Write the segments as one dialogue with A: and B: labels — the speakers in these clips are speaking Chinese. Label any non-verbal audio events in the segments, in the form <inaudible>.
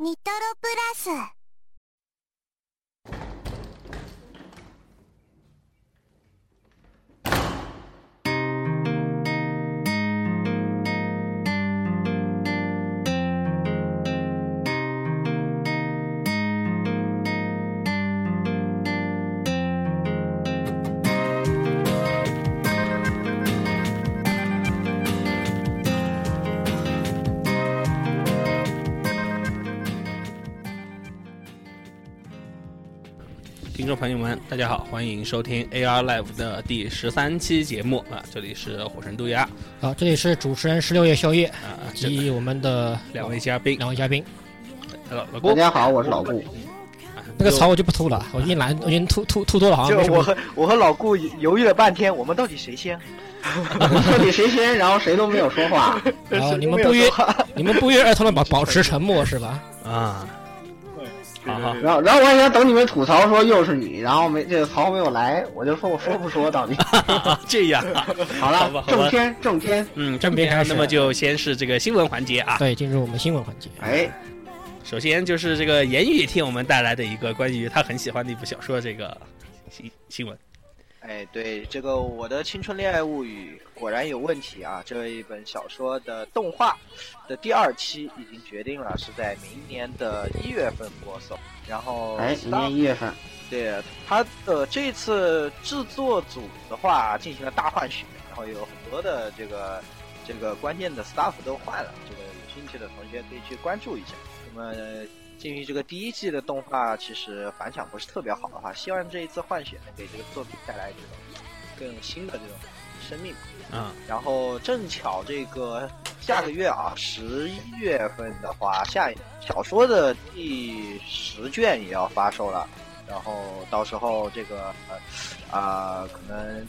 A: ニトロプラス
B: 听众朋友们，大家好，欢迎收听 AR Live 的第十三期节目啊，这里是火神渡鸦
C: 好，这里是主持人十六夜宵夜
B: 啊，这
C: 及我们的
B: 两位嘉宾，
C: 两位嘉宾。
B: 老老
D: 大
B: 郭，
D: 家好，我是老顾。 <laughs>
B: 啊
C: 那个槽我就不吐了，我已经懒，我已经吐吐吐多了，好像
E: 就
C: 啊没什
E: 我
C: 么。
E: 和我和老顾犹豫了半天，我们到底谁先？
D: 到底谁先？然后谁都没有说话。
C: 然后
E: 谁
C: 你
E: 都
C: 们
E: 没有
C: 不约
E: 说话，
C: <laughs> 你们不约而同的保保持沉默是吧？
B: 啊，好好，
D: 然后，然后我还想等你们吐槽说又是你，然后没这个曹没有来，我就说我说不说到底。
B: 啊这样啊，
D: 好
B: 好吧
D: 了，
B: 好吧
D: 正片正片。
B: 嗯，
C: 正
B: 片
C: 片
B: 啊
C: 开始
B: 那么就先是这个新闻环节啊，
C: 对，进入我们新闻环节。
D: 哎，
B: 首先就是这个言语替我们带来的一个关于他很喜欢的一部小说这个新新闻，
E: 哎，对，这个我的青春恋爱物语果然有问题啊！这一本小说的动画的第二期已经决定了是在明年的一月份播送，然后
D: 哎，明年一月份，
E: 对它的这次制作组的话进行了大换血，然后有很多的这个这个关键的 staff 都换了，这个有兴趣的同学可以去关注一下。那么鉴于这个第一季的动画其实反响不是特别好的话，希望这一次换血能给这个作品带来这种更新的这种生命。
B: 啊，
E: 然后正巧这个下个月啊，十一月份的话，下一小说的第十卷也要发售了。然后到时候这个呃啊、可能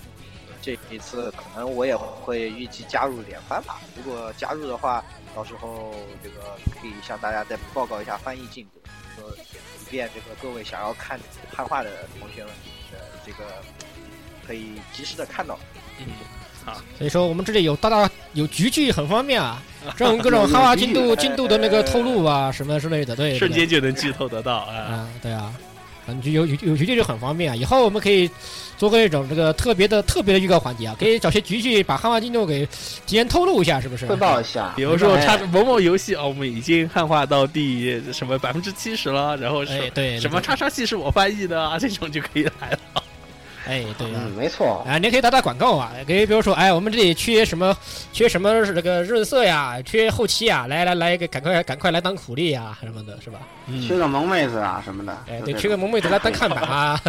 E: 这一次可能我也会预计加入连番吧。如果加入的话，到时候这个呃可以向大家再报告一下翻译进度，说以便这个各位想要看汉化的同学们，呃，这个可以及时的看到。
B: 嗯，
C: 所以说我们这里有大大有局剧很方便啊，这种各种哈瓦进度进度的那个透露啊什么之类的，对，
B: 瞬
C: 对
B: 间就能剧透得到啊，
C: 啊，对啊。嗯，就有有有局剧就很方便啊！以后我们可以做个那种这个特别的特别的预告环节啊，可以找些局剧把汉化进度给提前透露一下，是不是？
D: 汇报一下。
B: 比如
C: 哎
B: 说，插某某游戏哦，我们已经汉化到第什么百分之七十了，然后是、
C: 哎，对，
B: 什么叉叉系是我翻译的啊，这种就可以来了。
C: 哎，对啊
D: 嗯，，没错。
C: 啊，你可以打打广告啊，可以比如说，哎，我们这里缺什么，缺什么这个润色呀，缺后期呀，来来来，给赶快赶快来当苦力呀什么的，是吧？
B: 嗯
D: 缺个萌妹子啊什么的。
C: 哎，
D: 就
C: 对，
D: 这
C: 缺个
D: 种
C: 萌妹子来当看板啊，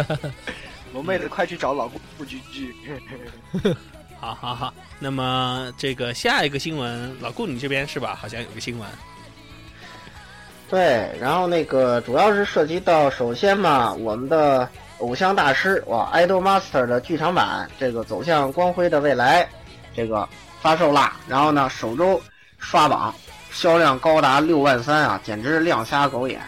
E: 萌妹子，快去找老顾布局剧。
B: 好好好，那么这个下一个新闻，老顾你这边是吧？好像有个新闻，
D: 对，然后那个主要是涉及到，首先嘛，我们的偶像大师哇，Idol Master 的剧场版这个走向光辉的未来，这个发售啦。然后呢，首周刷榜，销量高达六万三啊，简直是亮瞎狗眼。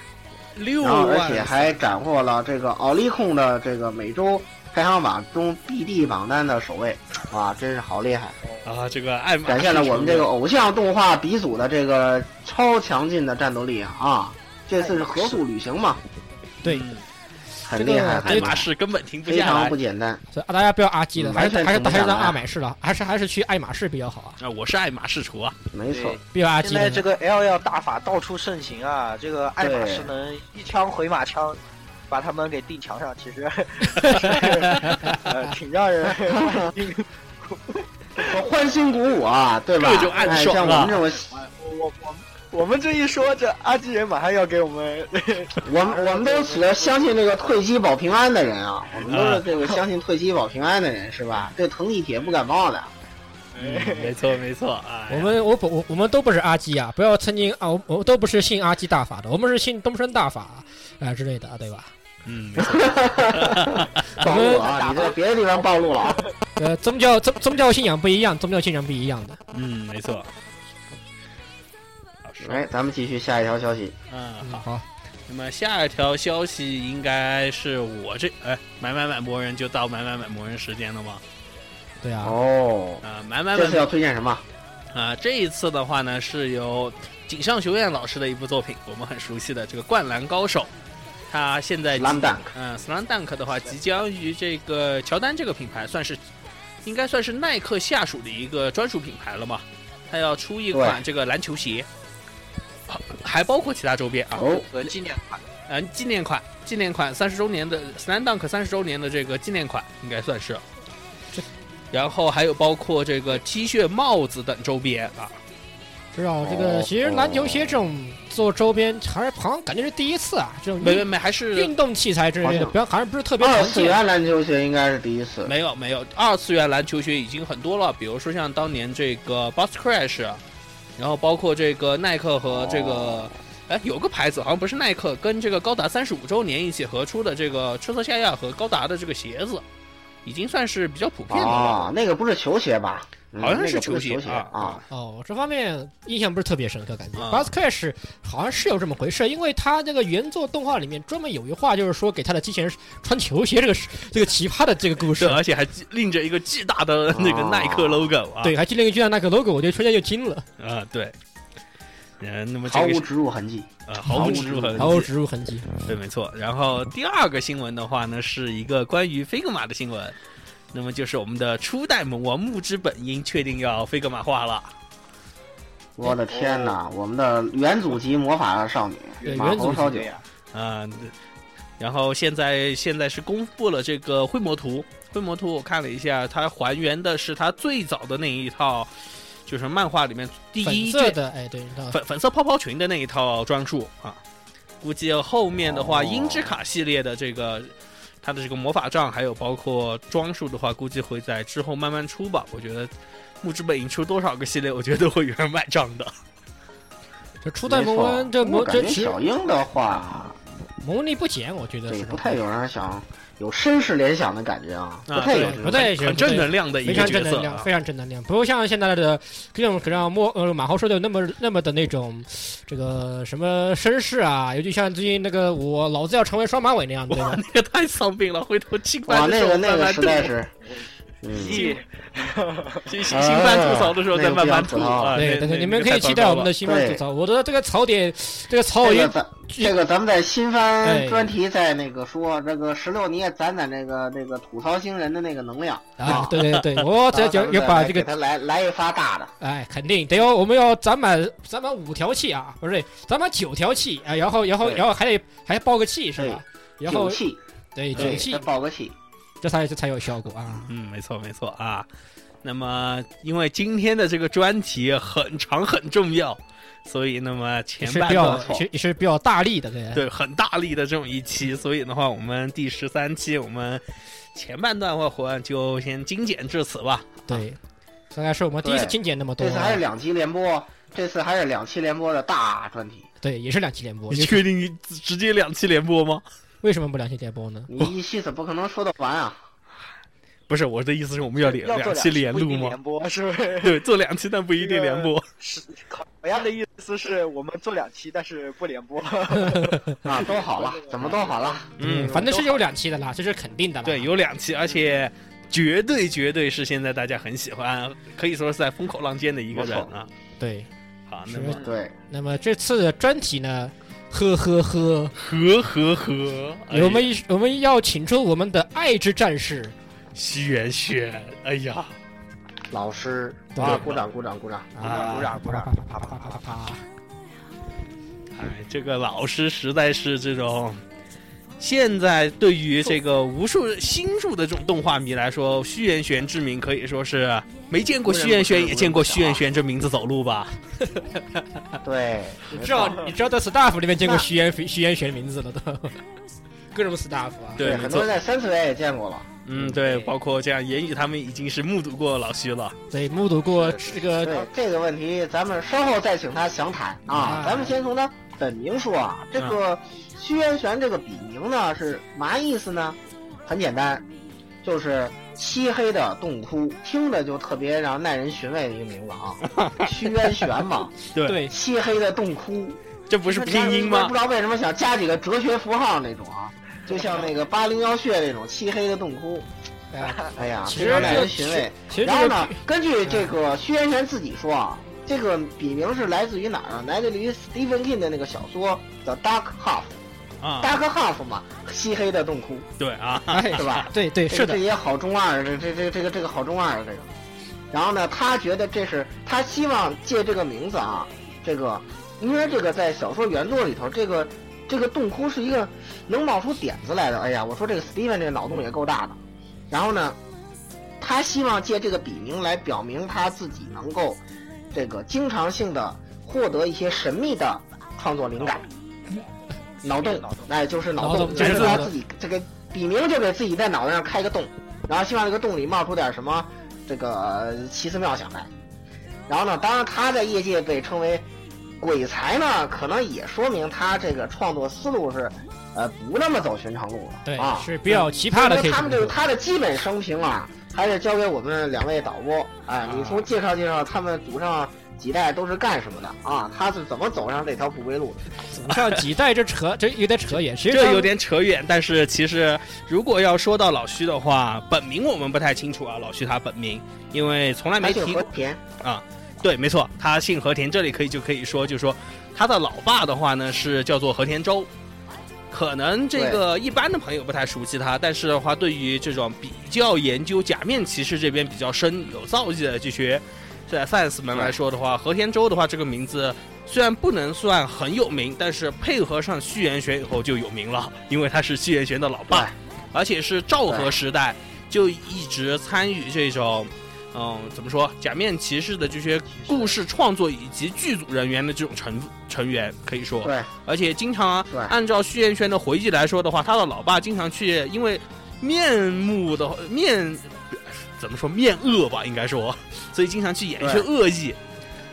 B: 六
D: 然后而且
B: 万
D: 还斩获了这个奥利控的这个每周排行榜中 BD 榜单的首位，哇，真是好厉害！
B: 啊，这个爱马仕
D: 展现了我们这个偶像动画鼻祖的这个超强劲的战斗力啊啊！这次是合宿旅行嘛，
C: 对，
D: 很厉害，
B: 嗯爱
D: 很厉
B: 马
D: 害，
B: 仕根本停不
D: 非
B: 下
D: 常
B: 来
D: 不简单。
C: 所以啊大家不要阿基了，
D: 嗯
C: 还是
D: 完全
C: 还是
D: 停不
C: 还是
D: 下
C: 让
D: 来
C: 爱马仕了，还是还是去爱马仕比较好啊，
B: 啊！我是爱马仕厨啊，
D: 没错，
C: 比较阿
E: 现
C: 基
E: 在
C: 了。
E: 这个 L L 大法到处盛行啊，这个爱马仕
D: 对
E: 能一枪回马枪，把他们给钉墙上，其实呃挺让人
D: 欢欣鼓舞啊，对吧
B: 这就？暗
D: 哎，
B: 爽
D: 像
B: 啊
D: 我们这种，
E: 我我我们这一说，这阿基人马上要给我们
D: 我们我们都是相信这个退机保平安的人啊，我们都是这个相信退机保平安的人是吧？对腾地铁不感冒的，嗯
B: 嗯没错没错啊，
C: 我们我不我我们都不是阿基啊，不要曾经啊，我我都不是信阿基大法的，我们是信东升大法啊、啊之类的啊，对吧？
B: 嗯，没错
D: 暴露了啊！你在别的地方暴露了啊。
C: 呃，宗教宗宗教信仰不一样，宗教信仰不一样的。
B: 嗯没错。好说
D: 哎，咱们继续下一条消息。
B: 嗯
C: 嗯，
B: 好，
C: 好，
B: 那么下一条消息应该是我这哎买买买魔人就到买买买魔人时间了吗？
C: 对啊。
D: 哦，
B: 啊、买买
D: 这
B: 买
D: 次要推荐什么？
B: 啊、这一次的话呢，是由井上雄彦老师的一部作品，我们很熟悉的这个《灌篮高手》，他现在
D: Slam Dunk
B: 嗯 Slam Dunk 的话，即将于这个乔丹这个品牌算是，应该算是耐克下属的一个专属品牌了嘛，他要出一款这个篮球鞋，啊还包括其他周边啊，
D: 哦，
E: 和纪念款
B: 嗯，纪念款，纪念款三十周年的 Slam Dunk 三十周年的这个纪念款应该算是。然后还有包括这个 T 恤、帽子等周边啊，
C: 知道这个，
D: 哦
C: 其实篮球鞋这种做周边还是好像感觉是第一次啊，这种
B: 没没
C: 运
B: 没，还是
C: 运动器材之类
D: 好
C: 的，
D: 像
C: 不要好像不是特别
D: 二
C: 常
D: 次
C: 见。
D: 元篮球鞋应该是第一次，
B: 没有没有二次元篮球鞋已经很多了，比如说像当年这个 Boss Crash，然啊后包括这个耐克和这个
D: 哦，
B: 哎、有个牌子好像不是耐克，跟这个高达三十五周年一起合出的这个春色夏亚和高达的这个鞋子，已经算是比较普遍的了。
D: 哦，那个不是球鞋吧？嗯
B: 好像
D: 那
B: 是
D: 个不
B: 球
D: 是
B: 鞋
D: 球鞋
B: 啊
D: 啊，
C: 哦，这方面印象不是特别深刻，感觉
B: 啊
C: 《b u s Crash》好像是有这么回事，因为他这个原作动画里面专门有一话，就是说给他的机器人穿球鞋这个事这个奇葩的这个故
B: 是，
C: 事。
B: 而且还记拎着一个巨大的那个
D: 哦
B: 耐克 logo 啊。
C: 对，还记得那个巨大那个 logo，我就瞬间就惊了，
B: 啊，对。嗯，那么这
D: 毫
B: 个
D: 无
B: 是
D: 植入痕迹。
B: 呃毫无
D: 无
B: 植
D: 植
B: 入痕
D: 入
B: 迹，
C: 然后植入痕迹。
B: 对，没错。然后第二个新闻的话呢，是一个关于 Figma 的新闻，那么就是我们的初代萌王木之本樱确定要 Figma 化了。
D: 我的天哪！我们的元祖级魔法少女
C: 哦对
D: 马
C: 元祖
D: 猴
C: 级
D: 烧酒
E: 对，呀，
B: 啊、然后现在现在是公布了这个绘模图，绘模图我看了一下，它还原的是它最早的那一套，就是漫画里面第
D: 呃
C: 粉
B: 一
C: 色
B: 卷
C: 的，哎，对，你知道
B: 粉粉色泡泡裙的那一套装束啊。估计后面的话，
D: 哦
B: 樱之卡系列的这个它的这个魔法杖，还有包括装束的话，估计会在之后慢慢出吧。我觉得木之本影出多少个系列，我觉得会有人买账的。
C: 这初代
D: 没
C: 萌
D: 错
C: 文，这
D: 我
C: 萌
D: 感
C: 这
D: 觉
C: 其实
D: 小樱的话，
C: 萌力不减，我觉得
D: 对
C: 是
D: 不太有人想有绅士联想的感觉啊，
B: 啊
D: 不太有
C: 对
D: 这
C: 不
D: 种。
C: 太
B: 很
C: 有
B: 很正能量的一
C: 非
B: 个
C: 常
B: 角
C: 正能
B: 色
C: 量，
B: 啊。
C: 非常正能量，不像现在的这种让莫呃马猴说的那么那么的那种这个什么绅士啊，尤其像最近那个我老子要成为双马尾那样，对
B: 哇
C: 吧？，
B: <laughs> 那个太丧病了，回头新
D: 哇，
B: 番的
D: 那
B: 时
D: 个
B: 候
D: 那
B: 慢
D: 个
B: 慢
D: 实
B: 吐，
D: 在是，嗯，
E: 一
B: 新新新番吐槽的时候
D: 啊
B: 再慢慢
D: 那个
B: 吐
D: 不要吐槽
B: 啊。
C: 对，
B: 那
C: 等
B: 那
C: 等，你们
B: 那
C: 可
B: 个太
C: 以期
B: 糟
C: 待
B: 糕
C: 我们的
B: 了
C: 新番吐槽。我的这个槽点，这
B: 哦
C: 个槽
D: 这
C: 也
D: 个咱这个咱们在新
C: 哎
D: 番专题再那个说，这个十六你也攒攒这个那个吐槽星人的那个能量
C: 啊，对对对，
D: <laughs>
C: 我这就要把这
D: 给
C: 个
D: 他来来一发大的，
C: 哎，肯定得要我们要攒满攒满五条气啊，不是攒满九条气啊，然后然后
D: 对
C: 然后还得还爆个气是吧？然后
D: 九气，
C: 对九
D: 对，
C: 气
D: 再，爆个气，
C: 这才这才有效果啊。
B: 嗯，没错没错啊。那么，因为今天的这个专题很长很重要，所以那么
C: 也
B: 前
C: 是
B: 半
C: 比
B: 段
C: 较
D: 错
C: 也是也是比较大力的，对。
B: 对很大力的这种一期，所以的话，我们第十三期我们前半段的话就先精简至此吧。
C: 对，大概是我们第一次精简那么多啊
D: 这，次还是两期联播，这次还是两期联播的大专题。
C: 对，也是两期联播
B: 你。确定你直接两期连播吗？
C: 为什么不两期联播呢？
D: 你一期怎么可能说得
B: <laughs>
D: 完啊？
B: 不是，我的意思是我们要连
E: 要做
B: 期连
E: 联
B: 录吗？
E: 联播是不是？
B: 对，做两期但不一定连播。
E: 是烤鸭的意思是我们做两期，但是不联播。 <laughs>
D: 啊，都好了，怎么都好了。
B: 嗯，
C: 反正是有两期的啦，这是肯定的啦。
B: 对，有两期，而且绝对绝对是现在大家很喜欢，可以说是在风口浪尖的一个人啊。
C: 对。
B: 好，
C: 是
B: 那么
D: 对，
C: 那么这次的专题呢，呵呵呵，
B: 和和和，哎呀
C: 我们一我们要请出我们的爱之战士，
B: 徐元轩，哎呀，
D: 老师，
C: 对
D: 啊，鼓掌鼓掌鼓掌！
B: 啊
E: 鼓掌鼓掌
C: 啪啪啪啪啪啪啪。
B: 哎，这个老师实在是这种。现在对于这个无数新数的这种动画迷来说，虚元玄之名可以说是没见过虚元玄，也见过虚元玄这名字走路吧？
D: 啊对，
C: 你知道你知道在 staff 里面见过徐元徐元玄名字了都，各种 staff 啊。
B: 对，没
D: 很
B: 错
D: 多人，在三次元也见过了。
B: 嗯，对，包括这样言语，他们已经是目睹过老徐了。
C: 对，目睹过这个
D: 对这个问题，咱们稍后再请他详谈啊
B: 嗯
C: 啊。
D: 咱们先从他本名说啊，这个虚渊玄这个笔名呢是嘛意思呢？很简单，就是漆黑的洞窟，听着就特别让耐人寻味的一个名字
B: <laughs>
D: 啊。虚渊玄嘛，
B: 对，
C: 对
D: 漆黑的洞窟，
B: 这不是拼音
D: 我也
B: 吗
D: 不？知道为什么想加几个哲学符号那种啊，就像那个八零幺穴那种漆黑的洞窟，
C: 哎，
D: 哎呀，
C: 其
D: 非
C: 实
D: 常
C: 这
D: 耐
C: 个
D: 人寻味。
C: 其实
D: 然后
C: 这
D: 呢
C: 个，
D: 根据这个薛元玄自己说啊，这个笔名是来自于哪儿呢？来自于 Stephen King 的那个小说《The Dark Half》
B: 啊，
D: ，Dark Half 嘛，漆黑的洞窟，
B: 对啊，
C: 哎
D: 是吧？
C: 对对
D: 这
C: 是的
D: 个这，也好中二，这这这这个这个好中二啊这个。然后呢，他觉得这是他希望借这个名字啊，这个因为这个在小说原作里头，这个这个洞窟是一个能冒出点子来的。哎呀，我说这个 Steven 这个脑洞也够大的。然后呢，他希望借这个笔名来表明他自己能够这个经常性的获得一些神秘的创作灵感。脑洞，哎，就是脑
C: 哦脑
D: 洞，
C: 洞
D: 就是
B: 就是脑
D: 他
C: 洞
D: 自己这个笔名就给自己在脑袋上开个洞，然后希望这个洞里冒出点什么这个呃奇思妙想来。然后呢，当然他在业界被称为鬼才呢，可能也说明他这个创作思路是，呃，不那么走寻常路了。
C: 对
D: 啊，
C: 是比较奇葩的，可
D: 因为
C: 以这
D: 他
C: 么
D: 们这个
C: 说。
D: 他的基本生平啊，还是交给我们两位导播。哎，你从介绍介绍他们祖上几代都是干什么的啊？他是怎么走上这条不归路的？
C: 祖上几代这扯，这有点扯远，其实
B: 这有
C: 点。
B: 点扯远，但是其实如果要说到老徐的话，本名我们不太清楚啊，老徐他本名，因为从来没
D: 他姓
B: 提
D: 和
B: 过。
D: 田，
B: 啊对，没错，他姓和田，这里可以就可以说，就说他的老爸的话呢是叫做和田周，可能这个一般的朋友不太熟悉他，但是的话，对于这种比较研究假面骑士这边比较深有造诣的这些在 fans 们来说的话，和田周的话这个名字。虽然不能算很有名，但是配合上虚元玄以后就有名了，因为他是虚元玄的老爸。而且是昭和时代就一直参与这种，嗯，怎么说假面骑士的这些故事创作以及剧组人员的这种成成员，可以说，
D: 对
B: 而且经常啊
D: 对，
B: 按照徐彦轩的回忆来说的话，他的老爸经常去，因为面目的面。怎么说面恶吧，应该说，所以经常去演一些
D: 对
B: 恶意，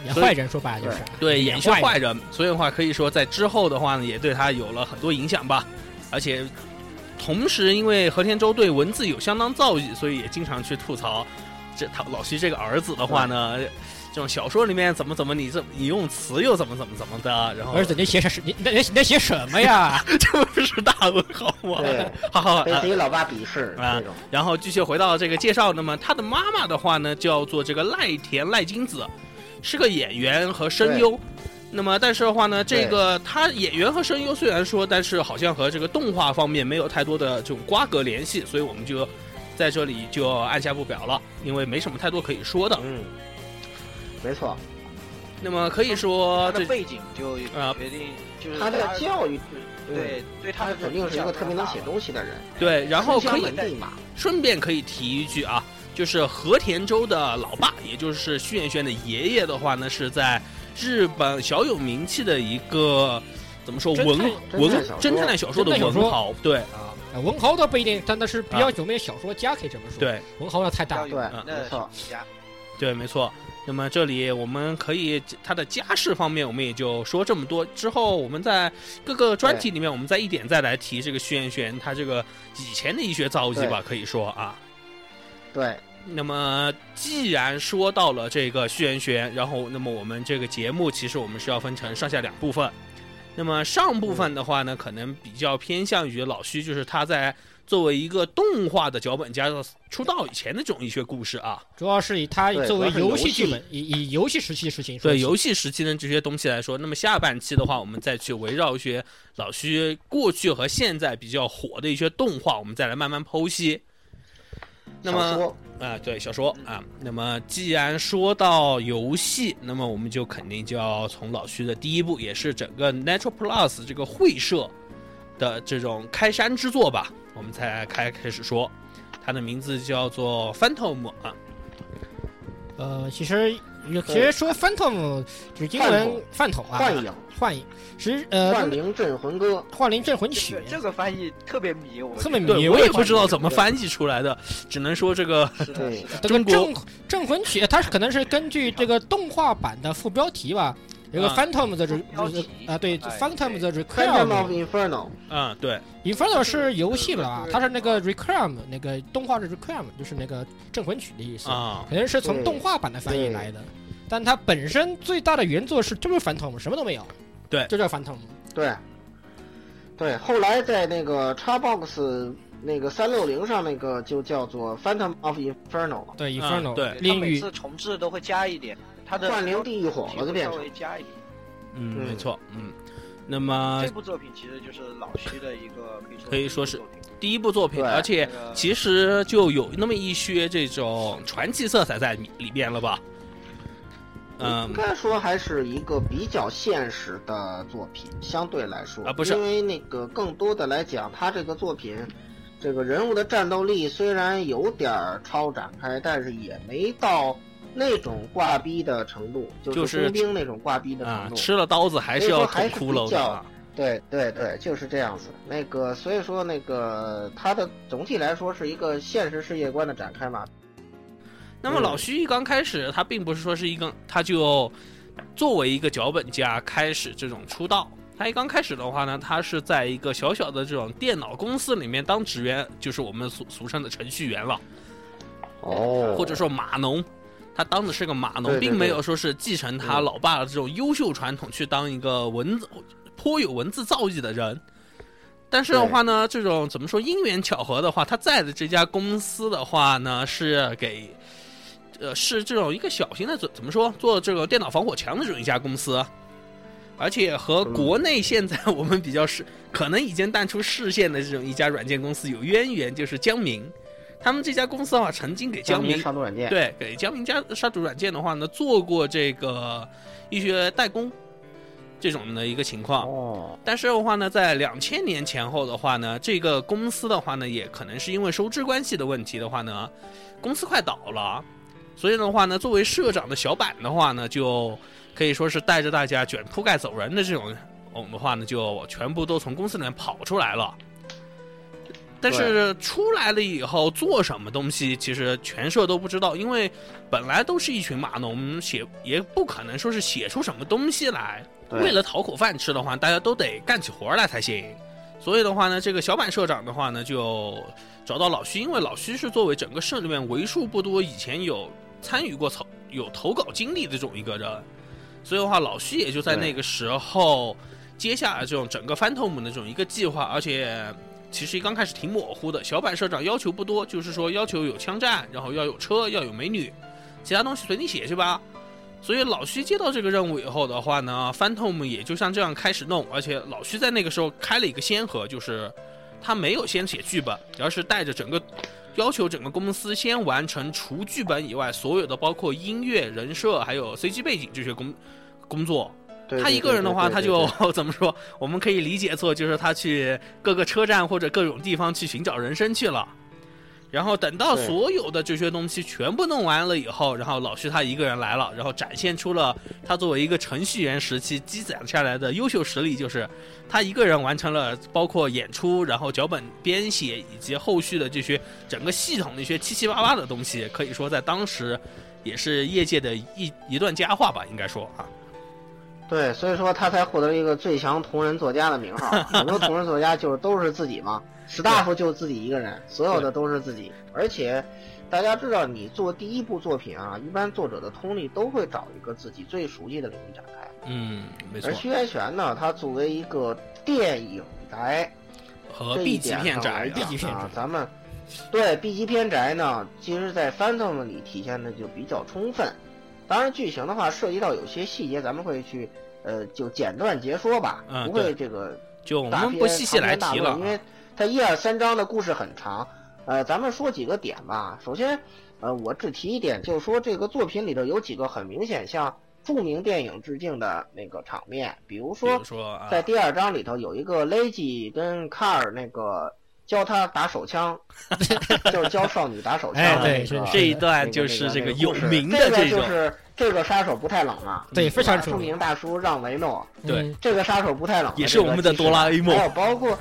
C: 演坏人说白了就是
B: 对，演
C: 演
B: 一些
C: 坏
B: 坏人，所以的话可以说在之后的话呢，也对他有了很多影响吧。而且，同时因为和田周对文字有相当造诣，所以也经常去吐槽这他老徐这个儿子的话呢，这种小说里面怎么怎么你这你用词又怎么怎么怎么的，然后
C: 儿子，你写什你那你那写什么呀？
B: <laughs> 这不是大文豪吗？
D: 对，
B: <laughs> 好好
D: 被
B: 啊
D: 自己老爸鄙视
B: 啊
D: 这种。
B: 然后继续回到这个介绍，那么他的妈妈的话呢，叫做这个赖田赖金子，是个演员和声优。那么但是的话呢，
D: 对
B: 这个他演员和声优虽然说，但是好像和这个动画方面没有太多的这种瓜葛联系，所以我们就在这里就按下不表了，因为没什么太多可以说的。
D: 嗯，没错，
B: 那么可以说
E: 他
B: 这
E: 的背景就
B: 啊
E: 决定就是
D: 他的教育，
E: 嗯对对
D: 嗯他
E: 他的
D: 肯定是一个特别能写东西的人。
B: 对，然后可以
D: 门第嘛，
B: 顺便可以提一句啊，就是和田周的老爸，也就是旭彦轩的爷爷的话呢，是在日本小有名气的一个怎么说
C: 侦探
B: 文文
D: 侦探小说
B: 侦探小说的
C: 侦探小说
B: 文豪，对
C: 啊文豪倒不一定，但那是比较有名的小说家，可以这么说。，
B: 啊对
C: 文豪要太大
E: 教
C: 了
D: 对
E: 育，那
D: 没错
E: 是家
B: 对，没错。那么这里我们可以他的家世方面，我们也就说这么多。之后我们在各个专题里面，我们再一点再来提这个旭彦轩他这个以前的医学造诣吧，可以说啊。
D: 对，
B: 那么，既然说到了这个虚元玄，然后那么我们这个节目其实我们是要分成上下两部分。那么上部分的话呢，可能比较偏向于老虚，就是他在作为一个动画的脚本家出道以前的这种医学故事啊，
C: 主要是以他
D: 对
C: 作为
D: 主要是游
C: 戏剧
D: 戏
C: 本，以以游戏时期的事情说
B: 对
C: 起
B: 游戏时期的这些东西来说。那么下半期的话，我们再去围绕一些老虚过去和现在比较火的一些动画，我们再来慢慢剖析。那么
D: 小说
B: 啊，对，小说啊。那么既然说到游戏，那么我们就肯定就要从老徐的第一部，也是整个 Natural Plus 这个会社的这种开山之作吧，我们才开开始说。它的名字叫做 Phantom 啊，
C: 呃，其实有其
D: 对
C: 实说 phantom 就是英文饭桶啊，
D: 幻影、
C: 幻影，其实呃
D: 幻灵镇魂歌，
C: 幻灵镇魂曲
E: 这，这个翻译特别迷，我
C: 特别迷
B: 对
C: 我
B: 嗯我
C: 也
B: 也不知道怎么
E: 对
B: 翻译出来的，只能说这个
E: 是的是的，
C: 这个
B: 中国
C: 镇镇魂曲，它是可能是根据这个动画版的副标题吧，有个
B: 啊
C: phantom 的这
E: 标题
C: 啊对
E: 哎
C: ，phantom 的
D: Phantom of
C: requiem。
D: Inferno，
B: 啊、嗯，对，
C: Inferno 是游戏吧
E: 对？对
C: 它是那个 Requiem，那个动画是 Requiem，就是那个镇魂曲的意思。
B: 啊、
C: 可能是从
D: 对
C: 动画版的翻译
D: 对
C: 来的，但它本身最大的原作是就是反统，什么都没有，
B: 对
C: 就叫反统。
D: 对，对，后来在那个 Xbox 那个三六零上那个就叫做《Phantom of Inferno》，
C: 对，Inferno，、
B: 嗯对
E: 它
C: 炼
E: 每
C: 狱
E: 次重置都会加一点，它的
D: 幻灵地狱火了就变
E: 稍
D: 成
E: 微加一点。
B: 嗯，
D: 嗯
B: 没错，嗯。那么
E: 这部作品其实就是老徐的一个可以说
B: 啊可以说是
E: 一部作品
B: 第一部作品，
D: 对
B: 而且
E: 那个
B: 其实就有那么一些这种传奇色彩在里里边了吧？嗯
D: 应，该说还是一个比较现实的作品，相对来说
B: 啊不是
D: 因为那个更多的来讲，他这个作品，这个人物的战斗力虽然有点儿超展开，但是也没到那种挂逼的程度，
B: 就是是
D: 工兵那种挂逼的
B: 啊
D: 程，度。
B: 吃了刀子还是要
D: 所以
B: 捅
D: 说
B: 窟
D: 还是比
B: 窿的
D: 较
B: 啊。
D: 对对对，就是这样子。那个所以说那个它的总体来说是一个现实世界观的展开嘛，
B: 那么嗯老徐一刚开始，他并不是说是一个，他就作为一个脚本家开始这种出道。他一刚开始的话呢，他是在一个小小的这种电脑公司里面当职员，就是我们俗俗称的程序员了，
D: 哦
B: 或者说码农。他当的是个码农，
D: 对对
B: 并
D: 对
B: 没有说是继承他
D: 嗯
B: 老爸的这种优秀传统去当一个文字颇有文字造诣的人。但是的话呢，这种怎么说因缘巧合的话，他在的这家公司的话呢，是给呃是这种一个小型的怎怎么说做这个电脑防火墙的这种一家公司，而且和
D: 嗯
B: 国内现在我们比较是可能已经淡出视线的这种一家软件公司有渊源，就是江明。他们这家公司的话，曾经给江
D: 江
B: 明
D: 杀毒软件，
B: 对，给江明家杀毒软件的话呢，做过这个医学代工这种的一个情况。
D: 哦，
B: 但是的话呢，在两千年前后的话呢，这个公司的话呢，也可能是因为收支关系的问题的话呢，公司快倒了，所以的话呢，作为社长的小板的话呢，就可以说是带着大家卷铺盖走人的这种，我们的话呢，就全部都从公司里面跑出来了。但是出来了以后做什么东西，其实全社都不知道，因为本来都是一群码农，写也不可能说是写出什么东西来。
D: 对
B: 为了讨口饭吃的话，大家都得干起活儿来才行。所以的话呢，这个小坂社长的话呢，就找到老徐，因为老徐是作为整个社里面为数不多以前有参与过投有投稿经历的这种一个人，所以的话，老徐也就在那个时候接下了这种整个翻头姆的这种一个计划，而且其实刚开始挺模糊的。小坂社长要求不多，就是说要求有枪战，然后要有车，要有美女，其他东西随你写去吧。所以老徐接到这个任务以后的话呢，Phantom 也就像这样开始弄，而且老徐在那个时候开了一个先河，就是他没有先写剧本，而是带着整个要求整个公司先完成除剧本以外所有的包括音乐、人设还有 CG 背景这些工工作。
D: 对
B: 他
D: 对
B: 一个人的话，
D: 对对
B: 他
D: 对
B: 就 <laughs>
D: 对
B: 怎么说？我们可以理解作就是他去各个车站或者各种地方去寻找人参去了。然后等到
D: 对
B: 所有的这些东西全部弄完了以后，然后老徐他一个人来了，然后展现出了他作为一个程序员时期积攒下来的优秀实力，就是他一个人完成了包括演出，然后脚本编写以及后续的这些整个系统的一些七七八八的东西，可以说在当时也是业界的一一段佳话吧，应该说啊。
D: 对，所以说他才获得一个最强同人作家的名号。很多同人作家就是都是自己嘛，staff 就是自己一个人，所有的都是自己。而且，大家知道，你做第一部作品啊，一般作者的通力都会找一个自己最熟悉的领域展开。
B: 嗯，没错
D: 而。薛元玄呢，他作为一个电影宅，
B: 和
D: 这
B: B
D: 一
B: 级
D: 点
B: 片
D: 上
B: 宅
D: 来
B: 的
C: ，B 级
D: 讲
C: 片宅
D: 啊，
B: <laughs>
D: 咱们对 B 级片宅呢，其实在翻腾里体现的就比较充分。当然，剧情的话涉及到有些细节，咱们会去呃就简短截说吧，
B: 嗯
D: 不会这个
B: 就我
D: 大
B: 们
D: 篇
B: 不细细来
D: 长
B: 提了
D: 篇大
B: 啊
D: 论因。为它一二三章的故事很长。呃，咱们说几个点吧。首先，呃，我只提一点，就是说这个作品里头有几个很明显向著名电影致敬的那个场面，比如
B: 比
D: 说
B: 如说啊，
D: 在第二章里头有一个 Lady 跟卡尔那个教他打手
B: <laughs>
D: 枪，就是教少女打手枪
C: 哎
D: 的那
C: 对
D: 个、
C: 是
B: 这一段
D: 那个
B: 就是这
D: 那个
B: 有
D: 故事
B: 名的
D: 这个
B: 种
D: 就，是这个杀手不太冷了，
C: 对非常
D: 著
C: 出名
D: 名大叔让雷诺，
B: 对
C: 嗯
D: 这个杀手不太冷了，
B: 也是我们的哆啦 A 梦
D: 还有包括。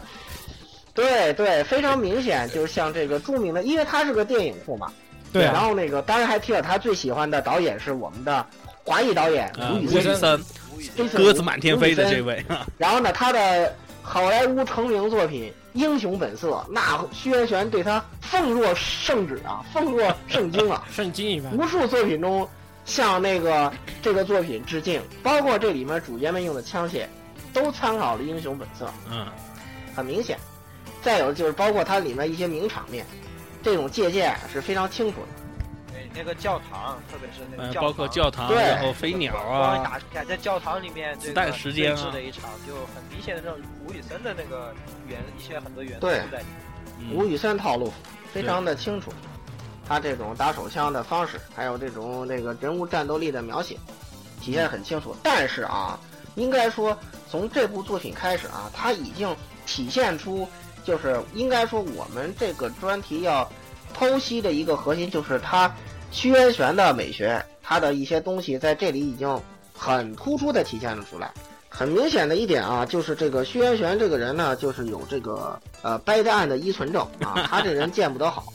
D: 对对，非常明显，就是像这个著名的，因为他是个电影库嘛，
C: 对
D: 然
C: 啊，
D: 后那个，当然还提了他最喜欢的导演是我们的华裔导演
B: 呃
D: 吴宇
B: 吴
C: 森
B: 宇森
E: 无语
D: 森，
B: 鸽子满天飞的这
D: 位。
B: 位，
D: 然后呢，他的好莱坞成名作品《英雄本色》，那薛元玄对他奉若圣旨啊，奉若圣
C: <laughs>
D: 经啊，
C: 圣经一般，
D: 无数作品中向那个这个作品致敬，包括这里面主角们用的枪械，都参考了《英雄本色》。
B: 嗯，
D: 很明显，再有就是包括它里面一些名场面，这种借鉴啊是非常清楚的。
E: 对，那个教堂，特别是那个
B: 嗯，
E: 教堂，
B: 包括教堂，
D: 对
B: 然后飞鸟
E: 光
B: 啊，
E: 打出来在教堂里面这
B: 子
E: 个
B: 弹时间啊
E: 对峙的一场，就很明显的这种吴宇森的那个元一些很多元素
D: 对
E: 在里面。
B: 嗯
D: 吴宇森套路非常的清楚，他这种打手枪的方式，还有这种那个人物战斗力的描写，体现很清楚。但是啊，应该说从这部作品开始啊，他已经体现出，就是应该说我们这个专题要剖析的一个核心，就是他虚渊玄的美学，他的一些东西在这里已经很突出的体现了出来。很明显的一点啊，就是这个薛元玄这个人呢，就是有这个呃掰着案的依存症啊，他这人见不得好，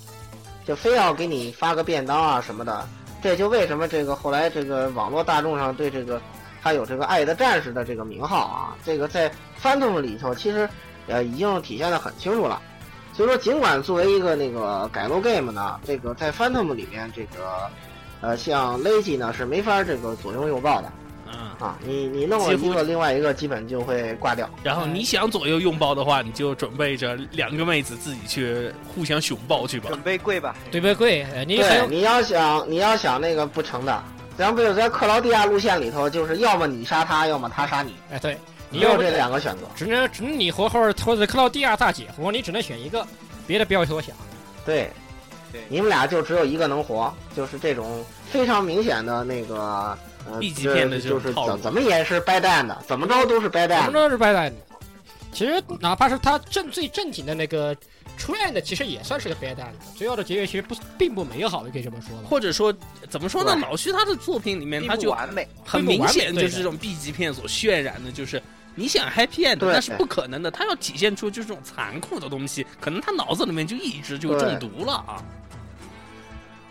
D: 就非要给你发个便当啊什么的。这就为什么这个后来这个网络大众上对这个他有这个“爱的战士”的这个名号啊，这个在翻动里头其实呃已经体现的很清楚了。所以说，尽管作为一个那个改楼 game 呢，这个在 Phantom 里面，这个呃像 Lazy 呢是没法这个左拥右抱的，
B: 嗯，
D: 啊，你你弄了
B: 几乎
D: 一个，另外一个基本就会挂掉。
B: 然后你想左右拥抱的话，你就准备着两个妹子自己去互相熊抱去吧。
E: 准备跪吧，
C: 对不对？呃你还
D: 对，
C: 有
D: 你要想你要想那个不成的，咱不就在克劳地亚路线里头，就是要么你杀他，要么他杀你，
C: 哎，对，你
D: 只有
C: 要
D: 这两个选择。
C: 只能只能你活或者或者克劳地亚大姐活，你只能选一个，别的不要多想。
D: 对
E: 对，
D: 你们俩就只有一个能活，就是这种非常明显的那个。呃
B: B 级片的
D: 这就
B: 这种
D: 是
B: 套路
D: 怎怎么也是掰蛋的，怎么着都是掰
C: 怎
D: 蛋
C: 么
D: 的。
C: 着是掰蛋的？其实哪怕是他正最正经的那个初恋的，其实也算是个掰蛋的。最后的结局其实不并不美好，也可以这么说吧。
B: 或者说，怎么说呢？
D: 对
B: 老徐他的作品里面，
E: 并
B: 他
E: 不
B: 就
E: 完美，
B: 很明显
C: 并不完
B: 就
C: 美
B: 是这种 B 级片所渲染的，就是你想 happy end
D: 对
B: 那是不可能的，他要体现出就是这种残酷的东西，可能他脑子里面就一直就中毒了啊。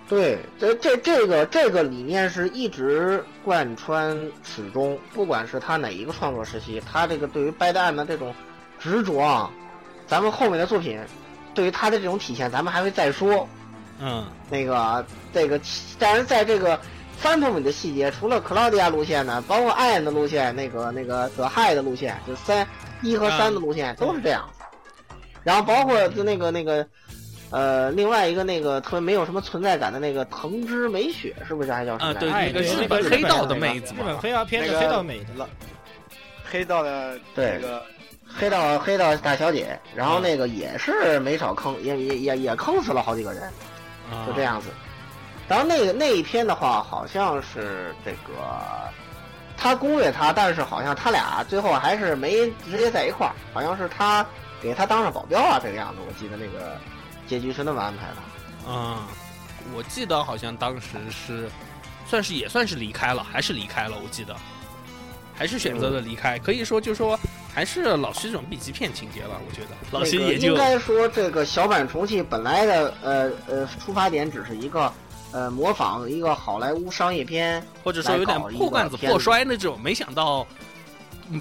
D: 对，这这这个这个理念是一直贯穿始终，不管是他哪一个创作时期，他这个对于掰蛋的这种执着啊，咱们后面的作品对于他的这种体现，咱们还会再说。
B: 嗯，
D: 那个这个，但是在这个 Phantom 的细节，除了克劳迪亚路线呢，包括艾恩的路线，那个那个德亥的路线，就三一和三的路
B: 嗯
D: 线都是这样。然后包括就那个那个，呃，另外一个那个特别没有什么存在感的那个藤枝美雪，是不是还叫什
B: 啊，
D: 么？
B: 对，
C: 哎
B: 那个
C: 对
B: 日
C: 那个
B: 本
C: 日
B: 黑
C: 本
B: 道
C: 的
B: 的
D: 那个
B: 妹子
C: 日
B: 嘛
C: 本，黑道片
E: 那
C: 是
E: 个
C: 黑道美的，
E: 老黑道的
D: 对
E: 这个
D: 黑道黑道大小姐，
B: 嗯
D: 然后那个也是没少坑，也也也也坑死了好几个人。
B: 啊
D: 就这。样子。然后那个那一篇的话，好像是这个他攻略他，但是好像他俩最后还是没直接在一块儿，好像是他给他当上保镖啊，这个样子。我记得那个结局是那么安排的。
B: 嗯，我记得好像当时是，算是也算是离开了，还是离开了，我记得，还是选择了离开。可以说，就说还是老徐这种 B 级片情节吧，我觉得老徐
D: 那个
B: 也就
D: 应该说这个小坂重器本来的呃呃出发点只是一个呃模仿一个好莱坞商业片，
B: 或者说有点破罐子破摔那种，没想到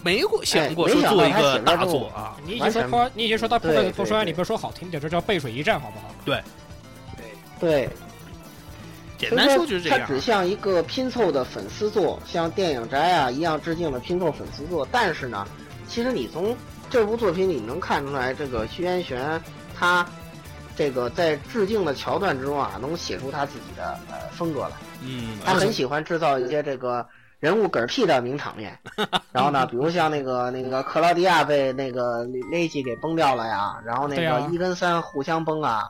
B: 没过想过
D: 哎
B: 说
D: 没想到
B: 做一
D: 他
B: 个
D: 写了
B: 大
D: 这
B: 作
D: 么
B: 啊。
C: 你已经
D: 完
C: 说
D: 全
C: 破，你已经说到破罐子
D: 对
C: 破
D: 对
C: 摔，
D: 对
C: 你不说好听点，这叫背水一战，好不好？
D: 对，
B: 简
D: 所以
B: 单说就是这
D: 它
B: 样啊
D: 只像一个拼凑的粉丝作，像电影宅啊一样致敬的拼凑粉丝作。但是呢，其实你从这部作品里能看出来，这个徐元玄他这个在致敬的桥段之中啊，能写出他自己的呃风格来。
B: 嗯，
D: 他很喜欢制造一些这个人物嗝屁的名
B: <laughs>
D: 场面。然后呢，比如像那个那个克劳迪亚被那个 <laughs> 雷吉给崩掉了呀，然后那
C: 对
D: 个
C: 啊
D: 一跟三互相崩啊，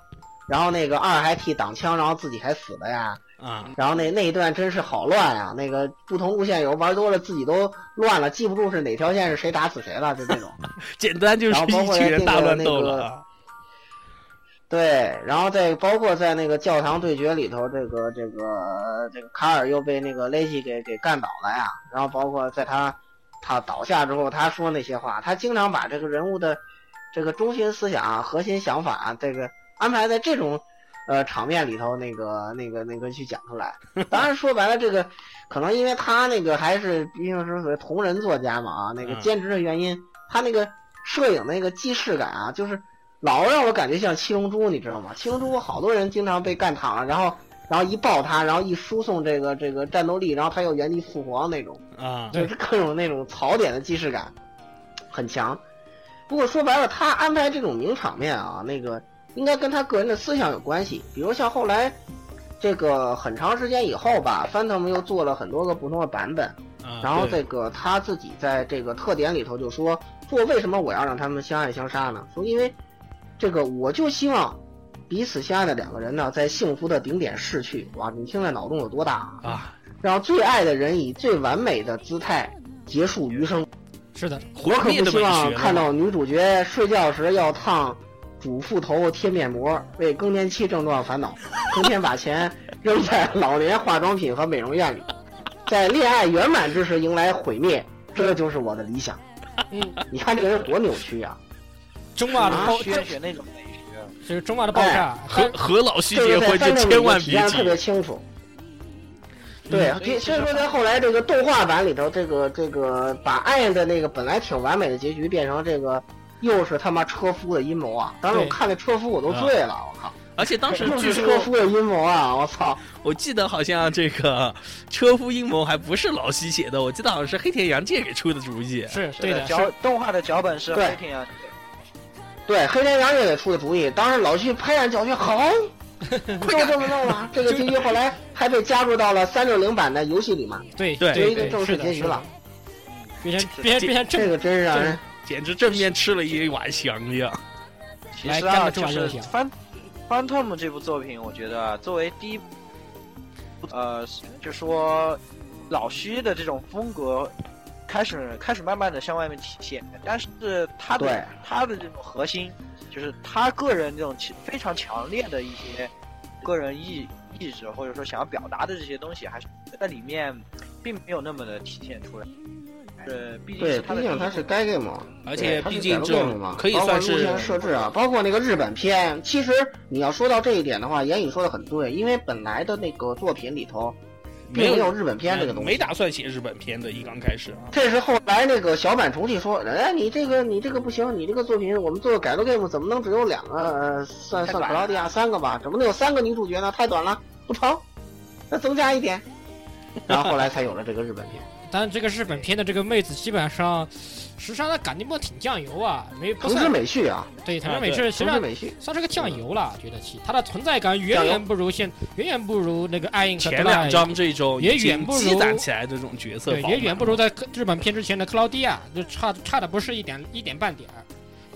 D: 然后那个二还替挡枪，然后自己还死了呀。
B: 啊，
D: 然后那那一段真是好乱啊！那个不同路线有玩多了，自己都乱了，记不住是哪条线是谁打死谁了，就这种。
B: 简单就是
D: 然后包
B: 一
D: 括
B: 群人大乱斗
D: 那
B: 了
D: 个
B: 啊。
D: 对，然后再包括在那个教堂对决里头，这个这个这个卡尔又被那个雷吉给给干倒了呀。然后包括在他他倒下之后，他说那些话，他经常把这个人物的这个中心思想啊、核心想法啊，这个安排在这种呃场面里头，那个那个那个去讲出来。当然说白了，这个可能因为他那个还是毕竟是属于同人作家嘛啊，那个
B: 嗯
D: 兼职的原因，他那个摄影那个既视感啊，就是老让我感觉像七龙珠，你知道吗？七龙珠好多人经常被干躺了，然后然后一抱他，然后一输送这个这个战斗力，然后他又原地复活那种，
B: 啊，
D: 就是各种那种槽点的既视感很强。不过说白了，他安排这种名场面啊，那个应该跟他个人的思想有关系。比如像后来，这个很长时间以后吧，Phantom 又做了很多个不同的版本，
B: 啊
D: 然后
B: 对
D: 这个他自己在这个特点里头就说说，为什么我要让他们相爱相杀呢？说因为这个我就希望彼此相爱的两个人呢，在幸福的顶点逝去。哇，你听这脑洞有多大啊！
B: 啊，
D: 让最爱的人以最完美的姿态结束余生。
C: 是的，
D: 我
B: 毁
D: 可
B: 灭
D: 不
B: 的
D: 希
B: 美
D: 望
B: 学
D: 看
B: 嘛
D: 到女主角睡觉时要烫主妇头、贴面膜，为更年期症状烦恼，成天把钱扔在老年化妆品和美容院里，在恋爱圆满之时迎来毁灭，这就是我的理想。
C: 嗯，
D: 你看这个人多扭曲啊！
C: 中马的
D: 啊
C: 爆，
E: 宣
C: 这
E: 学那种美学，
C: 这个中马的爆炸，
B: 和和老西
D: 这
B: 结
D: 个
B: 婚
D: 在
B: 就
D: 三里
B: 千
D: 面
B: 万
D: 体
B: 别急嗯哎
D: 现得特别清楚。对啊
E: 嗯，
D: 所以说在后来这个动画版里头，这个这个把爱的那个本来挺完美的结局，变成这个又是他妈车夫的阴谋啊！当时我
C: 对
D: 看那车夫我都
B: 啊
D: 醉了，我靠！
B: 而且当时
D: 又
B: 据
D: 是车
B: 说，
D: 夫的阴谋啊！我操！
B: 我记得好像这个《车夫阴谋》还不是老西写的，我记得好像是黑田洋介给出的主意。
C: 是
E: 是
C: 对的，
E: 脚
C: 是
E: 动画的脚本是
D: 对
E: 黑天啊，
D: 对，黑田洋也给出的主意，当时老徐拍案叫绝，
B: <laughs>
D: 好，就这么弄了。这个结局后来还被加入到了三六零版的游戏里嘛，
C: 对
B: 对
D: 作为
C: 对
D: 一个正
C: 对，
D: 式
C: 是的，
D: 结
C: 是
D: 局
C: 的
D: 了。，
C: 变成变成变成
D: 这
C: 正
D: 个真是让人
B: 简直正面吃了一碗翔呀！
E: 其
C: 来
E: 实
C: 干
E: 啊，
C: 个重
E: 就
C: 要
E: 是
C: 游
E: 《
C: 戏啊
E: Phan- Phantom》这部作品，我觉得啊作为第一部，呃，就说老虚的这种风格，开始开始慢慢的向外面体现，但是他
D: 对
E: 的他的这种核心，就是他个人这种其非常强烈的一些个人意意志，或者说想要表达的这些东西，还是在里面并没有那么的体现出来。呃，毕竟
D: 对，
E: 是他
D: 毕
E: 的
D: 竟它
E: 第一
D: 是
E: 部
D: 该 game 嘛。
B: 而
D: 对
B: 且
D: 它是
B: 毕竟这
D: Galgame
B: 种
D: 嘛
B: 可以
D: 包
B: 算
D: 括路
B: 是
D: 线设置啊，包括那个日本片。其实你要说到这一点的话，言语说的很对，因为本来的那个作品里头
B: 没
D: 并没
B: 有
D: 有日本片这个东
B: 没
D: 西。
B: 打算写日本片的，一刚开始啊，
D: 这是后来那个小坂重庆说：“哎，你这个你这个不行，你这个作品我们做个改造 game 怎么能只有两个？呃，算
E: 太
D: 算克
E: 短
D: 劳迪亚三个吧，怎么能有三个女主角呢？太短了，不成，那增加
C: <laughs>
D: 一点。”然后后来才有了这个日本片。
C: 但这个日本片的这个妹子基本上，实际上她感觉不挺酱油啊，没不
D: 藤之
C: 算
D: 美绪啊，
C: 对藤
B: 啊
C: 之美
B: 对
C: 是实际
D: 藤之
C: 上
D: 美绪，
C: 算是个酱油了，觉得其她的存在感远
D: 酱油
C: 远不如现远远不如那个爱因和
B: 前
C: 德
B: 两
C: 莱，
B: 章这种
C: 也
B: 已经
C: 远不如
B: 积攒起来的这种角色
C: 对，
B: 饱
C: 也远
B: 满
C: 不如在日本片之前的克劳迪亚，就差差的不是一点一点半点儿，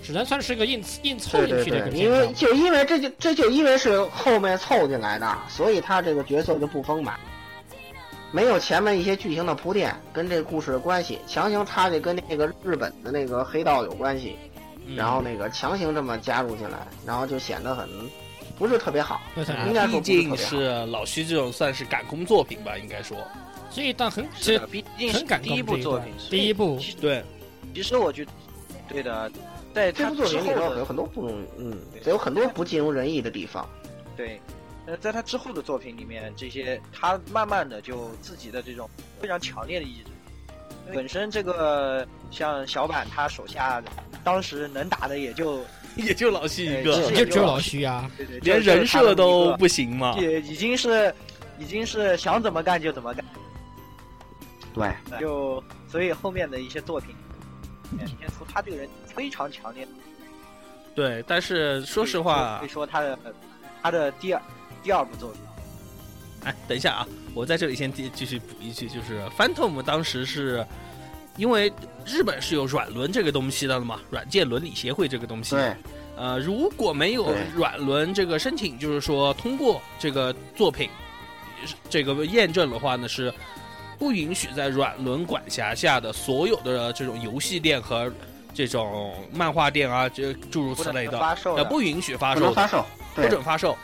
C: 只能算是个硬硬凑
D: 对
C: 进
D: 对
C: 去的一个
D: 对，
C: 片
D: 因为
C: 子。
D: 就因为这就这就因为是后面凑进来的，所以他这个角色就不丰满，没有前面一些剧情的铺垫跟这个故事的关系，强行插进跟那个日本的那个黑道有关系，
B: 嗯
D: 然后那个强行这么加入进来，然后就显得很不是特别好。
C: 对对
B: 啊
D: 应该
B: 毕
D: 说不是特别
B: 竟是老徐这种算是赶工作品吧，应该说
C: 这一段很
E: 是
C: 这
E: 的，毕竟是
C: 很感
E: 第
C: 动
E: 一
C: 这
E: 部作
C: 段
E: 品，所
C: 第
E: 以
C: 一部
E: 其实
B: 对，
E: 其实我觉得，对的，在
D: 这
E: 他
D: 部作
E: 之
D: 品里
E: 后
D: 头有
E: 的
D: 很多不容，嗯，有很多不尽如人意的地方。
E: 对，呃，在他之后的作品里面，这些他慢慢的就自己的这种非常强烈的意志，本身这个像小坂他手下当时能打的也就
B: <laughs> 也就老徐一
E: 哎
B: 个
E: 是，
C: 就只有老徐啊，
E: 对对，
B: 连
E: 就
B: 人
E: 就他那么
B: 设
E: 一
B: 都
E: 个
B: 不行嘛。
E: 也已经是已经是想怎么干就怎么干，
D: 对，
E: 就所以后面的一些作品显现出他这个人非常强烈。
B: 对，但是说实话啊
E: 可以，说他的他的第二第二部作品。
B: 哎，等一下啊，我在这里先继继续补一句，就是 Phantom 当时是因为日本是有软轮这个东西的嘛，软件伦理协会这个东西。
D: 对，
B: 呃，如果没有
D: 对
B: 软轮这个申请，就是说通过这个作品这个验证的话呢，是不允许在软轮管辖下的所有的这种游戏店和这种漫画店啊，这诸如
E: 不
B: 此
E: 能
B: 类的，
E: 发售
B: 呃，
E: 的，
B: 不允许发
D: 不
B: 售的，
D: 能发售，
B: 不
D: 对。
B: 准发售。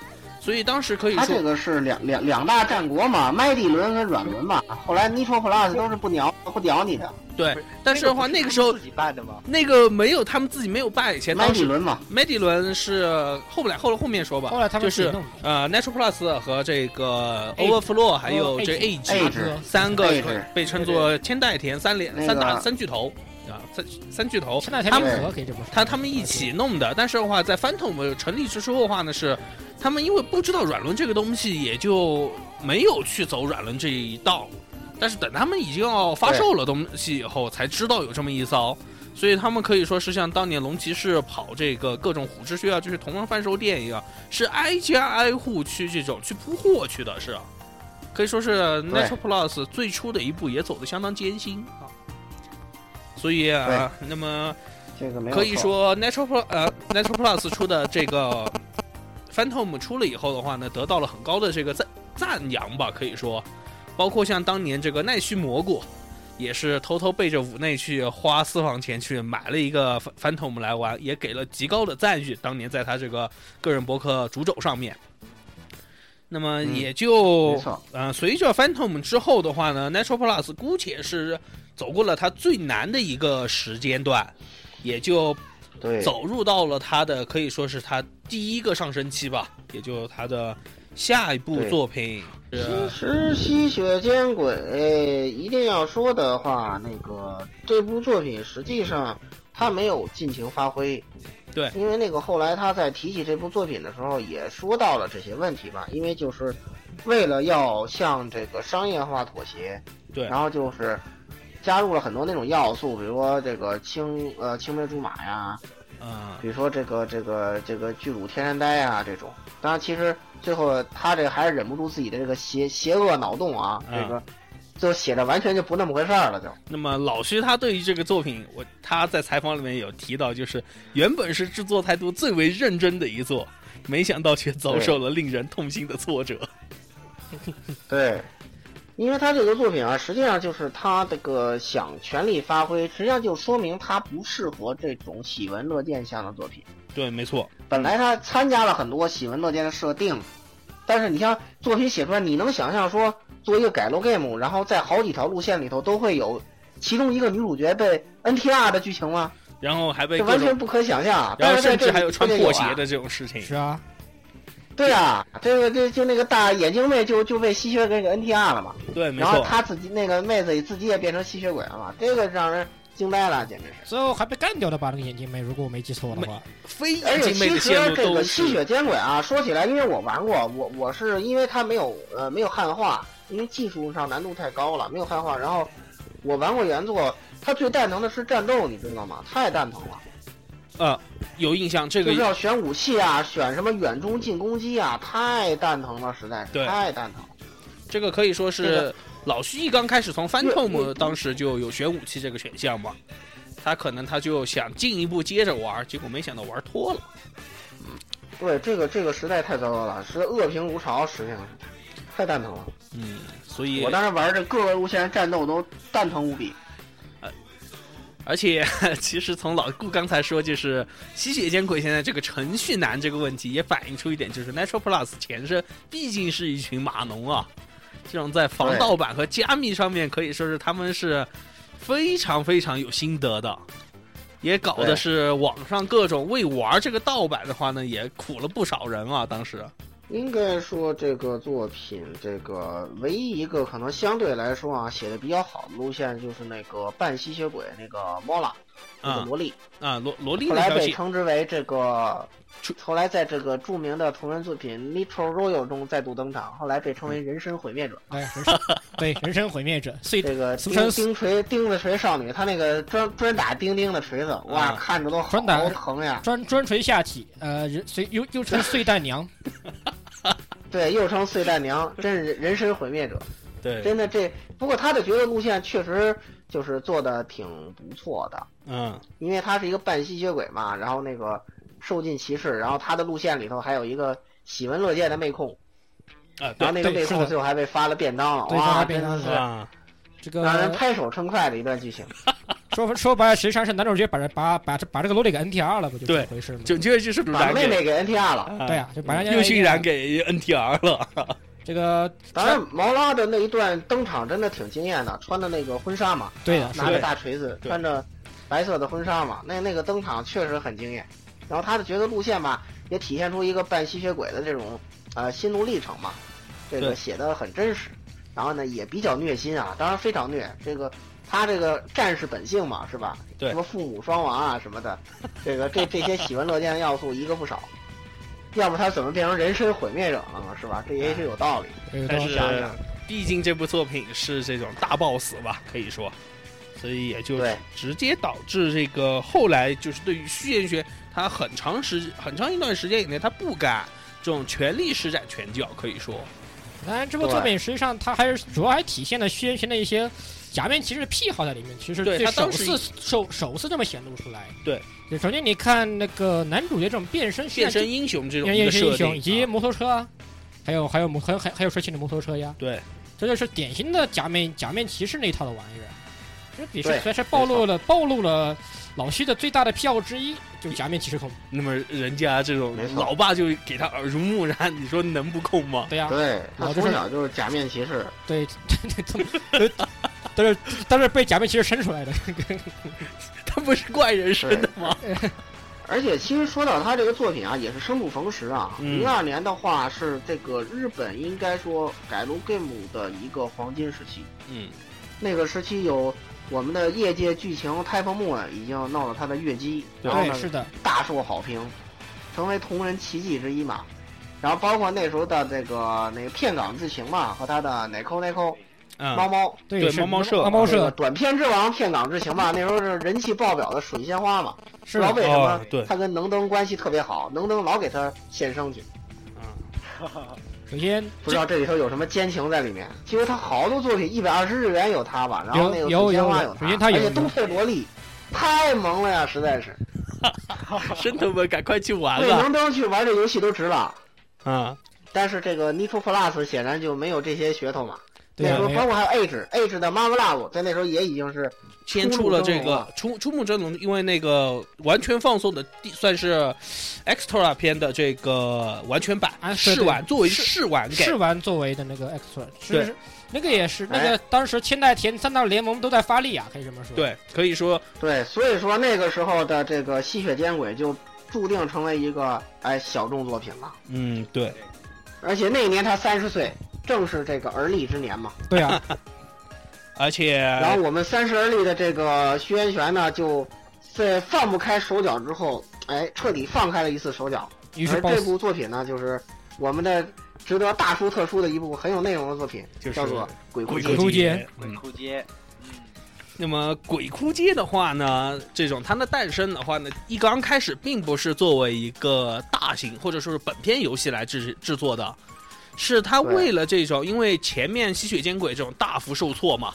B: 所以当时可以
D: 他
B: 说
D: 这，个是两两两大战国嘛，麦地伦跟软轮嘛，后来 Nitro Plus 都是不鸟不屌你的，
B: 但是的话，那
E: 那
B: 个时候
E: 自己办的嘛，
B: 那个没有，他们自己没有办。以前
D: 麦
B: 当
D: 地
B: 时
D: 伦嘛，
B: 麦迪伦是后来后来后面说吧，
C: 后来他
B: 就
C: 们自己
B: 是
C: 弄的
B: 呃 Natural Plus 和这个
C: Age 哦
B: Overflow 还有这
C: Age
B: Age
C: 大
D: Age
C: 哥
B: 三个
D: Age
B: 被称作千代田三连
D: 那个
B: 三大三巨头啊，三三巨头。
C: 现在才
B: 他
D: 们
C: 联合可以这么说，
B: 他他们一起弄的，但是的话，在 Phantom 成立之后的话呢，是他们因为不知道软轮这个东西，也就没有去走软轮这一道。但是等他们已经要发售了东西以后，才知道有这么一遭。所以他们可以说是像当年龙骑士跑这个各种虎之穴啊，就是同盟贩售店一样，是挨家挨户去这种去铺货去的，是啊可以说是 n e t Plus 最初的一步也走得相当艰辛啊。所以啊，那么
D: 这个没有
B: 可以
D: 错
B: 说 Natural Plus 呃 Natural Plus 出的这个 Phantom 出了以后的话呢，得到了很高的这个赞赞扬吧，可以说，包括像当年这个奈须蘑菇，也是偷偷背着五内去花私房钱去买了一个 Phantom 来玩，也给了极高的赞誉。当年在他这个个人博客主轴上面。那么
D: 嗯
B: 也就、
D: 没错，
B: 呃，随着 Phantom 之后的话呢，Natural Plus 姑且是走过了它最难的一个时间段，也就
D: 对，
B: 走入到了它的可以说是它第一个上升期吧，也就它的下一部
D: 对
B: 作品是
D: 其实《吸血见鬼》一定要说的话，那个这部作品实际上他没有尽情发挥。
B: 对
D: 因为那个后来他在提起这部作品的时候也说到了这些问题吧，因为就是为了要向这个商业化妥协，
B: 对
D: 然后就是加入了很多那种要素，比如说这个青呃青梅竹马呀，
B: 嗯
D: 比如说这个这个这个巨乳天然呆啊这种。当然，其实最后他这个还是忍不住自己的这个邪邪恶脑洞啊，
B: 嗯
D: 这个就写的完全就不那么回事儿了，就
B: 那么老徐他对于这个作品，我他在采访里面有提到，就是原本是制作态度最为认真的一作，没想到却遭受了令人痛心的挫折。
D: 对。因为他这个作品啊，实际上就是他这个想全力发挥，实际上就说明他不适合这种喜闻乐见向的作品。
B: 对，没错，
D: 本来他参加了很多喜闻乐见的设定，但是你像作品写出来，你能想象说，做一个改录 game，然后在好几条路线里头都会有其中一个女主角被 NTR 的剧情吗？
B: 然后还被
D: 这
B: 各
D: 完全
B: 种，
D: 不可想象啊。
B: 然后甚
D: 但是在
B: 至
D: 这里
B: 还有穿
D: 这就
B: 破
D: 啊
B: 鞋的这种事情。
C: 是啊，
D: 对啊，这个这就那个大眼镜妹就就被吸血鬼给 NTR 了嘛，
B: 对，没
D: 然后
B: 错，
D: 她自己那个妹子自己也变成吸血鬼了嘛，这个让人惊呆了，简直是。
C: 最后还被干掉的吧？那个眼镜妹，如果我没记错的话，
B: 非
D: 而
B: 眼
D: 且
B: 镜妹的
D: 哎其实
B: 线路
D: 这
B: 都
D: 个吸
B: 是
D: 血监鬼啊，说起来，因为我玩过，我我是因为它没有呃没有汉化，因为技术上难度太高了，没有汉化。然后我玩过原作，它最蛋疼的是战斗，你知道吗？太蛋疼了，
B: 啊有印象，这
D: 就
B: 个
D: 是要选武器啊，选什么远中近攻击啊，太蛋疼了，实在是
B: 对
D: 太蛋疼了。
B: 这个可以说
D: 这
B: 是
D: 个
B: 老徐一刚开始从
D: 对
B: Phantom
D: 嗯
B: 当时就有选武器这个选项嘛，他可能他就想进一步接着玩，结果没想到玩脱了。
D: 对，这个这个实在太糟糕了，是恶评如潮，实际上是太蛋疼了。
B: 嗯，所以
D: 我当时玩这各个路线战斗都蛋疼无比。
B: 而且 <laughs> 其实从老顾刚才说，就是吸血见鬼现在这个程序难这个问题，也反映出一点，就是 Natural Plus 前身毕竟是一群码农啊，这种在防盗版和加密上面可以说是他们是非常非常有心得的，也搞的
D: 对
B: 是网上各种为玩这个盗版的话呢，也苦了不少人啊，当时。
D: 应该说这个作品，这个唯一一个可能相对来说啊写的比较好的路线，就是那个半吸血鬼那个莫拉，那个
B: 啊
D: 萝莉，
B: 啊，萝萝莉
D: 后
B: 那
D: 来
B: 条
D: 被
B: 线，
D: 称之为这个
B: 出，
D: 后来在这个著名的同人作品《Little Royal》中再度登场，后来被
B: 嗯
D: 称为人身毁灭者。
C: 哎，人生对人生毁灭者，碎
D: 这个
C: 俗
D: 钉
C: 称
D: 钉锤钉子锤少女，她那个专专打钉钉的锤子，哇，
B: 啊
D: 看着都好
C: 专打
D: 疼呀！
C: 专专锤下体，呃，人随又又称碎蛋娘，
D: 对，又称碎蛋
B: <laughs>
D: 娘，真是人身毁灭者。
B: 对，
D: 真的这，不过他的角色路线确实就是做的挺不错的，
B: 嗯，
D: 因为他是一个半吸血鬼嘛，然后那个受尽歧视，然后他的路线里头还有一个喜闻乐见的妹控，
B: 啊，
D: 然后那个妹
C: 对是
D: 控
C: 的
D: 最后还被发了便当了，
C: 对发
D: 哇，
C: 了便
D: 真
C: 当
D: 的
B: 对
D: 是
B: 啊，
C: 这
D: 让人
C: 个
D: 拍手称快的一段剧情。
C: 说说白了，实际上是男主角把人把把这把这个萝莉给 NTR 了，不就
B: 对
C: 这么回事吗？
B: 就这就是
C: 嗯
B: 不
D: 把
B: 然
D: 妹
B: 给，
D: 妹给 NTR 了，
B: 啊
C: 对啊，就把人家
B: 又渲染给 NTR 了。
C: 这个
D: 当然毛拉的那一段登场真的挺惊艳的，穿的那个婚纱嘛，
C: 对啊的，是
D: 拿
C: 的
D: 着大锤子，
B: 对
D: 穿着白色的婚纱嘛，那那个登场确实很惊艳。然后他的角色路线吧，也体现出一个半吸血鬼的这种呃心路历程嘛，这
B: 对
D: 个写的很真实。然后呢，也比较虐心啊，当然非常虐。这个他这个战士本性嘛，是吧？
B: 对
D: 什么父母双亡啊什么的，这个这这些喜闻乐见的要素一个不少。要不他怎么变成人身毁灭者了呢？是吧？这也是有道理。
C: 有
B: 但
C: 道理
B: 是
D: 想想
B: 毕竟这部作品是这种大 boss 吧，可以说所以也就
D: 对
B: 直接导致这个后来就是对于虚彦玄，他很长时很长一段时间以内，他不敢这种全力施展拳脚，可以说，
C: 啊当然，这部作品实际上它还是主要还体现了轩辕的一些假面骑士的癖好在里面。其实
B: 对他
C: 首
B: 当时
C: 次首首次这么显露出来。
B: 对，
C: 首先你看那个男主角这种变身，
B: 变身英雄这种一
C: 变
B: 个
C: 身英
B: 设定
C: 雄，以及
B: 啊
C: 摩托车啊，还有还有摩还有还有还有帅气的摩托车呀，
B: 对
C: 这就是典型的假面假面骑士那一套的玩意儿。啊这比是
D: 对
C: 算是暴露了暴露了老徐的最大的癖好之一，就是假面骑士控。
B: 那么人家这种
D: 没错
B: 老爸就给他耳濡目染，你说能不控吗？
C: 对呀、
D: 对他
C: 老就是
D: 从小就是假面骑士，
C: 对，对，都是都是被假面骑士生出来的。
B: 他不是怪人生
D: 对
B: 的吗？
D: <laughs> 而且其实说到他这个作品啊，也是生不逢时啊。
B: 嗯
D: 零二、年的话是这个日本应该说改炉 game 的一个黄金时期，
B: 嗯，
D: 那个时期有我们的业界巨情 Type Moon 已经闹了他的月姬，然后
C: 对，
D: 呢
C: 是的，
D: 大受好评，成为同人奇迹之一嘛。然后包括那时候的这个那个片岗自行嘛，和他的 Nico Nico 猫
C: 嗯
B: 啊，
D: 猫
B: 对
C: 是
B: 猫猫社
C: 猫猫
D: 这个
C: 社
D: 短片之王片岗自行嘛，那时候是人气爆表的水仙花嘛。不
C: 是
D: 知道
C: 的
D: 为什么
B: 哦对
D: 他跟能登关系特别好，能登老给他献声去，
B: 嗯
C: 首先
D: 不知道这里头有什么奸情在里面。其实他好多作品一百二十日元有他吧，然后那个
C: 有
D: 水仙花
C: 有有
D: 他，
C: 首先他有
D: 而且都配萝莉，太萌了呀，实在是。
B: 生头们赶快去玩
D: 为
B: 吧！
D: 能登去玩这游戏都值了。
B: 啊，
D: 但是这个 Nitro Plus 显然就没有这些噱头嘛。
C: 对啊
D: 那时候
C: 没有
D: 包括还有 H H 的 Marvel Love，在那时候也已经是
B: 先出了这
C: 啊
B: 个出出木真龙，因为那个完全放送的第算是 extra 篇的这个完全版
C: 啊对对
B: 试玩，作为
C: 试
B: 试玩给
C: 试玩作为的那个 extra，
B: 对
C: 是那个也是那个当时千代田三大联盟都在发力啊，可以这么说。，
B: 对，可以说
D: 对，所以说那个时候的这个吸血奸鬼就注定成为一个哎小众作品了。
B: 嗯对，
D: 而且那一年他三十岁，正是这个而立之年嘛。
C: 对啊，
B: 而且
D: 然后我们三十而立的这个徐元玄呢，就在放不开手脚之后，哎，彻底放开了一次手脚。
C: 于是
D: 而
C: 暴
D: 这部作品呢，就是我们的值得大书特书的一部很有内容的作品，
B: 就是
D: 叫做《鬼哭
B: 鬼
D: 街》。
C: 哭
B: 哭
C: 街
B: 街，
E: 鬼
B: 嗯，
E: 哭街，嗯，
B: 那么鬼哭街的话呢，这种它的诞生的话呢，一刚开始并不是作为一个大型或者说是本片游戏来制制作的，是它
D: 对
B: 为了这种，因为前面吸血奸鬼这种大幅受挫嘛，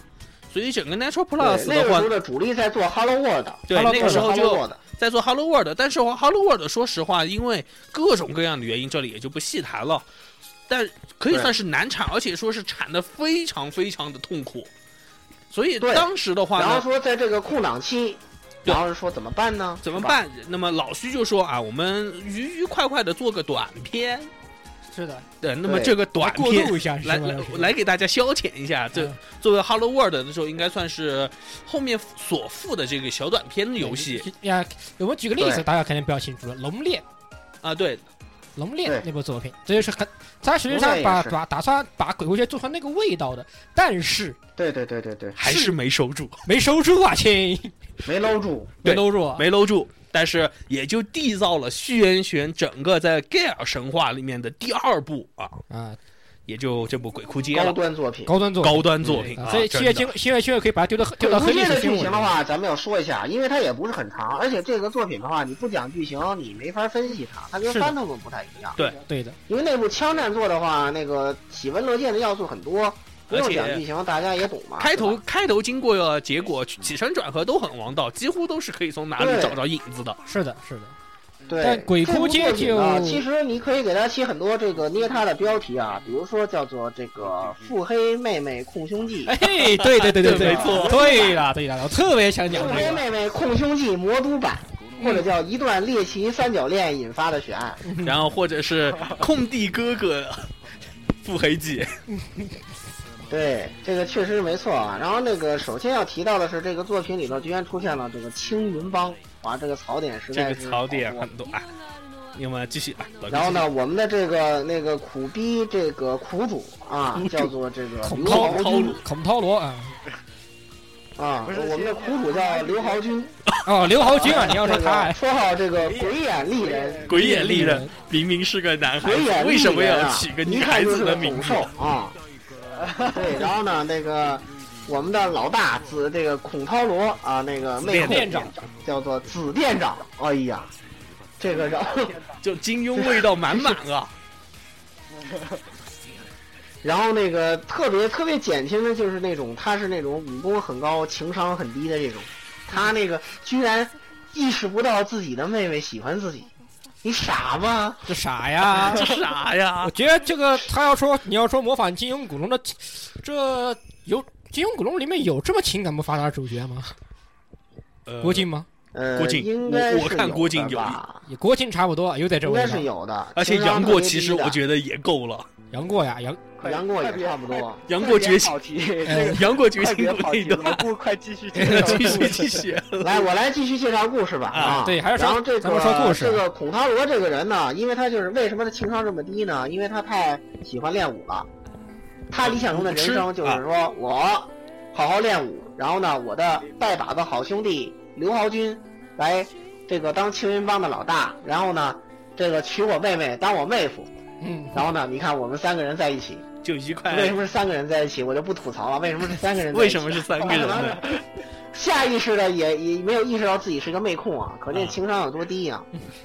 B: 所以整个 Natural
D: 对
B: Plus
D: 那
B: 的
D: 个
B: 话
D: 时候，的主力在做 Hello World，
B: 对
C: Hello
B: 那个时候
D: Hello
B: 就
D: World，
B: 在做 Hello World，但是 Hello World 说实话，因为各种各样的原因，这里也就不细谈了。但可以
D: 对
B: 算是难产，而且说是产的非常非常的痛苦，所以
D: 对
B: 当时的话呢
D: 然，后说在这个空档期，
B: 对
D: 然后说怎么办呢？
B: 怎么
D: 是吧？
B: 办？那么老徐就说啊，我们愉愉快快的做个短片。
C: 是的，
B: 对，那么
D: 对
B: 这个短
C: 来过
B: 片
C: 渡一下，
B: <laughs> 来
C: 是吧
B: 来来给大家消遣一下。这
C: 嗯
B: 作为 Hello World 的时候，应该算是后面所附的这个小短片游戏
C: 呀，我们举个例子，
D: 对
C: 大家肯定比较清楚了，《龙恋》
B: 啊。对，
C: 《龙恋
D: 对》
C: 那部作品，这就是很，他实际
D: 龙
C: 上
D: 恋
C: 把
D: 也是
C: 把打算把鬼哭街做成那个味道的，但是
D: 对对对对对，
B: 还是没收住，
C: 没收住
D: <laughs>
C: 啊，亲，
D: 没搂住。
C: 没
B: 对
C: 收住啊，
B: 没搂住。但是也就缔造了续元玄整个在盖尔神话里面的第二部啊，
C: 啊，
B: 也就这部《鬼哭街》
D: 高
B: 了，
D: 端作品。
C: 高端作品
B: 高端作品
C: 啊
B: 啊。
C: 所以七
B: 真
C: 月
B: 的
C: 七七月七月可以把它丢到丢
D: 鬼
C: 到
D: 哭
C: 黑历
D: 街
C: 史
D: 的
C: 新
D: 剧
C: 闻
D: 情的话，咱们要说一下，因为它也不是很长，而且这个作品的话，你不讲剧情，你没法分析它，它跟
C: 是的
D: Phantom 不太一样。
C: 对的，
D: 因为那部枪战做的话，那个喜闻乐见的要素很多，不用
B: 而且
D: 讲剧情，大家也懂嘛。
B: 开头
D: 是吧
B: 开头经过呃结果起承转合都很王道，几乎都是可以从哪里
D: 对
B: 找着影子的。
C: 是的，
B: <laughs>
C: 是的，
D: 对，
C: 但鬼哭街
D: 这部作品呢
C: 就
D: 其实你可以给它起很多这个捏它的标题啊，比如说叫做这个“腹黑妹妹控胸记”。
C: 哎，对对对对，
B: 没错
C: <laughs> 对了对了，我特别想讲
D: 腹
C: 这
D: 黑
C: 个，
D: 妹妹控胸记魔都版，或者叫一段猎奇三角恋引发的血案，
B: 然后或者是空地哥哥腹黑记，
D: 对，这个确实没错啊。然后那个首先要提到的是，这个作品里头居然出现了这个青云帮，哇，这个槽点 <laughs> 实
B: 这
D: 在
B: 个
D: 是
B: 槽点
D: 好多
B: 很多啊。那么继续啊，老
D: 然后呢，我们的这个那个苦逼这个苦主啊，叫做这个
C: 孔
D: 刘
C: 涛
D: 豪
B: 涛
D: 军
B: 鲁
C: 孔涛罗啊，
D: 啊
E: 不是，
D: 我们的苦主叫刘豪军，
C: 哦，刘豪军
B: <laughs>
C: 啊，你要说
D: 这
C: 他
D: 个
C: 哎
D: 绰号这个鬼眼丽人，
B: 鬼眼丽人，明明是个男孩
D: 鬼眼
B: 子，
D: 丽
B: 为什么
D: 人
B: 要
D: 啊
B: 起个
D: 一
B: 女
D: 看
B: 孩
D: 就
B: 子
D: 是
B: 的
D: 个
B: 名
D: 猛
B: 字
D: 兽？啊。对，然后呢，那个我们的老大子这个孔涛罗啊，那个
B: 子
D: 内
B: 店
D: 控
C: 店长
D: 叫做紫店长，哎呀，这个让
B: 就金庸味道满满
D: <laughs>
B: 啊！
D: 然后那个特别特别减轻的就是那种，他是那种武功很高、情商很低的这种，他那个居然意识不到自己的妹妹喜欢自己，你傻吗？
C: 这傻呀！
B: 这啥呀
D: <laughs>
C: 我？觉得这个他要说你要说模仿金庸古龙的，这有金庸古龙里面有这么情感不发达的主角吗？
B: 呃
C: 郭靖吗？
D: 呃，
B: 郭靖
D: 应该是
B: 我我看郭靖
D: 有的
B: 有
D: 吧，
C: 也郭靖差不多，有点这
D: 应
C: 味
D: 该
C: 道
D: 是。有的。
B: 而且
D: 情商
B: 杨
D: 特别
B: 过
D: 低
B: 其实
D: 的
B: 我觉得也够了，
C: 杨过呀，杨
E: 快
D: 杨过也
E: 快别哎
D: 差不
C: <laughs>
D: 多
B: 杨过
E: 快别
B: 觉醒
E: 跑题，
C: 哎
B: 杨过觉
E: 快
B: 醒
E: 别
B: 古
E: 跑
B: 那
E: 题，老
B: 段，
E: 顾快继续
B: 哎继
E: 继续。
B: 续 <laughs> 继续，
D: 来，我来继续介绍故事吧。
B: 啊
D: 啊，
C: 对还是说
D: 然后这个
C: 咱们说故事
D: 这个孔涛罗这个人呢，因为他就是为什么他情商这么低呢？因为他太喜欢练武了。他理想中的人生就是
C: 嗯
D: 说、我好好练武，然后呢，我的拜把子好兄弟刘豪军来这个当青云帮的老大，然后呢，这个娶我妹妹当我妹夫，
C: 嗯，哎
D: 然后呢，你看我们三个人在一起，
B: 就一
D: 为
B: 块
D: 什。么是三个人在一起？我就不吐槽了，为什么是三
C: <laughs>
D: 个人在一起？
B: 为什
D: 啊
B: 么是三个人呢？
D: 下意识的也也没有意识到自己是个妹控啊，可见情商有
B: <laughs>
D: 多低呀、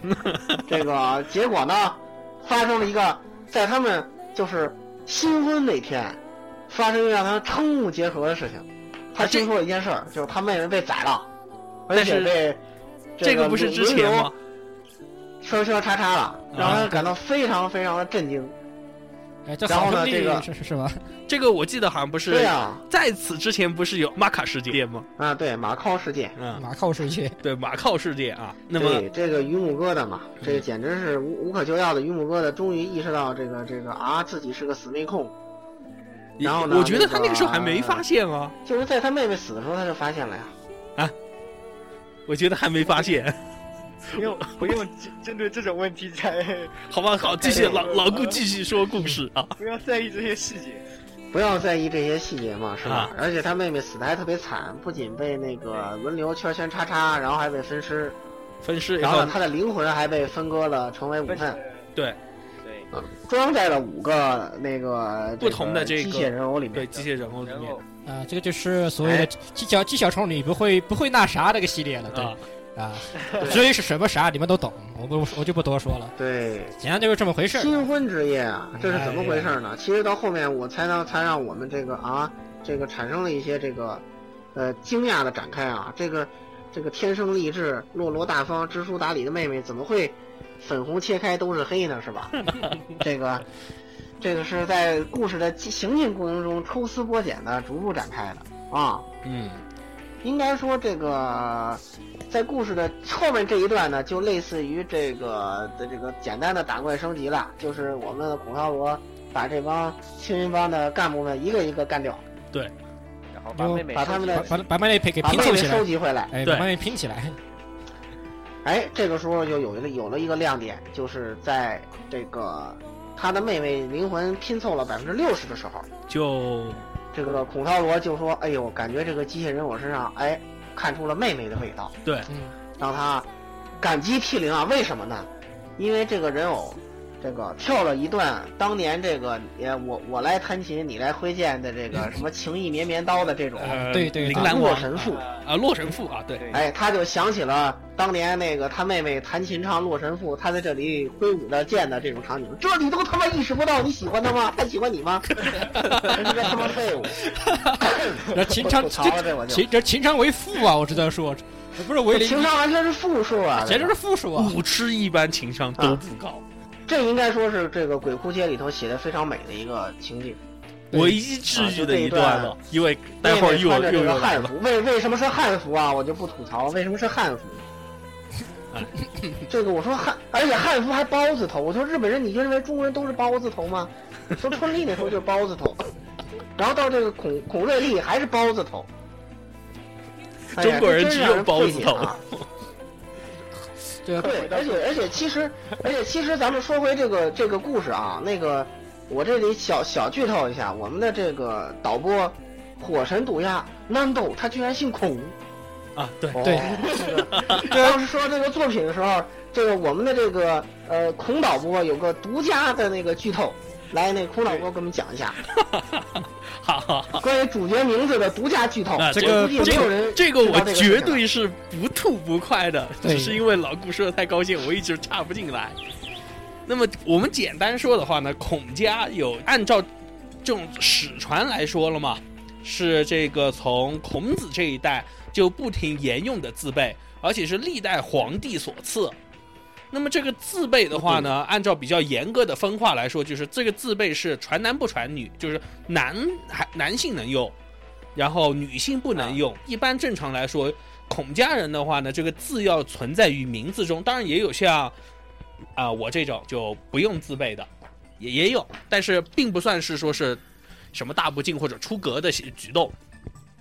D: 啊这个结果呢，发生了一个在他们就是新婚那天，发生一个让他们瞠目结舌的事情。他
B: 啊这
D: 听说了一件事儿，就是他妹妹被宰了，而
B: 但
D: 且
B: 是
D: 被
B: 这
D: 个
B: 个不是之
D: 轮流
B: 前吗？
D: 圈圈叉叉了，让
B: 啊
D: 他感到非常非常的震惊。
C: 哎，这
D: 然
C: 好
D: 后
C: 兄
D: 呢
C: 弟
D: 这个
C: 是是是吧？
B: 这个我记得好像不是
D: 对啊呀、
B: 在此之前不是有马卡事件吗？
D: 啊，对马靠事件。
B: 嗯，
C: 马靠世界，
B: 对，马靠事件啊。那么嗯
D: 对这个榆木疙瘩嘛，这个简直是无无可救药的榆木疙瘩，终于意识到这个这个啊自己是个死妹控，然后呢
B: 我觉得他
D: 那个
B: 那个时候还没发现啊，
D: 就是在他妹妹死的时候他就发现了呀。
B: 我觉得还没发现。
E: <laughs> 不用不用针针对这种问题再
B: 好吧，好，继续老老顾继续说故事啊。
E: 不要在意这些细节。
D: 不要在意这些细节嘛，是吧？
B: 啊
D: 而且他妹妹死的还特别惨，不仅被那个轮流圈圈叉叉，然后还被分尸，
B: 分尸以
D: 然后
B: 后
D: 呢，，他的灵魂还被分割了，成为五份，
E: 嗯
B: 对
E: 对，
D: 装在了五个那个
B: 不同的这
D: 机
B: 个
D: 械人偶里
B: 对
D: 面。
B: 机械人偶里
E: 然
B: 面
E: 后
C: 啊，这个就是所谓
D: 哎
C: 的纪晓纪晓虫里不会不会那啥这个系列了，
B: 啊，
C: 对
D: <laughs>
C: 啊，至于是什么啥，你们都懂，我不我就不多说了，
D: 对，
C: 简单就是这么回事儿。哎
D: 新婚之夜啊，这是怎么回事呢？其实到后面我才能才让我们这个啊，这个产生了一些这个，呃，惊讶的展开啊，这个这个天生丽质、落落大方、知书达理的妹妹，怎么会粉红切开都是黑呢？是
C: <laughs>
D: 吧？这个这个是在故事的行进过程中抽丝剥茧的逐步展开的啊。
B: 嗯，
D: 应该说，这个在故事的后面这一段呢，就类似于这个的这个简单的打怪升级了，就是我们的孔涛罗把这帮青云帮的干部们一个一个干掉，
E: 然后把妹妹
D: 把他们
E: 收
D: 的
E: 起来
C: 把把把麦给给
D: 把
C: 拼
D: 妹
C: 凑
D: 妹
C: 起来
D: 收，集回来。
C: 哎，
B: 对
C: 把麦给拼起来，
D: 哎，这个时候就有了有了一个亮点，就是在这个他的妹妹灵魂拼凑了百分之六十的时候，
B: 就
D: 这个孔涛罗就说：“哎呦，感觉这个机械人偶身上，哎，看出了妹妹的味道。”
C: 嗯，
D: 让他感激涕零啊！为什么呢？因为这个人偶，这个跳了一段当年这个呃我我来弹琴你来挥剑的这个什么情意绵绵刀的这种啊
B: 呃，
C: 对对
B: 铃
C: 对
B: 兰
D: 洛
B: 王
D: 神赋，
E: 啊
B: 啊，洛神赋啊，对，
E: 对，
D: 哎，他就想起了当年那个他妹妹弹琴唱《洛神赋》，他在这里挥舞着剑的这种场景，这你都他妈意识不到你喜欢他吗？他喜欢你吗？真是个他妈
B: <laughs>
D: 废物！
C: <laughs> 这情商
D: 吐槽
C: 这
D: 了这我就
C: 情这情商为负啊，我只能 <laughs> 说，这不是为零
D: 情，商完全是负数啊！
C: 简直是负数啊。
B: 武痴一般情商都不高，
D: 这应该说是这个《鬼哭街》里头写的非常美的一个情景。
C: 对
B: 唯一治愈的一段了，因为待
D: 妹
B: 会儿
D: 妹
B: 又
D: 穿
B: 又
D: 着这
B: 又来
D: 个汉
B: 了，
D: 服，为为什么是汉服啊？我就不吐槽，为什么是汉服
B: 哎？
D: 这个我说汉，而且汉服还包子头。我说日本人，你就认为中国人都是包子头吗？
B: <laughs>
D: 说春丽那头就是包子头，然后到这个孔孔瑞丽还是包子头。哎呀
B: 中国人
D: 这真
B: 只有
D: 让
B: 包子
D: 费解
B: 头
D: 啊
C: 这
D: 对，而且而且其实，而且其实咱们说回这个这个故事啊，那个我这里小小剧透一下，我们的这个导播火神毒鸦南斗，他居然姓孔。
B: 啊，对，
D: 哦
C: 对，
D: 这个当时说这个作品的时候，这个我们的这个呃孔导播有个独家的那个剧透，来，那哭脑哥给我们讲一下
B: 好好好，
D: 关于主角名字的独家剧透
B: 啊，
D: 我
B: 这个
D: 估计没有人
B: 这个
D: 知道
B: 我
D: 这个事
B: 绝
D: 情
B: 对是不吐不快的，
C: 对
B: 只是因为老顾说的太高兴，我一直插不进来。那么我们简单说的话呢，孔家有按照这种史传来说了嘛，是这个从孔子这一代就不停沿用的字辈，而且是历代皇帝所赐。那么这个字辈的话呢，按照比较严格的分化来说，就是这个字辈是传男不传女，就是男还男性能用，然后女性不能用。一般正常来说，孔家人的话呢，这个字要存在于名字中，当然也有像啊、我这种就不用字辈的，也也有，但是并不算是说是什么大不敬或者出格的行举动。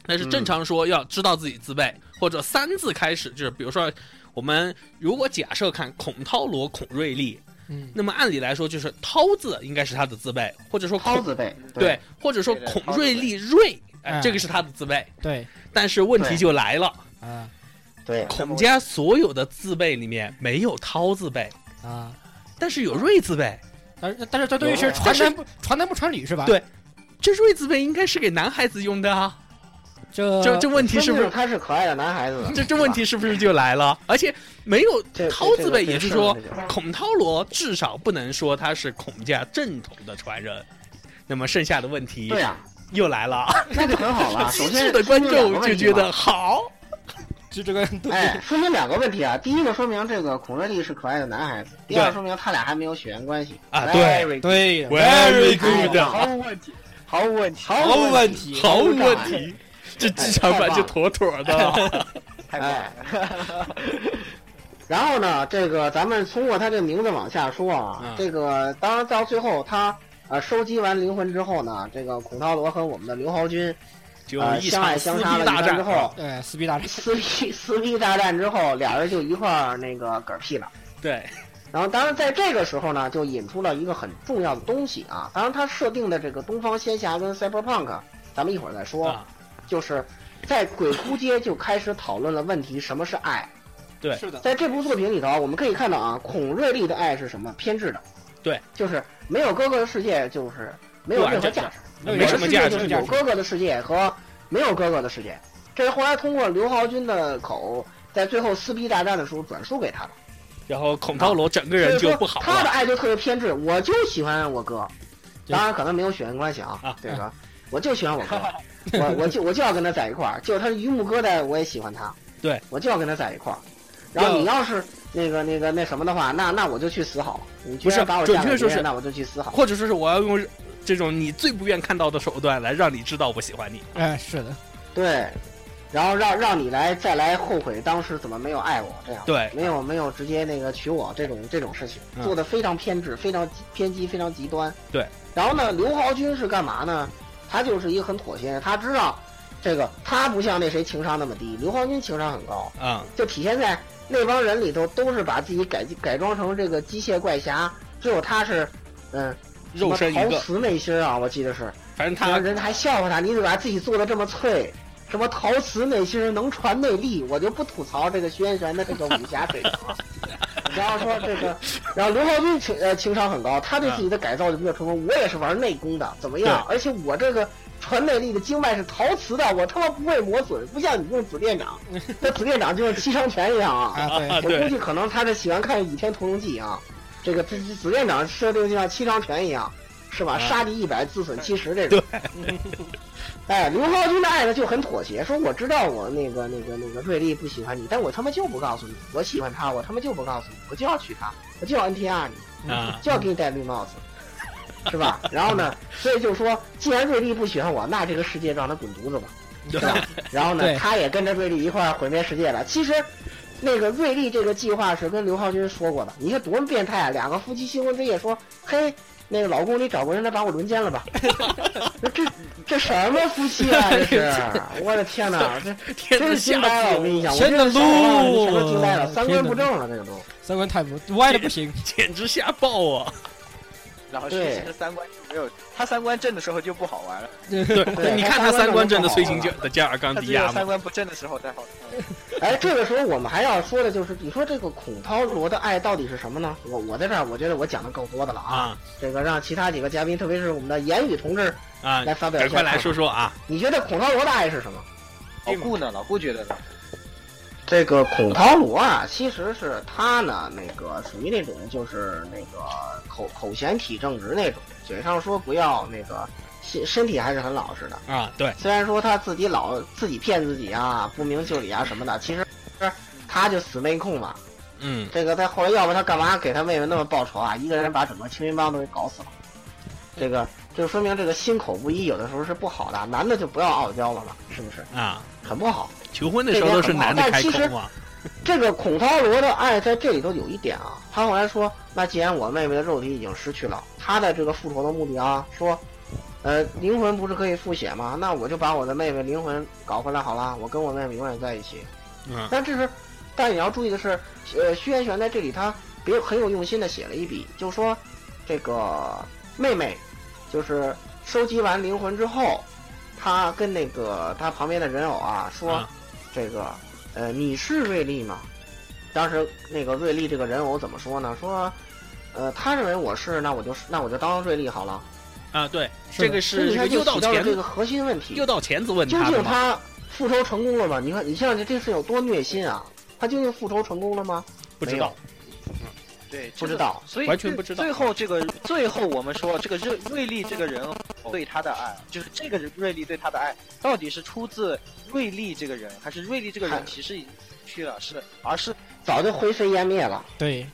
B: 但是正常说要知道自己字辈，或者三字开始，就是比如说我们如果假设看孔涛罗、孔瑞丽，
C: 嗯，
B: 那么按理来说就是涛字应该是他的字辈，或者说
D: 涛
B: 孔
D: 字辈，
B: 对，或者说
E: 对对
B: 孔
E: 涛字
B: 瑞
E: 辈
B: 丽瑞，哎，
C: 嗯
B: 这个是他的字辈。
C: 对
B: 但是问题
D: 对
B: 就来了，
C: 啊
D: 对
B: 孔家所有的字辈里面没有涛字辈，
C: 啊，
B: 但是有瑞字辈。
C: 但是但是这东西是
D: 有
C: 传男不传男不传女是吧？
B: 对这瑞字辈应该是给男孩子用的啊，
C: 这
B: 这这问题是不是
D: 他是可爱的男孩子呢？
B: 这这问题呃是不是就来 <laughs> 了？而且没有
D: 这
B: 涛字辈，
D: 这个
B: 也就是说孔涛罗至少不能说他是孔家正统的传人。那么剩下的问题
D: 对呀、
B: 又来了，
D: 那就很好
B: <laughs>
D: 了。首
B: 机
D: 先
B: 啊智的观
D: 说明两
B: 众
D: 个
B: 就
D: 问题
B: 觉
D: 嘛
B: 得好，
C: 这这个
D: 哎，说明两个问题啊。第一个说明这个孔瑞丽是可爱的男孩子，第二
B: 对
D: 说明他俩还没有血缘关系哎
B: 啊
D: Very
C: 对的
B: Very
D: 哎
B: good
D: 毫
E: 无问题，毫无问题，
B: 哦
D: 毫无问
C: 题
B: 毫无问题，这剧场版就妥妥的啊了。
E: 太棒 <laughs>
D: 哎
E: 了，。
D: 然后呢，这个咱们通过他这名字往下说啊，
B: 嗯
D: 这个当然到最后他呃收集完灵魂之后呢，这个孔涛罗和我们的刘豪军
B: 就
D: 呃
B: 一
D: 相
B: 场
D: 爱
B: 撕
D: 相
B: 逼
D: 杀了
B: 大
D: 一番
B: 战啊
D: 之后，，
C: 对哎撕逼大战，
D: 撕逼撕逼大战之后，俩人就一块儿那个嗝屁了。
B: 对，
D: 哎然后，当然在这个时候呢，就引出了一个很重要的东西啊。当然，它设定的这个东方仙侠跟 cyberpunk，咱们一会儿再说。
B: 啊
D: 就是在鬼哭街就开始讨论了问题，什么是爱？
B: 对
E: 是的，
D: 在这部作品里头，我们可以看到啊，孔瑞丽的爱是什么？偏执的。
B: 对，
D: 就是没有哥哥的世界，就是没有任何价值。
C: 那
B: 没什么价值
D: 我的世界就是有哥哥的世界和没有哥哥的世界。这是后来通过刘豪军的口，在最后撕逼大战的时候转述给他的。
B: 然后孔涛罗整个人就不好
D: 所以说他的
B: 了，
D: 爱就特别偏执，我就喜欢我哥，
C: 对
D: 当然可能没有血缘关系啊
B: 啊，
D: 这个我就喜欢我
B: <laughs>
D: 哥，我我就我就要跟他在一块儿，就他是榆木疙瘩，我也喜欢他，
B: 对，
D: 我就要跟他在一块儿。然后
B: 要
D: 你要是那个那个那什么的话，那那我就去死好，你居
B: 不是
D: 然把我嫁
B: 准确
D: 给
B: 说
D: 别
B: 是
D: 人，那我就去死好。
B: 或者说是我要用这种你最不愿看到的手段来让你知道我喜欢你。
C: 哎是的，
D: 对，然后让让你来再来后悔当时怎么没有爱我这样，
B: 对
D: 没有没有直接那个娶我这种这种事情，
B: 嗯
D: 做的非常偏执，非常极偏激，非常极端。
B: 对，
D: 然后呢，刘豪军是干嘛呢？他就是一个很妥协人，他知道这个他不像那谁情商那么低，刘豪军情商很高，
B: 啊、
D: 就体现在那帮人里头都是把自己改改装成这个机械怪侠，只有他是嗯。
B: 肉身一
D: 什么
B: 个
D: 陶瓷内心啊，我记得是，
B: 反正
D: 然
B: 他
D: 后人还笑话他，你怎么把自己做的这么脆？什么陶瓷内心能传内力，我就不吐槽这个徐彦玄的这个武侠水平了。然后说这个，然后刘浩斌情呃情商很高，他对自己的改造就比较成功。我也是玩内功的，怎么样？而且我这个传内力的经脉是陶瓷的，我他妈不会磨损，不像你用紫电掌，那紫电掌就像七伤拳一样啊。
C: 啊对
B: 啊
C: <laughs>
D: 我估
B: 对
D: 计可能他是喜欢看《倚天屠龙记》啊，这个紫紫电掌设定就像七伤拳一样，是吧？
B: 啊
D: 杀敌一百，自损七十这种。 <laughs> 哎，刘浩军的爱呢就很妥协，说我知道我那个那个那个瑞丽不喜欢你，但我他妈就不告诉你，我喜欢他，我他妈就不告诉你，我就要娶她，我就要 NTR 你，
C: 嗯
B: 啊
D: 就要给你戴绿帽子，是吧？然后呢，所以就说，既然瑞丽不喜欢我，那这个世界让他滚犊子吧，对吧？然后呢，
C: 对
D: 他也跟着瑞丽一块儿毁灭世界了。其实，那个瑞丽这个计划是跟刘浩军说过的，你看多么变态啊！两个夫妻新婚之夜说，嘿。那个老公，你找个人来把我轮奸了吧？这这什么夫妻啊！这是，我的天哪，这
B: 天
D: 真
B: 都
D: 是惊
B: 吓死
D: 呆了！我跟你讲，我
C: 天哪
D: 真是傻了
C: 撸
D: 你什么惊呆了？三观
C: 天哪
D: 不正了，这个都。
C: 三观太不歪的不行，
B: 啊简直吓爆我！
E: 然后
D: 对
E: 事情的三观就没有，他三观正的时候就不好玩了，
B: 对，你看他三观正的崔行的加尔冈
E: 他
B: 迪
E: 只有
B: 亚
E: 三
B: 嘛，
E: 观不正的时候才 <laughs> 好看。
D: 哎，这个时候我们还要说的就是，你说这个孔涛罗的爱到底是什么呢？我我在这儿我觉得我讲的够多的了啊，
B: 啊
D: 这个让其他几个嘉宾，特别是我们的言语同志
B: 啊，
D: 来发表
B: 赶
D: 一下
B: 快来
D: 看法
B: 说说啊，
D: 你觉得孔涛罗的爱是什么？
E: 老顾呢？老顾觉得呢？
D: 这个孔涛罗啊，其实是他呢，那个属于那种就是那个口口嫌体正直那种，嘴上说不要那个，身身体还是很老实的。
B: 啊，对，
D: 虽然说他自己老自己骗自己啊，不明就里啊什么的，其实他就死妹控嘛。
B: 嗯，
D: 这个在后来，要不他干嘛给他妹妹那么报仇啊？一个人把整个青云帮都给搞死了。这个就说明这个心口不一，有的时候是不好的。男的就不要傲娇了嘛，是不是？
B: 啊，
D: 很不好。
B: 求婚的时候都是男的开口
D: 这边很
B: 嘛，
D: 这个孔涛罗的爱在这里头有一点啊，他后来说，那既然我妹妹的肉体已经失去了，他的这个复仇的目的啊，说，呃，灵魂不是可以复写吗？那我就把我的妹妹灵魂搞回来好了，我跟我妹妹永远在一起。
B: 嗯
D: 但这是，但你要注意的是，呃，薛元玄在这里他别很有用心的写了一笔，就说这个妹妹，就是收集完灵魂之后，他跟那个他旁边的人偶啊说，
B: 啊
D: 这个呃，你是瑞丽吗？当时那个瑞丽这个人偶怎么说呢？说，呃，他认为我是，那我就是，那我就当瑞丽好了。
B: 啊，对，
C: 是
B: 这
C: 的
B: 个
D: 所
B: 是
D: 以你
B: 这个
D: 看就
B: 诱
D: 提
B: 导
D: 到了
B: 钳
D: 这个
B: 子，
D: 核心问题，
B: 诱导钳子问
D: 究
B: 他的
D: 竟
B: 嘛，
D: 他复仇成功了吗？你看，你像你这是有多虐心啊！他究竟复仇成功了吗？
B: 不知道，
E: 对，
D: 不知道
E: 这个所以
B: 完全不知道
E: 最后这个，最后我们说这个瑞瑞丽这个人对他的爱，就是这个瑞丽对他的爱，到底是出自瑞丽这个人，还是瑞丽这个人
D: 看
E: 其实已经去了，是而是
D: 早就灰飞烟灭了。
C: 对，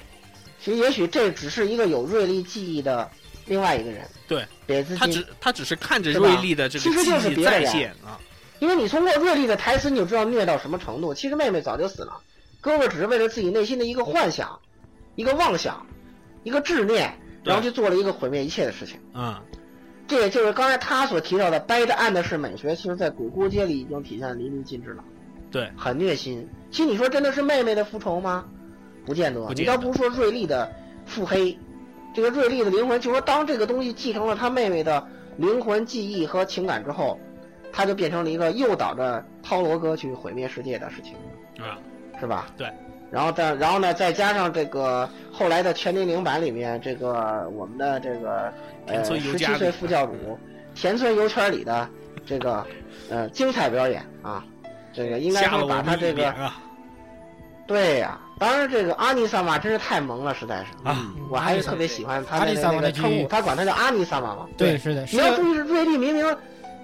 D: 其实也许这只是一个有锐利记忆的另外一个人，
B: 对，
D: 给自
B: 他
D: 己。
B: 只他只是看着
D: 是吧
B: 瑞丽的这个
D: 其实就是
B: 记忆
D: 别的
B: 再
D: 人
B: 现啊，
D: 因为你通过锐利的台词，你就知道虐到什么程度。其实妹妹早就死了，哥哥只是为了自己内心的一个幻想、一个妄想、一个执念，
B: 对
D: 然后就做了一个毁灭一切的事情。
B: 嗯，
D: 这也就是刚才他所提到的 “bad and” 是美学，其实在鬼哭街里已经体现得淋漓尽致了。
B: 对，
D: 很虐心。其实你说真的是妹妹的复仇吗？不见得。
B: 不见
D: 你
B: 得
D: 倒不如说瑞丽的腹黑，这个瑞丽的灵魂，就说当这个东西继承了他妹妹的灵魂记忆和情感之后，他就变成了一个诱导着涛罗哥去毁灭世界的事情，
B: 啊，
D: 是吧？
B: 对。
D: 然后再然后呢，再加上这个后来的全零零版里面，这个我们的这个
B: 田
D: 呃
B: 村由
D: 十
B: 佳
D: 七
B: 里
D: 岁副教主田村游圈里的这个呃精彩表演啊，这个应该
B: 吓了
D: 说
B: 我
D: 把他
B: 们一
D: 这
B: 脸
D: 个
B: 啊
D: 对呀、当然这个阿尼萨玛真是太萌了，实在是。
B: 啊，
C: 嗯
D: 我还是特别喜欢他
C: 阿
D: 的
C: 尼萨
D: 那
C: 玛
D: 个
C: 那句
D: 称呼，他管他叫阿尼萨玛嘛。
C: 对，是的，是
D: 你要
C: 的，
D: 注意，瑞丽明明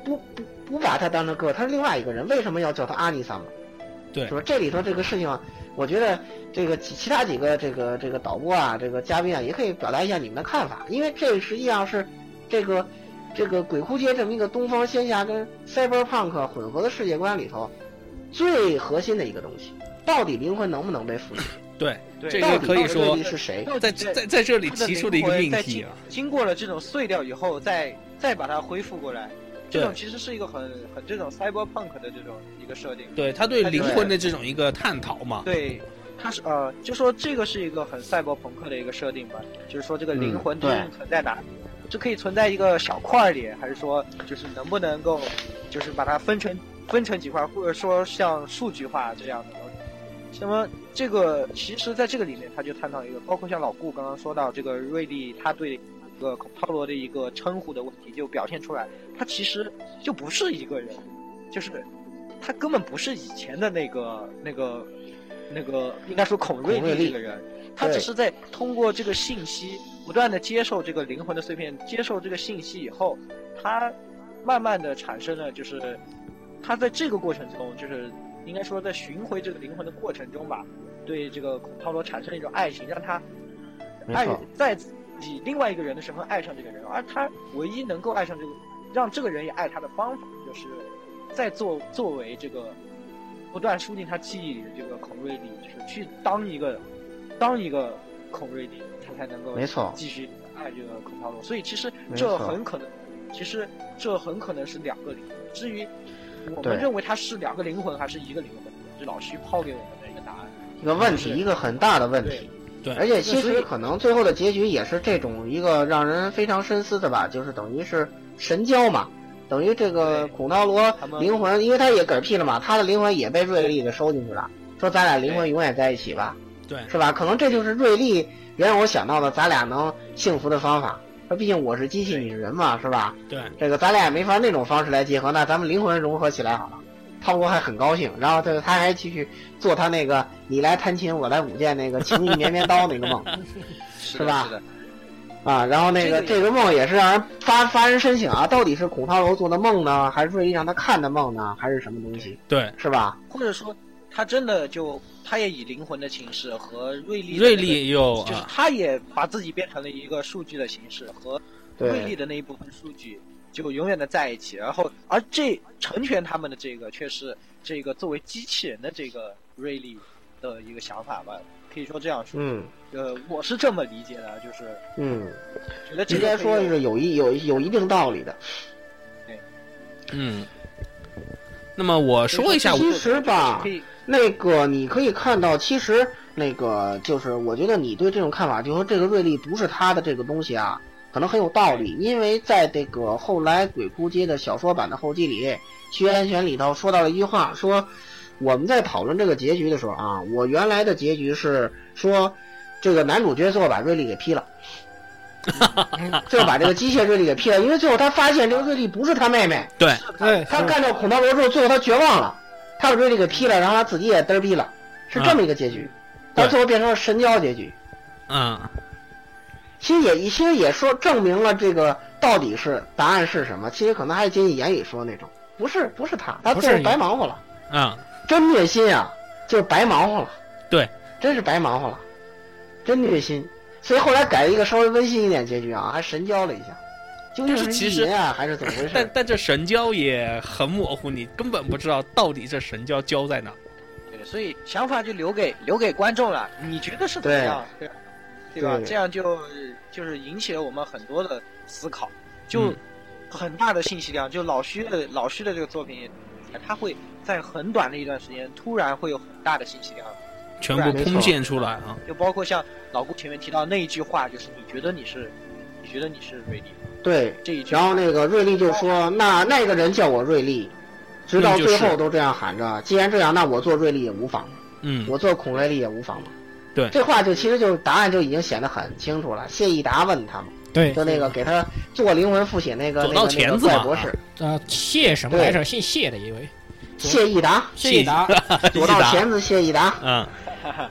D: 不不不把他当成哥，他是另外一个人，为什么要叫他阿尼萨玛？
B: 对
D: 是吧？这里头这个事情啊，我觉得这个其其他几个这个这个导播啊，这个嘉宾啊，也可以表达一下你们的看法，因为这实际上是这个这个鬼哭街这么一个东方仙侠跟 cyberpunk 混合的世界观里头最核心的一个东西，到底灵魂能不能被复制？
B: 对，
E: 对
B: 这个
D: 到底
B: 可以
D: 瑞
B: 说
D: 丽是谁？
B: 在在在这里
E: 他的
B: 提
E: 灵
B: 出了一个
E: 魂
B: 命
E: 在
B: 题
E: 经
B: 啊，
E: 经过了这种碎掉以后，再再把它恢复过来，这种
B: 对
E: 其实是一个很很这种 cyberpunk 的这种一个设定。
B: 对他对
E: 他
B: 灵
E: 对
B: 魂的这种一个探讨
D: 啊
B: 嘛，
E: 对，它是呃，就说这个是一个很赛博朋克的一个设定吧，就是说这个灵魂
D: 嗯
E: 究
D: 对
E: 竟存在哪里？这可以存在一个小块儿里，还是说就是能不能够，就是把它分成分成几块，或者说像数据化这样的东西？那么这个其实在这个里面，他就探讨一个，包括像老顾刚刚说到这个瑞丽，他对这个孔涛罗的一个称呼的问题，就表现出来，他其实就不是一个人，就是他根本不是以前的那个那个那个，应该说孔瑞
D: 孔瑞
E: 丽
D: 丽
E: 这个人，他只是在通过这个信息不断的接受这个灵魂的碎片，接受这个信息以后，他慢慢的产生了，就是他在这个过程中，就是应该说在寻回这个灵魂的过程中吧，对这个孔涛罗产生了一种爱情，让他
D: 没
E: 爱
D: 错
E: 在自己另外一个人的身份爱上这个人，而他唯一能够爱上这个，让这个人也爱他的方法，就是在作作为这个不断输进他记忆里的这个孔瑞丽，就是去当一个当一个孔瑞丽，他才能够
D: 没错，
E: 继续爱这个孔涛罗。所以其实
D: 没
E: 这
D: 错
E: 很可能，其实这很可能是两个灵魂。至于我
D: 对
E: 们认为它是两个灵魂还是一个灵魂，是老徐抛给我们的一个答案。
D: 一个问题，
E: 是
D: 一个很大的问
E: 对
D: 题。
B: 对
D: 而且其实可能最后的结局也是这种一个让人非常深思的吧，就是等于是神交嘛，等于这个
E: 对
D: 孔刀罗
E: 他们
D: 灵魂，因为他也嗝屁了嘛，他的灵魂也被瑞丽给收进去了，说咱俩灵魂
E: 对
D: 永远在一起吧，
B: 对
D: 是吧？可能这就是瑞丽也让我想到了咱俩能幸福的方法。那毕竟我是机器，
E: 对
D: 你是人嘛，是吧？
B: 对，
D: 这个咱俩也没法那种方式来结合，那咱们灵魂融合起来好了。汤姆还很高兴，然后他他还继续做他那个你来弹琴我来舞剑那个情意绵绵刀那个
E: <laughs>
D: 梦
E: 是
D: 是
E: 的
D: 吧
E: 是的，
D: 啊，然后那个
E: 这个
D: 这
E: 也
D: 个梦也是让人发发人深省啊，到底是孔涛楼做的梦呢，还是瑞丽让他看的梦呢，还是什么东西
B: 对，
D: 是吧？
E: 或者说他真的就他也以灵魂的形式和瑞丽的
B: 瑞
E: 那个
B: 丽又
E: 就是
B: 啊，
E: 他也把自己变成了一个数据的形式，和瑞丽
D: 对
E: 的那一部分数据就永远的在一起。然后，而这成全他们的这个，却是这个作为机器人的这个瑞丽的一个想法吧，可以说这样说。
D: 嗯
E: 呃，我是这么理解的，就是
D: 嗯，
E: 觉得这
D: 应
E: 个
D: 该
E: 可以
D: 说是有一有有一定道理的。
B: 嗯。那么我说一下我
D: 其实吧
E: 可，以
D: 那个你可以看到，其实那个就是，我觉得你对这种看法，就说这个瑞丽不是他的这个东西啊，可能很有道理，因为在这个后来鬼哭街的小说版的后记里，屈原玄里头说到了一句话，说我们在讨论这个结局的时候啊，我原来的结局是说。这个男主角最后把瑞丽给劈了，
C: 嗯
D: 最后把这个机械瑞丽给劈了，因为最后他发现这个瑞丽不是他妹妹，
B: 对
C: 对，
D: 他干掉孔道罗之后，最后他绝望了，他把瑞丽给劈了，然后他自己也嘚儿逼了，是这么一个结局，
B: 啊
D: 到最后变成了神交结局。
B: 嗯，
D: 其实也其实也说证明了这个到底是答案是什么。其实可能还仅仅言语说那种，不是不是他，他
C: 不
D: 最
C: 是
D: 后
C: 你
D: 白忙活了，
B: 啊、
D: 真虐心啊，就是白忙活了。
B: 对，
D: 真是白忙活了，真虐心。所以后来改了一个稍微温馨一点结局啊，还神交了一下，究竟
B: 但是其
D: 意
B: 实
D: 淫啊还是怎么回事？
B: 但但这神交也很模糊，你根本不知道到底这神交交在哪。
E: 对，所以想法就留给留给观众了，你觉得是怎么样？对吧，对吧？
D: 对
E: 这样就就是引起了我们很多的思考，就
B: 嗯
E: 很大的信息量。就老徐的老徐的这个作品，他会在很短的一段时间突然会有很大的信息量，
B: 全部空现出来啊！
E: 就包括像老顾前面提到那一句话，就是你觉得你是，你觉得你是瑞丽
D: 对，
E: 这一句
D: 然
E: 话，
D: 后那个瑞丽就说：“那那个人叫我瑞丽，直到最后都这样喊着。既然这样，那我做瑞丽也无妨，
B: 嗯，
D: 我做孔瑞丽也无妨嘛。”
B: 对
D: 这话就其实就答案就已经显得很清楚了。谢益达问他嘛，
C: 对，
D: 就那个给他做灵魂复写那个
B: 左
D: 那
B: 道
D: 个
B: 钳
D: 那个
B: 子嘛
D: 怪博士
C: 呃，谢什么来着？姓谢的一位，
D: 谢益达，
C: <laughs> 谢益达，
D: 左道钳子谢益达。
B: 嗯，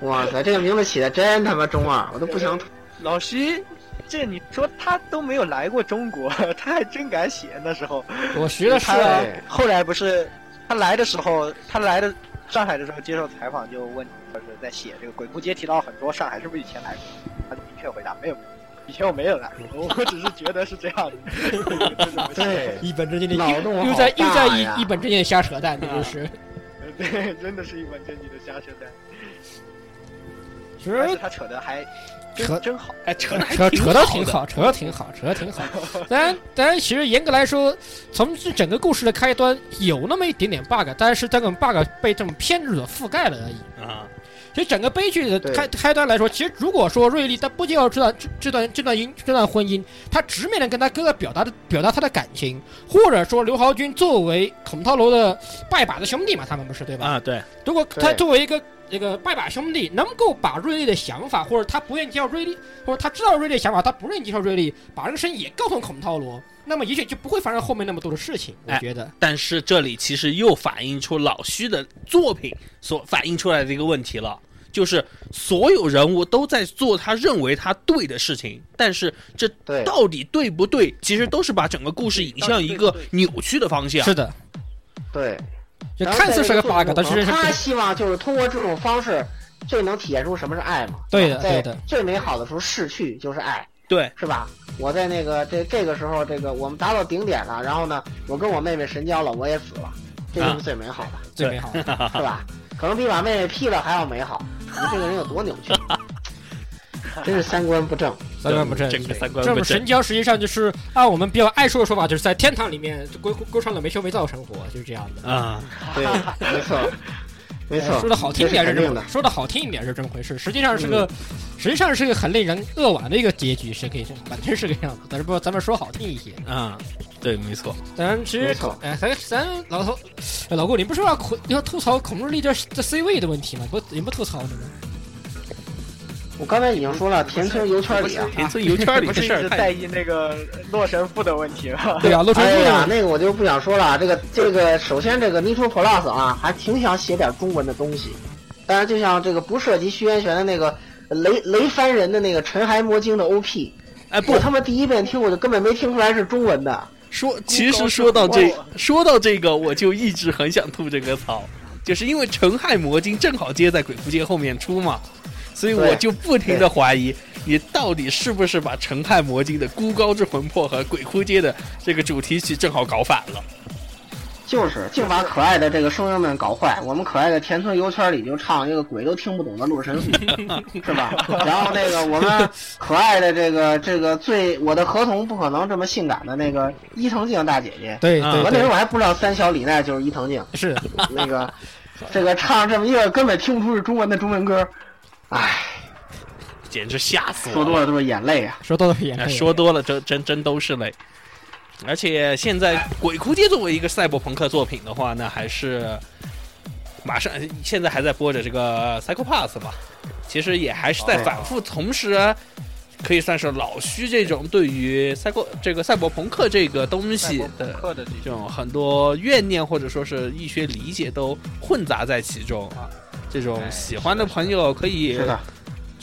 D: 哇塞，这个名字起的真他妈中二，我都不想吐。
E: 老徐。这你说他都没有来过中国， <laughs> 他还真敢写那时候。
C: 我学的是啊，
D: 对
E: 后来不是他来的时候，他来的上海的时候接受采访就问，就是在写这个《鬼哭街》提到很多上海是不是以前来过，他就明确回答没有，以前我没有来过，我只是觉得是这 <laughs> 样的。就是我写的
D: 对，
C: 一本正经的
D: 脑洞好
C: 又又在又在
D: 大呀嗯
C: 一一本正经的瞎扯淡，这就是。
E: <laughs> 对，真的是一本正经的瞎扯淡，
C: 其
E: 而且
C: 实
E: 他扯的还
C: 扯
E: 真真好，
B: 哎，扯的还
C: 哎扯扯的挺
B: 好
C: 好，扯的挺好，扯的挺好。当然，当然，其实严格来说，从这整个故事的开端有那么一点点 bug，但是这种 bug 被这种偏执所覆盖了而已。
B: 的啊，
C: 其实整个悲剧的
D: 对
C: 开开端来说，其实如果说瑞丽她不接受这段这这段这段姻这段婚姻，她直面的跟她哥哥表达的表达她的感情，或者说刘豪军作为孔涛楼的拜把子兄弟嘛，他们不是对吧？
B: 啊，对，
C: 如果他
D: 对
C: 作为一个这个拜把兄弟，能够把瑞丽的想法，或者他不愿意接受瑞丽，或者他知道瑞丽的想法，他不愿意接受瑞丽，把这个事情也告诉孔涛罗，那么也许就不会发生后面那么多的事情。我
B: 哎
C: 觉得，
B: 但是这里其实又反映出老徐的作品所反映出来的一个问题了，就是所有人物都在做他认为他对的事情，但是这
D: 对
B: 到底对不对，其实都是把整个故事引向一个
E: 到底
B: 扭曲的方向。
C: 的，
D: 对，
C: 就
D: 然后
C: 看似是个
D: 在这
C: bug，但
D: 作
C: 是
D: 品中他
C: 是
D: 希望就是通过这种方式，最能体现出什么是爱嘛？
C: 对的对
D: 在
C: 的
D: 最美好的时候逝去就是爱，
B: 对，
D: 是吧？我在那个这这个时候，这个我们达到顶点了，然后呢，我跟我妹妹神交了，我也死了，这
C: 啊
D: 就是最美好的，
C: 最美好的。
D: 是吧？可能比把妹妹劈了还要美好。你这个人有多扭
C: <laughs>
D: 曲？真是三观不正。
C: 三观不正，
B: 整个三观
C: 这
B: 不
C: 种
B: 正
C: 神。交实际上就是按我们比较爱说的说法，就是在天堂里面就过过过上了没羞没臊的生活，就是这样的。
B: 啊，
E: <laughs>
D: 对，没错。没错，
C: 哎说的好听一点
D: 这
C: 是
D: 肯
C: 这
D: 定
C: 么
D: 的，，
C: 说的好听一点是这么回事，实际上是个，实际上是个很令人扼腕的一个结局，是可以，反正是个样子。但是不，咱们说好听一些。
B: 啊、对，没错，
A: 啊
C: 咱其
D: 没
C: 实，
D: 错。
C: 哎，咱咱老头，哎老顾，你不是要苦要吐槽孔令力这这 C 位的问题吗？不，你不吐槽的吗？
D: 我刚才已经说了，田村游圈里啊，
B: 田
E: <laughs>
B: 村游圈
A: <laughs>
B: 里
A: 不
B: 这
A: 是一
B: 事儿
A: 直在
B: 太
A: 意那个洛神赋的问题
C: <laughs>
A: 吗？
C: 对啊，陆川
D: 哎
C: 富
D: 呀，
C: 的，
D: 那个我就不想说了。这个这个，首先这个 Nitro Plus 啊，还挺想写点中文的东西，但是就像这个不涉及虚渊玄的那个雷雷翻人的那个尘埃魔晶的 OP，
B: 哎
D: 我
B: 不
D: 他妈第一遍听我就根本没听出来是中文的。
B: 说，其实说到这说到这个，我就一直很想吐这个槽，就是因为《陈亥魔经》正好接在《鬼父界》后面出嘛，所以我
D: 对
B: 就不停的怀疑你到底是不是把《陈亥魔经》的《孤高之魂魄》和《鬼哭街》的这个主题曲正好搞反了。
D: 就是，净把可爱的这个声优们搞坏。我们可爱的田村游圈里就唱一个鬼都听不懂的《洛神赋》， <laughs> 是吧？然后那个我们可爱的这个这个最我的合同不可能这么性感的那个伊藤静大姐姐，
C: 对
B: 啊
D: 我
C: 对
D: 那时候
C: 对，
D: 我还不知道三小李奈就是伊
B: <laughs>
D: 藤静，
C: 是的，
D: 那个这个唱这么一个根本听不出是中文的中文歌，唉，
B: 简直吓死我！
D: 说多了都是眼泪啊。
C: 说到了眼
B: 哎
C: 泪，
B: 说多了，真真真都是泪。而且现在《鬼哭街》作为一个赛博朋克作品的话呢，还是马上现在还在播着这个《Psycho Pass》吧，其实也还是在反复，同时可以算是老徐这种对于赛博这个赛博朋克这个东
E: 赛
B: 西
E: 博朋
B: 的
E: 克的这
B: 这种很多怨念或者说是一些理解都混杂在其中啊。这种
E: 哎
B: 喜欢的朋友可以
D: 是的，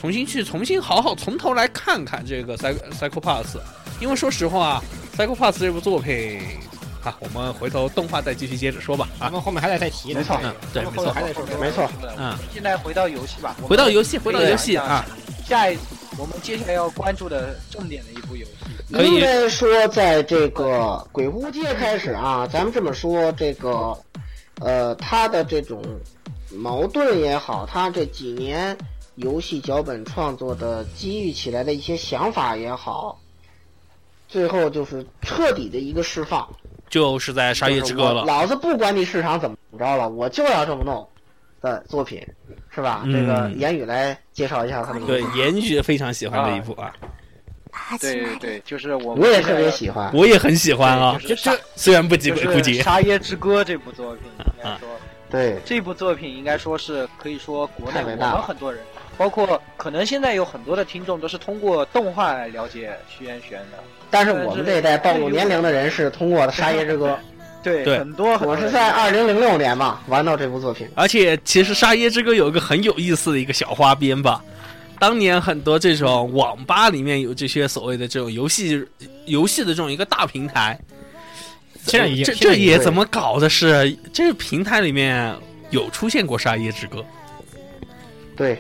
B: 重新去重新好好从头来看看这个 Psy- Psycho Pass，因为说实话，Psycho Pass 这部作品啊，我们回头动画再继续接着说吧
C: 咱
B: 啊，
C: 们后面还得再提呢。
D: 没错
B: 嗯，对，没
E: 后
B: 错，
E: 还得说
D: 没错
B: 嗯，
E: 现在回到游戏吧，我们
B: 回到游戏，回到游戏
E: 可以
B: 啊，
E: 下一我们接下来要关注的重点的一部游戏，
B: 可以
D: 应该说，在这个鬼屋街开始啊，咱们这么说，这个，呃，它的这种矛盾也好，它这几年游戏脚本创作的机遇起来的一些想法也好，最后就是彻底的一个释放。
B: 就是在沙耶之歌
D: 就是我
B: 了，
D: 老子不管你市场怎么着了，我就要这么弄的作品，是吧？
B: 嗯
D: 这个言语来介绍一下他们的作
B: 对
D: 品。，
B: 言语非常喜欢的一部啊，
E: 对对对，就是我们
D: 我也特别喜欢。
B: 我也很喜欢啊，
E: 对就是沙
B: 虽然不及啊
E: 就
B: 鬼哭
E: 是《
B: 节，
E: 沙耶之歌》这部作品，应该说
D: 对，
E: 这部作品应该说是可以说国内
D: 太
E: 我
D: 伟
E: 们
D: 大了
E: 很多人，包括可能现在有很多的听众都是通过动画来了解徐元玄的。
D: 但是我们这一代暴露年龄的人是通过《沙耶之
B: <laughs>
D: 歌》。
E: 对，
B: 对
E: 很多很多
D: 我是
E: 人
D: 在二零零六年吧玩到这部作品，
B: 而且其实沙耶之歌有一个很有意思的一个小花边吧。当年很多这种网吧里面有这些所谓的这种游戏游戏的这种一个大平台，
C: 现在也
B: 这
C: 现
B: 这
C: 在也
B: 也怎么搞的是？这个平台里面有出现过《沙耶之歌》，
D: 对，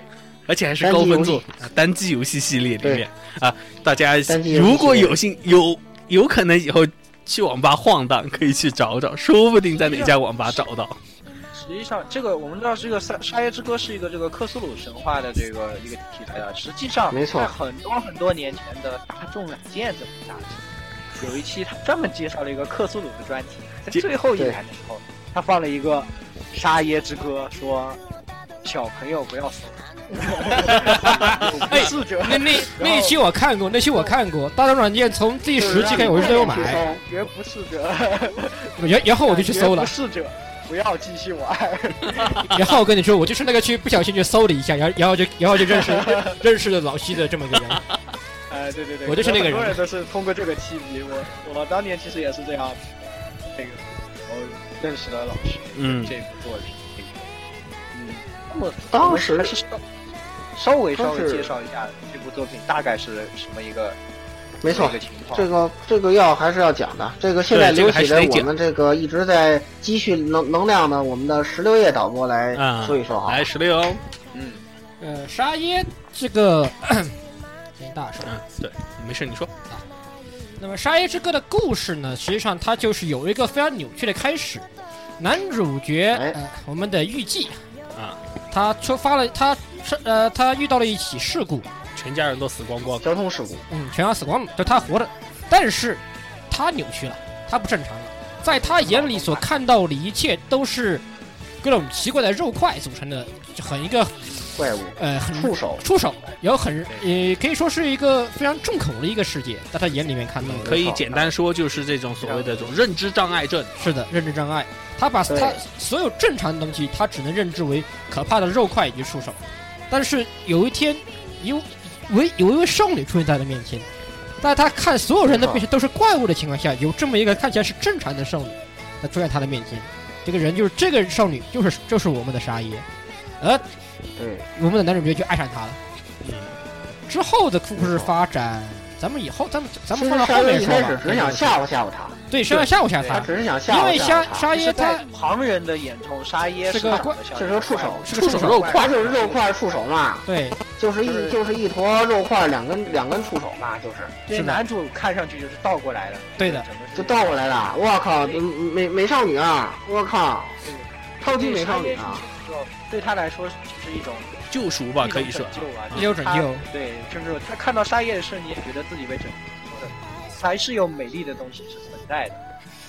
B: 而且还是高分作品啊单机游戏系列里面啊！大家
D: 单机游戏系列
B: 如果有幸有有可能以后去网吧晃荡，可以去找找，说不定在哪家网吧找到。
E: 实际上，这个我们知道，这个《沙沙耶之歌》是一个这个克苏鲁神话的这个一个题材的。实际上，
D: 没错
E: 在很多很多年前的大众软件这么大有一期他专门介绍了一个克苏鲁的专题，在
B: 这
E: 最后一
D: 对
E: 栏的时候，他放了一个《沙耶之歌》，说小朋友不要死，
C: 哎
E: 智者
C: 那那那一期我看过，那期我看过，大众软件从第十期开始我就都有买，
E: 绝不是者，
C: 然然哎后我就去搜了
E: 绝不，是者，不要继续玩。
C: <laughs> 然后我跟你说，我就是那个去不小心去搜了一下，然后然后就然后就认识 <laughs> 认识了老西的这么个人。
E: 哎，对对对，
C: 我就是那个人
E: 很多人都是通过这个契机，我我当年其实也是这样，这个我认识了老师
B: 嗯，
E: 这部作品。嗯，那么
D: 当时
E: 还是稍稍微稍
D: 当
E: 微
D: 时
E: 介绍一下这部作品大概是什么一个
D: 没错
E: 一个情况。
D: 这个这个要还是要讲的。这个现在
B: 对这个
D: 留
B: 还
D: 起
B: 是
D: 来，
B: 得讲
D: 我们这个一直在积蓄能能量的，我们的石榴叶导播来
B: 嗯
D: 说一说哈。
B: 来十六，哦
E: 嗯，
C: 呃，沙耶这个 <coughs> 先大声。
B: 嗯，对，没事，你说。
C: 那么《沙耶之歌》的故事呢，实际上它就是有一个非常扭曲的开始。男主角，
D: 哎
C: 呃，我们的预计
B: 啊，
C: 他出发了，他是呃，他遇到了一起事故，
B: 全家人都死光光。
D: 交通事故，
C: 嗯，全家死光了，就他活着，但是他扭曲了，他不正常了，在他眼里所看到的一切都是各种奇怪的肉块组成的，就很一个
D: 怪物
C: 呃很
D: 触手，
C: 出手，然后很呃可以说是一个非常重口的一个世界，在他眼里面看到的。
B: 可以简单说就是这种所谓的这种认知障碍症。
C: 是的，认知障碍，他把
D: 对
C: 他所有正常的东西，他只能认知为可怕的肉块以及触手。但是有一天，有为有一位少女出现在他面前，在他看所有人的面前都是怪物的情况下，有这么一个看起来是正常的少女，她出现在他的面前。这个人就是这个少女，就是就是我们的沙耶，
D: 对，
C: 我们的男主角就爱上她了。之后的故事发展，咱们以后咱们咱
D: 其
C: 们
D: 实
C: 放到
D: 沙
C: 后
D: 耶
C: 面
D: 一
C: 说
D: 开
C: 吧
D: 始。只想吓唬吓唬他，
C: 对，是要吓唬吓
E: 对
D: 他
C: 她，
D: 只是想吓唬吓唬
C: 因为沙
D: 他
C: 沙
E: 是
C: 耶她
E: 在旁人的眼中，沙耶
C: 哎是
E: 是
C: 个
E: 长
C: 怪
E: 得像
D: 这
E: 一
D: 是
E: 个
D: 个触手
E: 怪物，
C: 是个
B: 触
C: 手
B: 手肉
D: 它
B: 块，
D: 就是肉块触手嘛，
C: 对，
D: 就是
E: 就是
D: 一就是一坨肉块，两根两根触手嘛，就是
E: 这哎男主看上去就是倒过来的，
C: 对的，
D: 就倒过来了。我靠，嗯美美少女啊，我靠，超级
E: 对
D: 美
E: 沙
D: 少女
E: 耶是
D: 啊！
E: 一种对他来说就是一种
B: 救赎吧，可以说
E: 一种。拯救啊，
C: 一种拯救。
E: 对，就是他看到沙耶的瞬间，觉得自己被拯救了，还是有美丽的东西是存在的，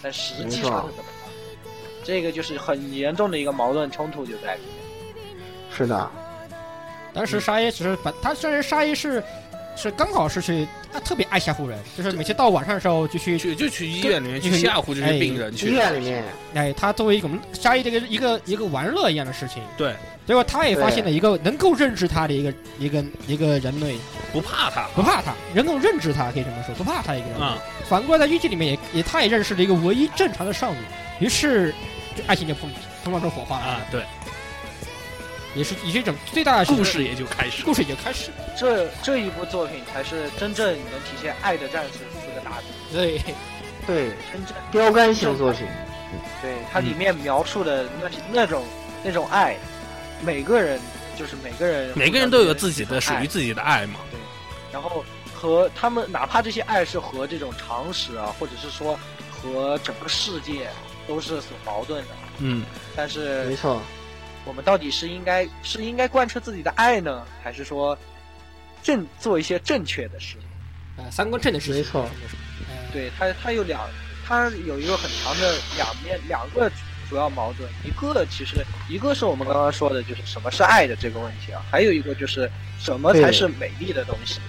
E: 但实际上是怎么样？这个就是很严重的一个矛盾冲突就在里面。
D: 是的，
C: 当
B: 嗯
C: 时沙耶只是把他虽然沙耶是是刚好是去他特别爱吓唬人，就是每次到晚上的时候就去
B: 去就去医院里面去吓唬这些病人
D: 医
B: 去，
D: 院里面
C: 哎，他作为一种沙耶这个一个一个玩乐一样的事情。
B: 对，
C: 结果他也发现了一个能够认知他的一个一个一个人类，
B: 不怕他
C: 不怕他，能够认知他可以这么说，不怕他一个人类。
B: 啊，
C: 反过来在预计里面也也他也认识了一个唯一正常的少女，于是就爱情就碰碰撞出火花了，
B: 啊，对，
C: 也是也是一种最大的
B: 故事也就开始了。
C: 故事也开始，
E: 这这一部作品才是真正能体现《爱的战士》四个大字，
C: 对，
D: 对
E: 真正
D: 标杆性作品，
E: 对它里面描述的那那种那种爱，每个人就是每个人
B: 每个人都有自己的属于自己的爱嘛，
E: 然后和他们哪怕这些爱是和这种常识啊，或者是说和整个世界都是所矛盾的，
B: 嗯，
E: 但
D: 没
E: 是
D: 错，
E: 我们到底是应该是应该贯彻自己的爱呢，还是说正做一些正确的事？
C: 呃，三观正的事情，
D: 没错，
C: 呃
E: 对它，它有两，它有一个很强的两面两个主要矛盾，一个其实一个是我们刚刚说的，就是什么是爱的这个问题啊，还有一个就是什么才
D: 对
E: 是美丽的东西，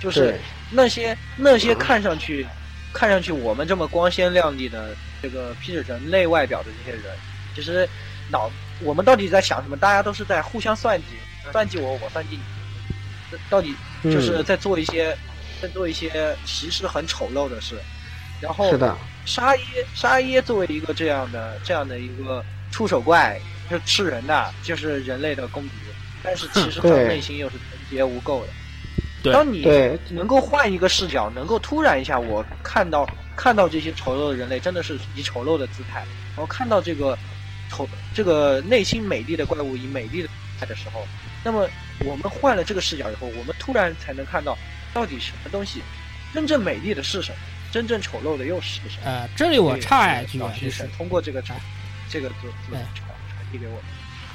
E: 就是
D: 对，
E: 那些那些看上去看上去我们这么光鲜亮丽的这个披着人类外表的这些人，其实脑我们到底在想什么？大家都是在互相算计，算计我，我算计你，到底就是
D: 嗯
E: 在做一些、在做一些其实很丑陋的事。然后
D: 是的，
E: 沙耶沙耶作为一个这样的这样的一个触手怪，是吃人的，就是人类的公敌，但是其实他
D: 对
E: 内心又是纯洁无垢的。
B: 对
E: 当你
D: 对
E: 能够换一个视角，能够突然一下，我看到看到这些丑陋的人类，真的是以丑陋的姿态，然后看到这个丑这个内心美丽的怪物以美丽的姿态的时候，那么我们换了这个视角以后，我们突然才能看到到底什么东西真正美丽的是什么，真正丑陋的又是什么。
C: 呃，这里我插一句
E: 老
C: 啊，就
E: 徐
C: 是
E: 神通过这个传这个作作
C: 哎
E: 传传递给我们，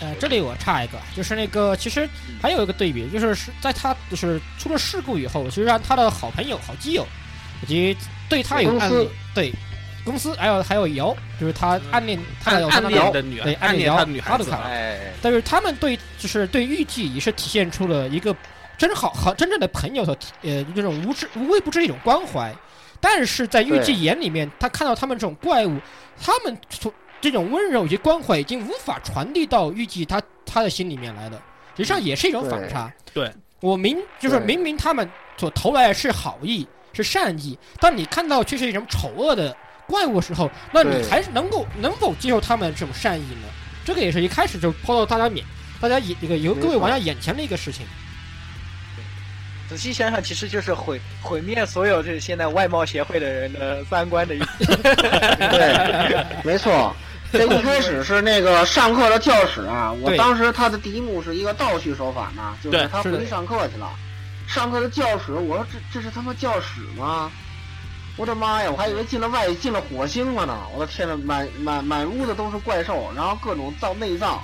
C: 呃，这里我插一个，就是那个，其实还有一个对比，就是是在他就是出了事故以后，其实让他的好朋友、好基友，以及对他有
D: 公
C: 暗
D: 司
C: 恋，对公司，还有还有瑶，就是他暗恋他
B: 暗
C: 的
B: 暗恋的女
C: 对
B: 孩，
C: 暗
B: 暗
C: 恋
B: 恋他
C: 姚
B: 的女孩
C: 阿鲁
B: 子
C: 卡
B: 啊，
E: 哎，
C: 但是他们对就是对预计也是体现出了一个真好好真正的朋友所体呃这种无知无微不至的一种关怀，但是在预计眼里面，他看到他们这种怪物，他们所这种温柔以及关怀已经无法传递到预计他他的心里面来了，实际上也是一种反差。
B: 对对
C: 我明就是
D: 对
C: 明明他们所投来的是好意是善意，当你看到却是一种丑恶的怪物的时候，那你
D: 对
C: 还是能够能否接受他们这种善意呢？这个也是一开始就抛到大家面，大家眼这个由
D: 没
C: 各位
D: 错
C: 玩家眼前的一个事情。
E: 仔细想想，其实就是毁毁灭所有这现在外貌协会的人的三观的一
D: 对，没错。这一开始是那个上课的教室啊，我
C: 对
D: 当时他的第一幕是一个倒叙手法嘛，就
B: 对
D: 是他
C: 是的
D: 回去上课去了，上课的教室，我说这这是他妈教室吗？我的妈呀！我还以为进了外进了火星了呢！我的天呐，满满满屋子都是怪兽，然后各种造内脏，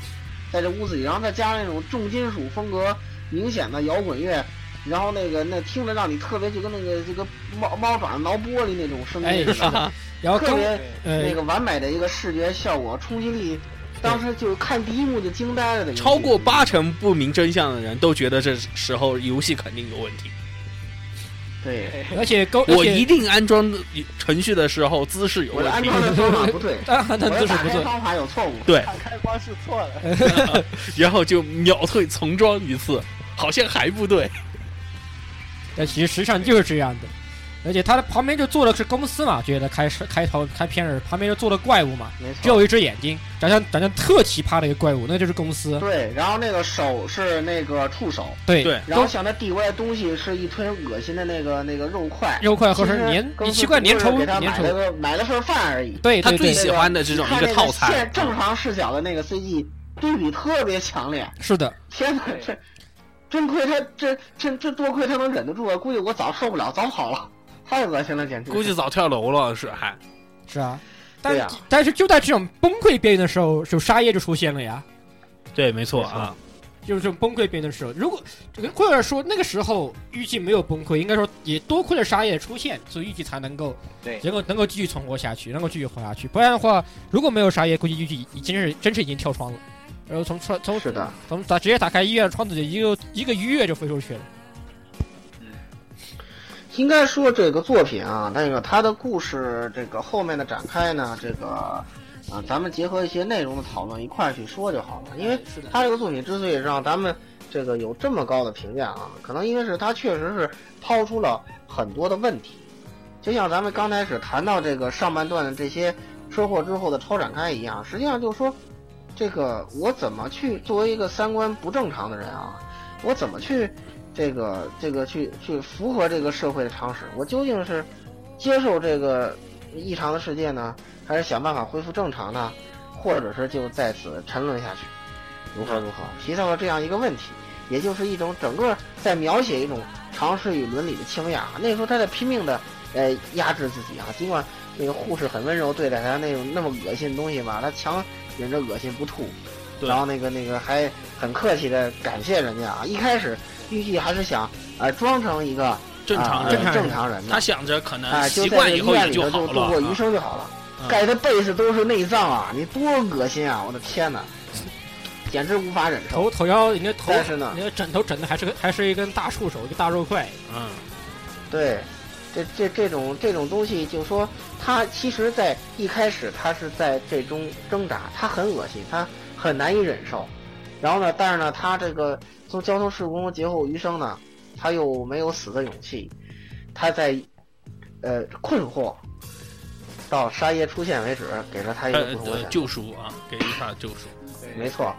D: 在这屋子里，然后再加上那种重金属风格明显的摇滚乐，然后那个那听着让你特别就跟那个这个猫猫爪挠玻璃那种声
C: 哎
D: 音似的，
C: 然后
D: 特
C: 跟
D: 别
C: 呃
D: 那个完美的一个视觉效果冲击力当时就看第一幕就惊呆了的游戏。
B: 超过八成不明真相的人都觉得这时候游戏肯定有问题。
D: 对，
C: 而且高，
B: 我一定安装呃程序的时候姿势有
D: 我的
B: 问
D: 安
B: 题。
D: 装的方法不对
C: <laughs> 当然
D: 我
C: 姿势
D: 的打
C: 不
D: 开
C: 对，
D: <laughs> 方法有错误。
B: 对，
A: 看开关是错的，
B: 然后就秒退重装一次，好像还不对。
C: 但其实实际上就是这样的。而且他的旁边就坐的是公司嘛，觉得开始开头开片儿旁边就坐的怪物嘛，
D: 没错。
C: 只有一只眼睛，长相长相特奇葩的一个怪物，那就是公司。
D: 对，然后那个手是那个触手，
C: 对
B: 对
D: 然后想那递过来东西是一推恶心的那个那个肉块，
C: 肉块和
D: 其
C: 是
D: 实
C: 粘，
D: 公
C: 你
D: 司
C: 奇怪
D: 只不
C: 粘
D: 过
C: 稠
D: 是给他
C: 粘
D: 买
C: 稠
D: 了，个买了份饭而已。
C: 对
B: 他
C: 对
B: 最
C: 对，
B: 喜欢的这种
D: 你
B: 一
D: 看那
B: 套餐
D: 现，正常视角的那个 CG 对比特别强烈，
C: 是的，
D: 天哪，这真亏他这这这多亏他能忍得住啊！估计我早受不了，早跑了，太恶心了，简直。
B: 估计早跳楼了是还。
C: 是啊。但、
D: 对呀
C: 但是就在这种崩溃边缘的时候，就沙耶就出现了呀。
B: 对，没错啊，
C: 就是这种崩溃边的时候，如果这个或者说那个时候预计没有崩溃，应该说也多亏了沙耶的出现，所以预计才能够
E: 对
C: 结果能够继续存活下去，能够继续活下去。不然的话，如果没有沙耶，估计预计已经是真是已经跳窗了，然后从窗从
D: 是的，
C: 从打直接打开医院的窗子，就一个一个鱼跃就飞出去了。
D: 应该说这个作品啊，那个它的故事这个后面的展开呢，这个啊，咱们结合一些内容的讨论一块儿去说就好了。因为
C: 是的
D: 它这个作品之所以让咱们这个有这么高的评价啊，可能因为是它确实是抛出了很多的问题，就像咱们刚开始谈到这个上半段的这些车祸之后的超展开一样，实际上就是说，这个我怎么去作为一个三观不正常的人啊，我怎么去这个这个去去符合这个社会的常识？我究竟是接受这个异常的世界呢，还是想办法恢复正常呢？或者是就在此沉沦下去？如何如何？提到了这样一个问题，也就是一种整个在描写一种常识与伦理的倾轧啊。那时候他在拼命的呃压制自己啊，尽管那个护士很温柔对待他那种那么恶心的东西吧，他强忍着恶心不吐，
B: 对
D: 然后那个那个还很客气的感谢人家啊。一开始预计还是想呃装成一个
B: 正常
D: 啊
B: 人。
D: 正常人的
B: 他想着可
D: 啊，
B: 能
D: 就
B: 习
D: 在
B: 惯
D: 这
B: 以
D: 医
B: 后
D: 院
B: 也
D: 里头
B: 好
D: 就
B: 了
D: 度过余
B: 啊。
D: 生就好了。
B: 嗯
D: 盖的被子都是内脏啊，你多恶心啊！我的天哪，简直无法忍受。
C: 头头要你的头，
D: 但是呢
C: 你的枕头枕的还是个还是一根大触手，一个大肉块。
B: 嗯，
D: 对，这这这种这种东西，就说它其实，在一开始它是在这中挣扎，它很恶心，它很难以忍受。然后呢，但是呢，他这个从交通事故中劫后余生呢，他又没有死的勇气，他在呃困惑到沙耶出现为止，给了他一
B: 他
D: 个不同的
B: 呃
D: 选择。
B: 救赎啊，给予他救赎。
D: 没错，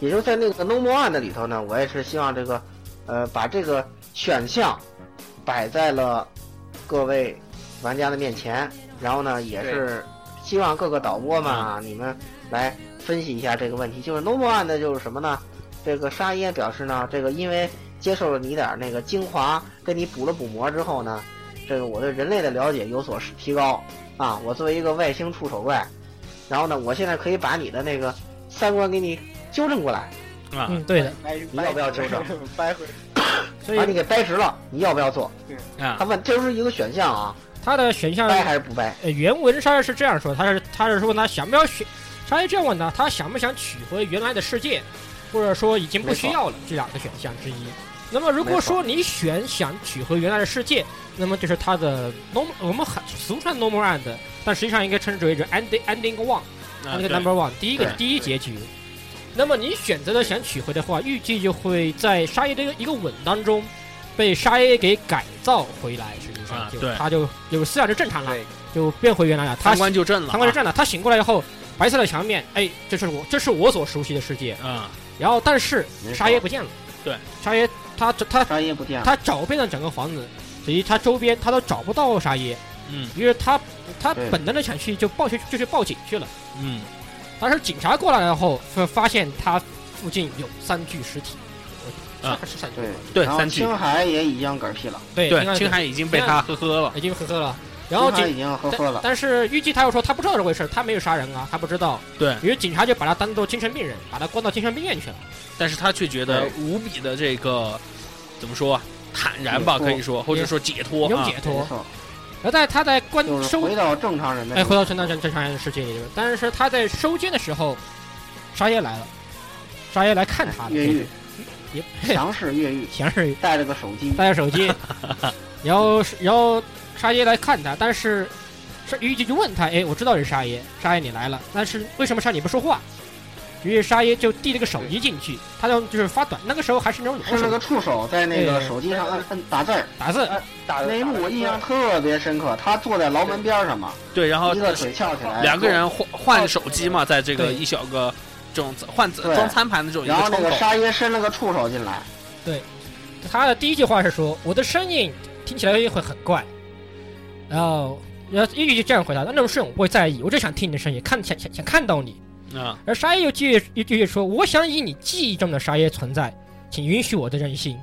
D: 也就是在那个 No More One 的里头呢，我也是希望这个，呃，把这个选项摆在了各位玩家的面前，然后呢，也是希望各个导播嘛，你们来分析一下这个问题。就是 No More One 的就是什么呢？这个沙耶表示呢，这个因为接受了你点儿那个精华，跟你补了补膜之后呢，这个我对人类的了解有所提高啊。我作为一个外星触手怪，然后呢，我现在可以把你的那个三观给你纠正过来，
B: 啊，
C: 嗯，对的，
A: 掰
D: 你要不要纠正？
E: <laughs>
A: 掰回
C: 所
D: 把你
C: 以
D: 给掰直了，你要不要做？他
B: 啊，
D: 问，这是一个选项啊，
C: 他的选项
D: 掰还是不掰？
C: 呃，原文上是这样说，他是他是问他想不要取，他是这样问他，他想不想取回原来的世界，或者说已经不需要了这两个选项之一。那么如果说你选想取回原来的世界，那么就是他的 no，我们喊俗称 no more end，但实际上应该称之为是 ending ending one，
B: 啊
C: 那个
B: 对
C: number one 第一个
D: 对
C: 第一结局。那么你选择了想取回的话，预计就会在沙耶的一个一个吻当中被沙耶给改造回来，实际上
B: 啊
C: 就、
B: 对
C: 他就有思想就正常了
E: 对，
C: 就变回原来了。他
B: 三观就正了啊。
C: 贪官就站了，他醒过来以后，白色的墙面，哎，这是我，这是我所熟悉的世界。
B: 啊，
C: 然后，但是
D: 没错
C: 沙耶不见了，
B: 对，
C: 沙耶他他
D: 沙耶不见了，
C: 他找遍了整个房子，以及他周边他都找不到沙耶，
B: 嗯
C: 于是他他
D: 对
C: 本能的想去就报去就去报警去了。
B: 嗯，
C: 但是警察过来以后，发发现他附近有三具尸体，呃
B: 啊
C: 是三具
D: 对
C: 吗，
B: 对，
D: 然后
B: 三句
D: 青。海也已经嗝屁了，
C: 对应该
B: 对，
C: 是
B: 青海已经被他呵呵了。
C: 已经呵呵了。然后
D: 青海
C: 警
D: 已经呵呵
C: 但
D: 了，
C: 但是预计他又说他不知道这回事，他没有杀人啊，他不知道。
B: 对，
C: 于是警察就把他当做精神病人，把他关到精神病院去了。
B: 但是他却觉得无比的这个怎么说啊？坦然吧，
D: 解脱
B: 可以说，或者说解脱
C: 有
B: 啊。
C: 解脱
D: 没。错，
C: 而在他在关
D: 就是
C: 收
D: 回到正常人的
C: 哎，
D: 生活，
C: 回到正常正正常人的世界里边，但是他在收监的时候，沙耶来了，沙耶来看他了，<laughs>
D: 越狱，
C: 也
D: 强势越狱，
C: 显示
D: 带着个手机，
C: 带着手机，然后然后沙耶来看他，但是沙虞姬就问他，哎，我知道是沙耶，沙耶你来了，但是为什么沙耶不说话？于是沙耶就递了个手机进去，他就就是发短，那个时候还是那种老
D: 是那
C: 手
D: 个
C: 机
D: 触手在那个
C: 对
D: 手机上按按打字儿。
C: 打字，
E: 打
D: 那一幕我印象特别深刻，他坐在牢门边上嘛，
B: 对，然后
D: 一个哦腿翘起来，
B: 两个人换换手机嘛，在这个
C: 对
B: 一小个这种换
D: 对
B: 装餐盘的这种一
D: 然后
B: 个
D: 那
B: 窗
D: 个
B: 口，
D: 沙耶伸了个触手进来，
C: 他的第一句话是说我的声音听起来会很怪，然后然后虞姬就这样回答，那种事我不会在意，我就想听你的声音，看想想想看到你。
B: 啊，
C: 而沙耶又继续又继续说：“我想以你记忆中的沙耶存在，请允许我的任性。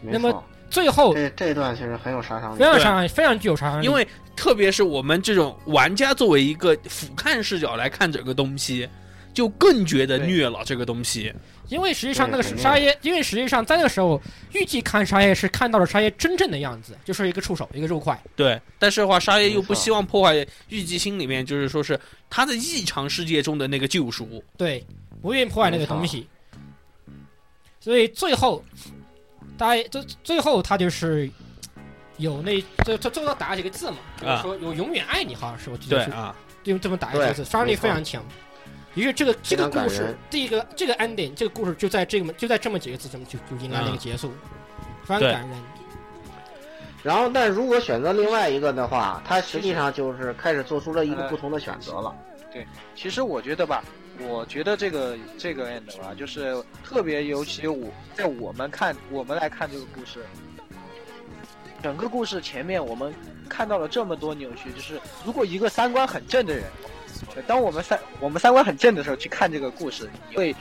D: 没
C: 那么
D: 错，”
C: 最后
D: 这这段其实很有杀伤力
C: 非。常上非常具有杀伤力，
B: 因为特别是我们这种玩家作为一个俯瞰视角来看整个东西，就更觉得
D: 对
B: 虐了这个东西。
C: 因为实际上那个
D: 对
C: 是
D: 肯定
C: 沙耶，因为实际上在那个时候预计看沙耶是看到了沙耶真正的样子，就是一个触手，一个肉块。
B: 对，但是的话，沙耶又不
D: 没错
B: 希望破坏预计心里面，就是说是他的异常世界中的那个救赎。
C: 对，不愿意破坏那个东西。所以最后，大家最最后他就是有那最最最后打几个字嘛，就是
B: 啊
C: 说有永远爱你，好像是我记
B: 对
C: 得是
B: 啊，
C: 用这么打一个字，杀伤力非常强。于是这个这个故
D: 非常感
C: 事
D: 人，
C: 这个这个 ending，这个故事就在这个就在这么几个字中就就迎来了一
D: 嗯
C: 个结束，非常
B: 对
C: 感人。
D: 然后，但如果选择另外一个的话，他实际上就是开始做出了一个不同的选择了。
E: <laughs> 其实我觉得吧，我觉得这个这个 end 吧，就是特别尤其我在我们看我们来看这个故事，整个故事前面我们看到了这么多扭曲，就是如果一个三观很正的人，当我们三我们三观很正的时候去看这个故事，你会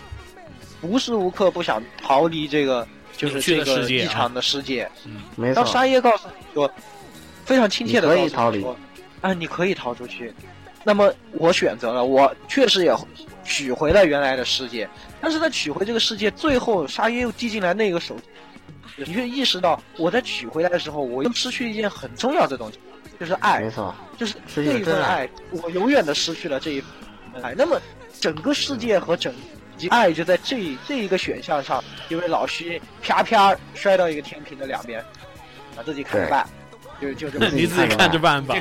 E: 无时无刻不想逃离这个就是
B: 扭曲的
E: 这个
B: 世界啊
E: 异常的世界。
D: 没错
E: 当，沙耶告诉你说，非常亲切的
D: 你可以逃
E: 告诉
D: 离
E: 你说，啊，你可以逃出去。那么我选择了，我确实也取回了原来的世界，但是在取回这个世界最后，沙耶又递进来那个手，你却意识到我在取回来的时候，我又失去一件很重要的东西，就是爱
D: 没，错，
E: 就是
D: 失去
E: 这
D: 了
E: 一
D: 真
E: 份
D: 爱
E: 爱，我永远的失去了这一份爱。那么整个世界和整及爱就在这这一个选项上，因为老徐啪啪摔到一个天平的两边，啊，自己看着办，就就这么
D: 自
B: 你
D: 己
B: 自己看着办吧。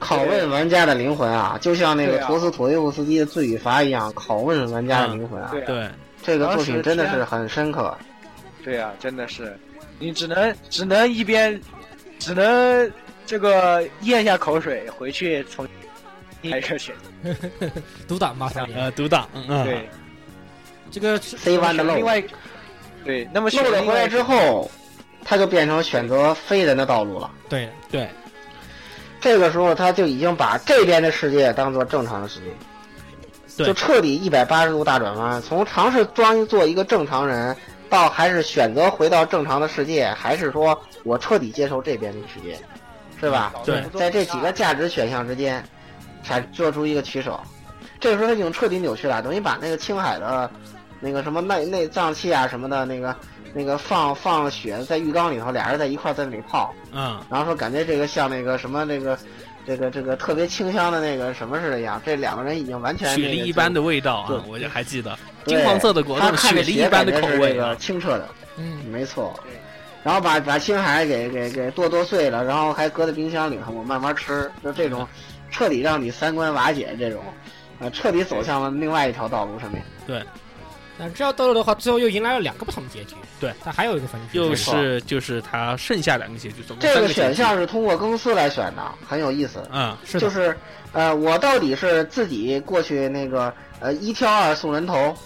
D: 拷问玩家的灵魂啊，就像那个
E: 对啊
D: 陀思妥耶夫斯基的《罪与罚》一样，拷问玩家的灵魂啊。
E: 对啊，
B: 对，
D: 这个作品真的是很深刻。
E: 对啊，真的是，你只能只能一边，只能这个咽下口水，回去重新来一个选，
C: <laughs> 独挡吧，三连。
B: 呃，独挡，嗯，嗯
E: 对，
C: 这个是
D: C 弯的漏，
E: 另外一个，对，那么选
D: 漏了
E: 另
D: 回
E: 外
D: 来
E: 一
D: 之后，他就变成选择非人的道路了。
C: 对的，
B: 对，
D: 这个时候，他就已经把这边的世界当做正常的世界，
B: 对
D: 就彻底一百八十度大转弯，从尝试装做一个正常人，到还是选择回到正常的世界，还是说我彻底接受这边的世界，是吧？
E: 个
B: 对
D: 在这几个价值选项之间，产做出一个取舍。这个时候他已经彻底扭曲了，等于把那个青海的，那个什么内内脏器啊什么的，那个那个放放血在浴缸里头，俩人在一块儿在那里泡，
B: 嗯，
D: 然后说感觉这个像那个什么那个，这个这个特别清香的那个什么似的一样，这两个人已经完全
B: 雪
D: 那个
B: 梨一般的味道
D: 对
B: 啊，我就还记得
D: 对
B: 金黄色的果
D: 他
B: 冻，
D: 看
B: 雪
D: 着
B: 梨
D: 血
B: 一般的
D: 感
B: 口
D: 觉是
B: 味
D: 那个
B: 啊，
D: 清澈的，
C: 嗯，
D: 没错
E: 对。
D: 然后把把青海给给给剁剁碎了，然后还搁在冰箱里头，我慢慢吃，就这种彻底让你三观瓦解这种，呃，彻底走向了另外一条道路上面。
C: 但是这条道路的话，最后又迎来了两个不同的结局。
B: 对，
C: 它还有一个分支，
B: 又
D: 没错
B: 是就是它剩下两个结局，总共
D: 这
B: 三个
D: 个
B: 结
D: 选
B: 局
D: 项是通过更思来选的，很有意思。
B: 嗯，
C: 是
D: 就
C: 的，
D: 是，呃，我到底是自己过去那个呃一挑二送
C: <laughs>
D: 人头，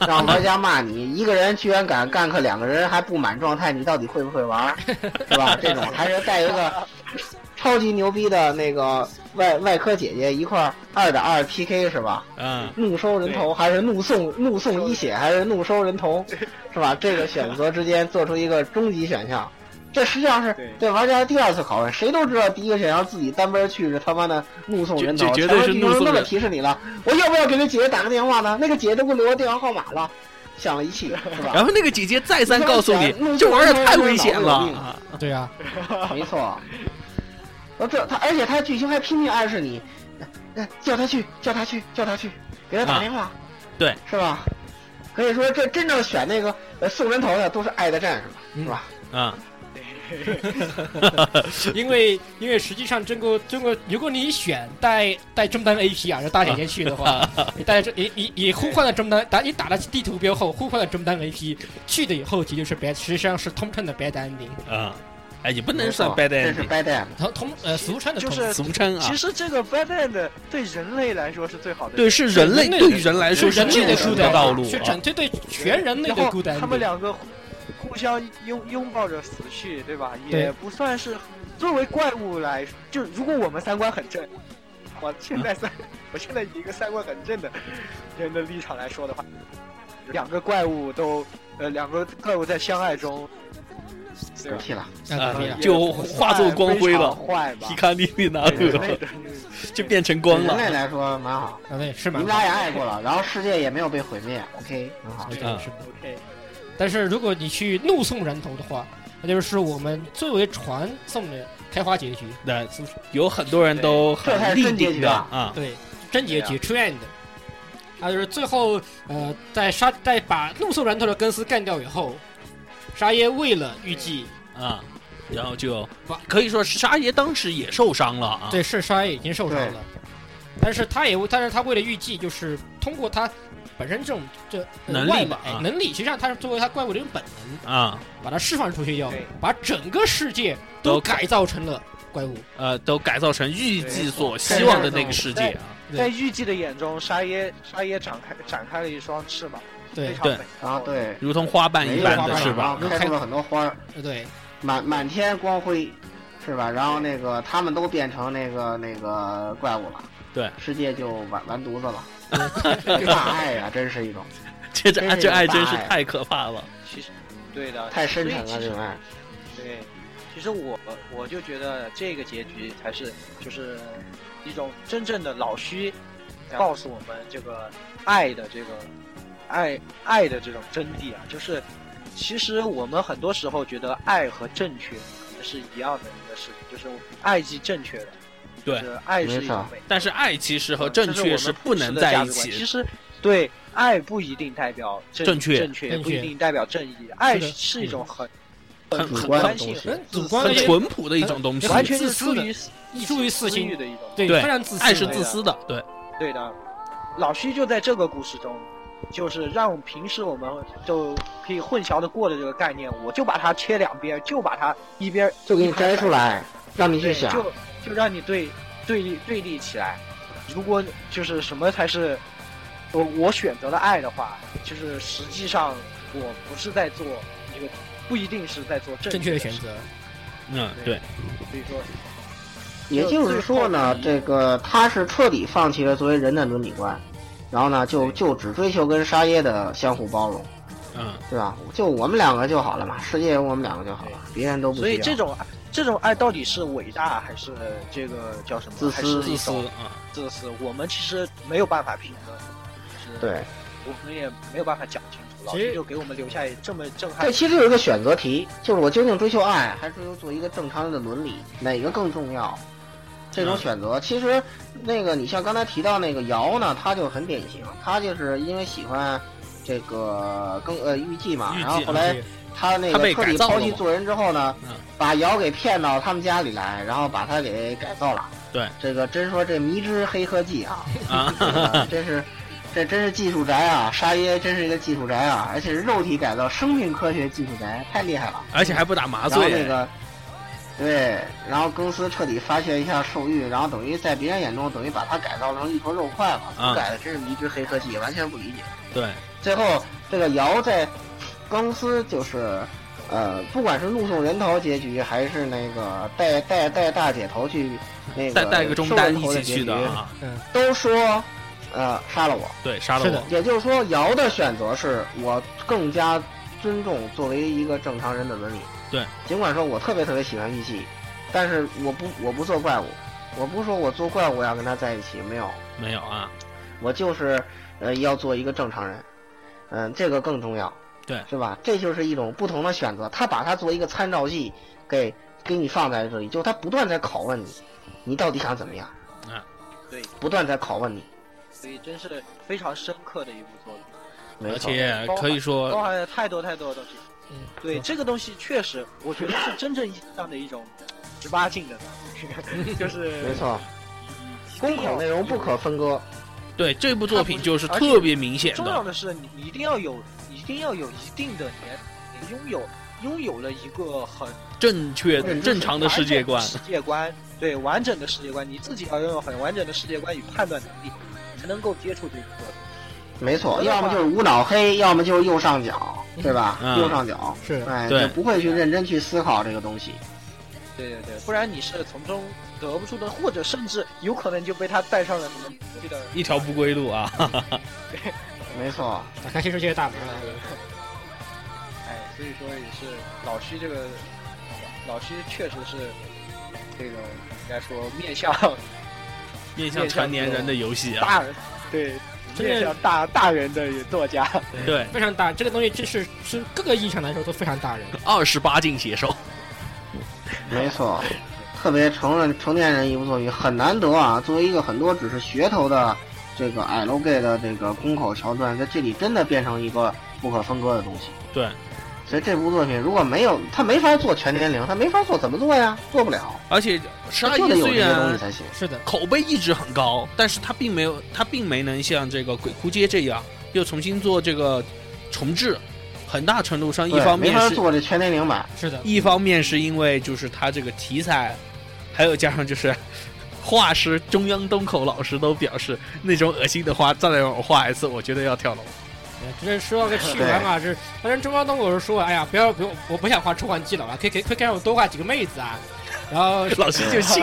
D: 让玩家骂你，一个人居然敢干克两个人还不满状态，你到底会不会玩儿，
C: <laughs>
D: 是吧？这种还是带一个超级牛逼的那个外外科姐姐一块儿二打二 PK 是吧？
B: 嗯，
D: 怒收人头还是怒送怒送一血还是怒收人头，是吧？这个选择之间做出一个终极选项，这实际上是
E: 对
D: 对玩家的第二次拷问。谁都知道第一个选项自己单边去是他妈的怒送人头，
B: 绝绝
D: 前
B: 对
D: 面
B: 是
D: 地
B: 怒
D: 方
B: 送
D: 那么
B: 人
D: 提示你了，我要不要给那姐姐打个电话呢？那个姐姐都给我留个电话号码了，想了一气，是吧？
B: 然后那个姐姐再三
D: 你
B: 告诉你
D: 想想，
B: 这玩意
D: 弄
B: 儿太
D: 这玩意儿
B: 危险了
D: 脑子有病
B: 啊，
C: 对啊，
D: <laughs> 没错。我这他，而且他剧情还拼命暗示你，呃呃叫他去，叫他去，叫他去，给他打电话，
B: 啊对，
D: 是吧？可以说这真正选那个呃送人头的都是爱的战士嘛，
C: 嗯
D: 是吧？
B: 啊，
C: 因为因为实际上中国中国，如果你选带带中单 AP 啊，就大姐姐去的话，
B: 啊
C: 你 <laughs> 带这你你你呼唤了中单，打你打了地图标后呼唤了中单 AP 去了以后，其实就是别实际上是通称的 bad ending，
B: 啊，哎，也不能
D: 没
B: 算
D: 错
B: bad
D: 这是
B: ending，
D: bad end，
C: 通通呃俗称的
E: 就
C: 通
E: 是
B: 俗称啊
E: 其，实这个 bad end 对人类来说是最好的，
B: 对，是人类
C: 人类
B: 对于人来说
C: 是
B: 是
C: 人类
B: 救
C: 的
B: 赎
C: 孤
B: 的
C: 单
B: 道路
C: 是
B: 啊
C: 整对对全人类
E: 然
C: 的
E: 后
C: 孤单。
E: 他们两个互互相拥拥抱着死去，对吧？也
C: 对
E: 不算是作为怪物来，就如果我们三观很正，我现在三， <laughs> 我现在以一个三观很正的人的立场来说的话，两个怪物都，呃，两个怪物在相爱中，
D: 服
E: 对吧？
D: 气了。
C: 啊，对呀
E: 也不
B: 就
E: 算
B: 化作光辉了
E: 非常坏吧
B: 皮？卡利利纳
E: 对人
B: 克
E: 类的
B: 就变成光
D: 对人类
B: 了，
D: 来说蛮好，
E: 嗯
C: 啊对是
D: 你
C: 蛮
D: 们
C: 好
D: 俩也爱过了，然后世界也没有被毁灭，OK，很好
C: 的，。对
B: 嗯
C: 是的。
E: OK，
C: 但是如果你去怒送人头的话，那就是我们作为传送的开花结局，
B: 那有很多人都很
D: 这才是
B: 力
D: 真结
B: 挺
D: 局
B: 的
D: 啊
B: 啊，
C: 对，真结局 true end。啊，就是最后呃，在沙在把怒送人头的根丝干掉以后，沙耶为了预计，
B: 啊，然后就
C: 不
B: 可以说是沙耶当时也受伤了啊，
C: 对，是沙耶已经受伤了，但是他也为但是他为了预计，就是通过他本身这种这、呃
B: 能力
C: 外
B: 嘛
C: 来
B: 啊
C: 能力，实际上他是作为他怪物的一种本能，
B: 啊，
C: 把它释放出去以后
E: 对，
C: 把整个世界
B: 都
C: 都
B: 改
C: 改造成了怪物。
B: 呃，都改造成预计所希
D: 对
B: 望的那个世界啊，
C: 对
E: 在预计的眼中，沙耶沙耶展开展开了一双翅膀，非
C: 对
E: 常
B: 对
E: 美。
D: 然后，啊对，
B: 如同花瓣
D: 没
B: 一
D: 有
B: 般
D: 花
B: 的
D: 瓣
B: 翅
D: 然后
B: 膀啊，
D: 开出了很多花儿，
C: 对，
D: 满满天光辉，是吧？然后那个他们都变成那个那个怪物了，
B: 对，
D: 世界就完完犊子了。这大爱呀、真是一种
B: <laughs> 这这
D: 真是
B: 这爱
D: 有大
B: 真是
D: 爱
B: 太可怕了，
E: 其实，对的，
D: 太深沉
E: 所
D: 了，
E: 以其
D: 这
E: 实
D: 种爱。
E: 对，其实我我就觉得这个结局才是就是一种真正的老虚，告诉我们这个爱的这个爱爱的这种真谛啊，就是其实我们很多时候觉得爱和正确可能是一样的一个事情，就是爱即正确的，
B: 对
E: 就是爱是一种美。
B: 但是爱其实和
E: 嗯这
B: 正
E: 是
B: 确
E: 我
B: 是
E: 们
B: 不能
E: 普世的
B: 在
E: 价
B: 一
E: 值观
B: 起
E: 其实，对爱不一定代表正
B: 正确
E: 正确也
C: 正
E: 不
C: 确
E: 一定代表正义，爱
C: 是的
E: 是一嗯种很
B: 很
D: 主
B: 很
D: 观的
E: 关
D: 东
E: 系
D: 西，
C: 人嗯主观
B: 很
C: 的
B: 淳朴的一种东西，
E: 完全
C: 自
E: 是
C: 私
E: 出
C: 的
E: 于
C: 出于私心
E: 欲的一种。
C: 对，
B: 对
C: 非常自私的。
B: 爱是自私的，对，
E: 对的，老徐就在这个故事中，就是让我们平时我们都可以混淆的过的这个概念，我就把它切两边，就把它一边
D: <laughs> 就给你摘出来，让你去
E: 对，
D: 想。
E: 就就让你对对立对立起来。如果就是什么才是我我选择了爱的话，就是实际上我不是在做一个不一定是在做正
C: 正确的
E: 确的
C: 选
E: 事，
C: 择。
B: 嗯，对，
E: 所以说
D: 也就是说呢，
E: 就
D: 这个他是彻底放弃了作为人的伦理观，然后呢，就就只追求跟沙耶的相互包容，
B: 嗯，
D: 对吧？就我们两个就好了嘛，世界有我们两个就好了，别人都不
E: 所
D: 需
E: 以
D: 要。
E: 这种这种爱到底是伟大还是这个叫什么？
D: 自私
E: 还是
B: 自
E: 一
B: 私
E: 种
B: 啊，
E: 自私，我们其实没有办法评论，就是
D: 对，
E: 我们也没有办法讲清楚。老
C: 其实
E: 师就给我们留下这么震撼
D: 这。其实有一个选择题，就是我究竟追求爱，还是追求做一个正常人的伦理，哪个更重要？这种选择，嗯其实那个你像刚才提到那个瑶呢，她就很典型，她就是因为喜欢这个更呃预计嗯嘛
B: 预，计
D: 然后后来她那
B: 她
D: 个
B: 被
D: 彻
B: 改
D: 底
B: 造了
D: 抛弃
B: 嘛
D: 做人之后呢
B: 嗯，
D: 把瑶给骗到他们家里来，然后把她给改造了。
B: 对，
D: 这个真说这迷之黑科技啊，
B: 啊，
D: 啊 <laughs> 真是，这真是技术宅啊！沙耶真是一个技术宅啊，而且是肉体改造、生命科学技术宅，太厉害了。
B: 而且还不打麻
D: 然后
B: 醉，啊
D: 那个，对，然后公司彻底发泄一下兽欲，然后等于在别人眼中等于把他改造成一坨肉块了，
B: 啊
D: 修改的真是迷之黑科技，完全不理解。
B: 对，
D: 最后这个瑶在公司就是。呃，不管是怒送人头结局，还是那个带带带大姐头去那个
B: 带带个中
D: 收
B: 单
D: 人
B: 一
D: 头
B: 起
D: 的结
B: 去的
D: 局
B: 啊，
D: 都说，呃，杀了我，
B: 对，杀了
C: 是的
B: 我，
D: 也就是说，尧的选择是我更加尊重作为一个正常人的伦理。
B: 对，
D: 尽管说我特别特别喜欢玉器，但是我不我不做怪物，我不是说我做怪物要跟他在一起，没有，
B: 没有啊，
D: 我就是呃要做一个正常人，嗯、这个更重要，
B: 对，
D: 是吧？这就是一种不同的选择，他把它作为一个参照系给给你放在这里，就他不断在拷问你，你到底想怎么样？
B: 啊，
E: 对，
D: 不断在拷问你，
E: 所以真是非常深刻的一部作品，
D: 没
B: 而
D: 错，哦
B: 且可以
E: 包
B: 说，
E: 含了太多太多的东西。
C: 嗯，
E: 对，这个东西确实，我觉得是真正意义上的一种十八禁的东西，就是
D: 没错，公口内容不可分割。
B: 对这部作品就是
E: 而且
B: 特别明显
E: 重要
B: 的，
E: 的是，你你一定要有，一定要有一定的年，你拥有拥有了一个很
B: 正确
D: 对
B: 的、正常的世界观
E: 完。整的世界观对完整的世界观，你自己要拥有很完整的世界观与判断能力，才能够接触这个作品。
D: 没错，
E: 嗯
D: 要么就是无脑黑，要么就是右上角，对吧？
B: 嗯
D: 右上角，
C: 是
D: 哎，
B: 对
D: 就不会去认真去思考这个东西。
E: 对对对，不然你是从中得不出的，或者甚至有可能就被他带上了什么这个
B: 一条不归路啊！
D: 没错，
C: 打开新世界的大门啊！
E: 哎，所以说也是老徐这个，老徐确实是这个应该说面向
B: 面向成年人的游戏啊，
E: 大人，对
C: 真的
E: 面向大大人的作家，
B: 对，
C: 非常大，这个东西真是是各个意义上来说都非常大人。
B: 二十八禁写手，
D: 没
B: <laughs>
D: 错，特别承认成年人一部作品很难得啊。作为一个很多只是噱头的这个 L gay 的这个公口桥段，在这里真的变成一个不可分割的东西。
B: 对，
D: 所以这部作品如果没有，他没法做全年龄，他没法做，怎么做呀？做不了，
B: 而且十
D: 他
B: 二
D: 就得
B: 一啊
D: 有这
B: 虽
D: 些东西
B: 然
D: 才行。
C: 是的，
B: 口碑一直很高，但是它并没有，它并没能像这个《鬼哭街》这样又重新做这个重置，很大程度上一
D: 对
B: 方
D: 没
B: 面
D: 法
B: 是
D: 做这全年龄版，
C: 是的，
B: 一方面是因为就是他这个题材，还有加上就是画师中央东口老师都表示，那种恶心的画再让我画一次，我觉得要跳楼。
C: 这呃说到个趣闻啊，这当然中央东我是说，哎呀，不要不用，我不想画出换季了啊，可以可以可以让我多画几个妹子啊。然后
B: 老师就心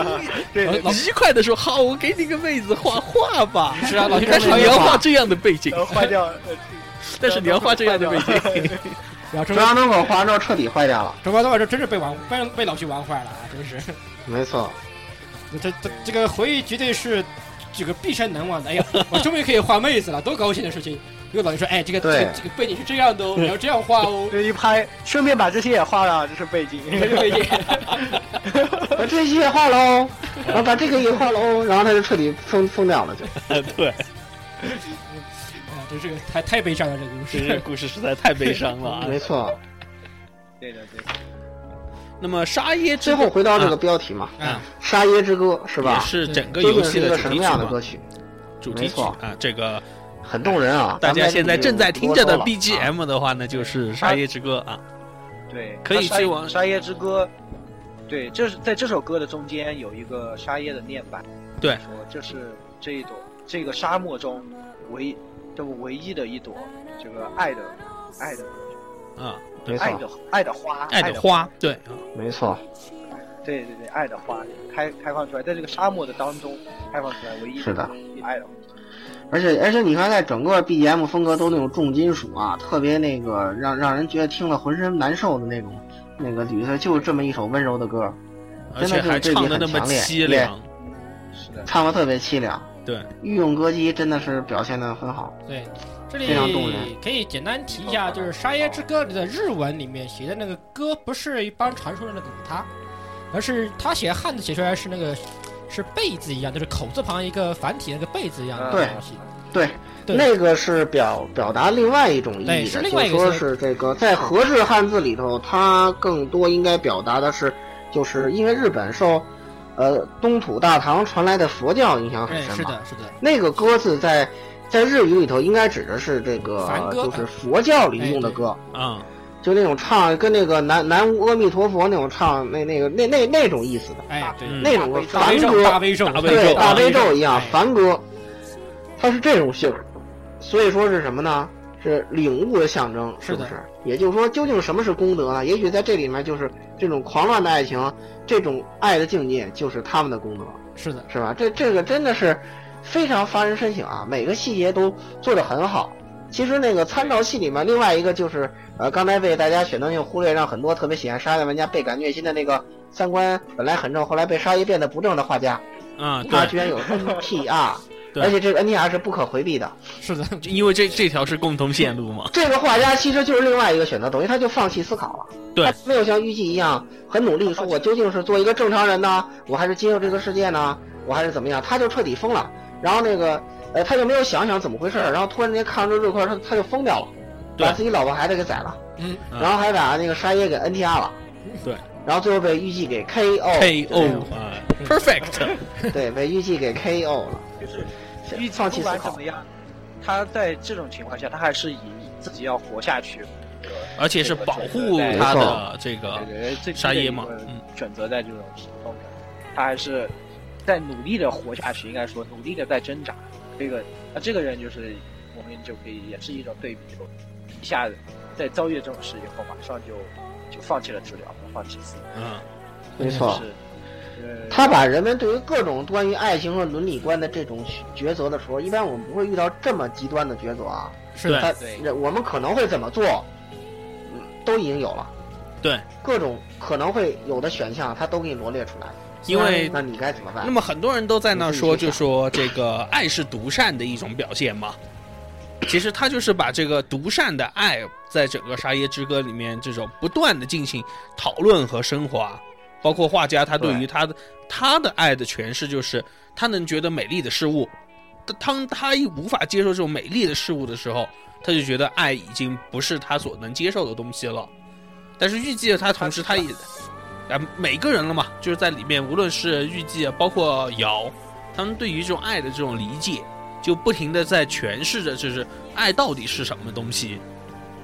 E: 对对对
B: 愉快的说：“好，我给你个妹子画画吧。
C: 是啊，老”师
B: 但是你要
D: 画
B: 画这样的背景，
E: 能坏掉，
B: <laughs>
E: 呃
B: 但是你要画这样的背景，
C: 然后中
D: 中
C: 央
D: 央东口画完之后彻底坏掉了。
C: 中央东我这真是被玩被被老徐玩坏了啊，真是。
D: 没错，
C: 这这这个回忆绝对是这个毕生难忘的。哎呀，我终于可以画妹子了，多高兴的事情！因为老师说，哎，这个这
D: 对
C: 个这个背景是这样的哦，你要这样画
E: <laughs>
C: 哦。
E: 这一拍，顺便把这些也画了，这是背景。
C: 这个背景，
D: <laughs> 把这些也
B: <laughs>
D: 画喽，然后把这个也画喽，然后他就彻底疯疯掉了，就。
B: 对，
C: 啊，真是个太太悲伤了，这个故
B: 这个
C: 事。
B: 故事实在太悲伤了啊。
D: 没错，
E: <laughs> 对的对的，
B: 那么沙耶之
D: 最后回到这个标题嘛，
C: 啊，
D: 《沙耶之歌》是
B: 嗯也
D: 吧？
B: 是整个
D: 究
B: 游
D: 竟
B: 戏
D: 是一个
B: 的主
D: 什么
B: 题曲
D: 样的
B: 嘛
D: 歌，曲？
B: 主题
D: 没
B: 曲
D: 错
B: 啊，这个
D: 很动人啊！
B: <laughs> 大
D: 咱
B: 家
D: 们
B: 现在正在听着的
D: 啰嗦了啊
B: BGM 的话呢，就是《沙耶之歌》啊。
E: 对，
B: 可以
E: 那沙
B: 去往
E: 沙耶之歌。对，这是在这首歌的中间有一个沙耶的念白，
B: 对
E: 说这是这一朵这个沙漠中唯这唯一的一朵这个爱的爱的
B: 啊，
D: 没
E: 爱
D: 错，
E: 的爱的花，
B: 爱的花，对，啊
D: 哎没错，
E: 对对对，爱的花开开放出来，在这个沙漠的当中开放出来，唯一
D: 是的，
E: 爱的花。
D: 而且而且你看，在整个 BGM 风格都那种重金属啊，特别那个让让人觉得听了浑身难受的那种那个角色，就是这么一首温柔的歌，
B: 而且还唱的那么凄凉，
E: 是的，
D: 唱的特别凄凉。
B: 对，
D: 御用歌姬真的是表现的很好。
C: 对，这
D: 非常动人
C: 里可以简单提一下，就是《沙耶之歌》里的日文里面写的那个歌，不是一般常说的那个古他，而是他写汉字写出来是那个是贝字一样，就是口字旁一个繁体那个贝字一样的
D: 对
C: 东西。
D: 对，
C: 对
D: 那个是表表达另外一种意
C: 对
D: 义
C: 是
D: 的，
C: 另
D: 就
C: 外
D: 是
C: 一个
D: 说是这个在和制汉字里头，它更多应该表达的是，就是因为日本受，呃东土大唐传来的佛教影响很
C: 哎，
D: 深
C: 是
D: 嘛。
C: 的，是的，
D: 那个歌字在在日语里头应该指的是这个
C: 梵，歌哎
D: 就是佛教里用的歌，
B: 啊，
D: 就那种唱跟那个南南无阿弥陀佛那种唱那那个那那那种意思的，
C: 哎，对。
B: 嗯
D: 那种歌
C: 大
D: 梵
C: 悲咒，
D: 歌
C: 大悲咒，
B: 大悲咒
D: 对，
B: 大
D: 悲咒一样
C: 哎，
D: 凡歌，它是这种性儿，所以说是什么呢？是领悟的象征，
C: 是
D: 是不
C: 的
D: 是？也就是说，究竟什么是功德呢？也许在这里面就是这种狂乱的爱情，这种爱的境界，就是他们的功德，
C: 是的，
D: 是吧？这这个真的是非常发人深省啊，每个细节都做得很好。其实那个参照系里面另外一个就是，呃，刚才被大家选择性忽略，让很多特别喜欢沙耶的玩家倍感虐心的那个三观本来很正，后来被沙耶变得不正的画家，
B: 啊，
D: 他
B: 对，
D: 居然有 NTR，
B: 对
D: 而且这个 NTR 是不可回避的。
C: 是的，
B: 因为这这条是共同线路嘛，
D: 这个画家其实就是另外一个选择，等于他就放弃思考了。
B: 对
D: 他没有像预计一样很努力，说我究竟是做一个正常人呢，我还是接受这个世界呢，我还是怎么样？他就彻底疯了。然后那个呃，他就没有想想怎么回事儿，然后突然间看到这块儿，他他就疯掉了，
B: 对
D: 把自己老婆孩子给宰了，
C: 嗯，
B: 嗯
D: 然后还把那个沙耶给 NTR 了，
B: 对，
D: 然后最后被预计给 KO，
B: KO 啊，perfect，
D: 对，被预计给 KO 了，
E: 就是
D: 预放弃
E: 不
D: 思
E: 管怎
D: 考
E: 么，样，他在这种情况下，他还是以自己要活下去，
B: 而且是保护他的这个
E: 对这
B: 沙耶嘛，嗯，
E: 选择在这种时候，他还是在努力的活下去，应该说努力的在挣扎。这个啊，这个人就是我们就可以也是一种对比，就一下子在遭遇这种事以后，马上就就放弃了治疗，放弃自己，
B: 嗯，
D: 没
E: 就
D: 错。
E: 是呃，
D: 他把人们对于各种关于爱情和伦理观的这种抉择的时候，一般我们不会遇到这么极端的抉择啊。
C: 是的
B: 对
D: 他
E: 对
D: 人我们可能会怎么做，嗯都已经有了。
B: 对，
D: 各种可能会有的选项，他都给你罗列出来了。
B: 因为
D: 那你该怎么办
B: 那？么很多人都在那说，
D: 你自
B: 就
D: 己
B: 说这个爱是独善的一种表现嘛。其实他就是把这个独善的爱，在整个《沙耶之歌》里面这种不断的进行讨论和升华，包括画家他对于
D: 对
B: 他的他的爱的诠释，就是他能觉得美丽的事物，当他一无法接受这种美丽的事物的时候，他就觉得爱已经不是他所能接受的东西了。但是预计了他，同时他也啊，每个人了嘛，就是在里面，无论是预计啊，包括瑶，他们对于这种爱的这种理解，就不停的在诠释着，就是爱到底是什么东西。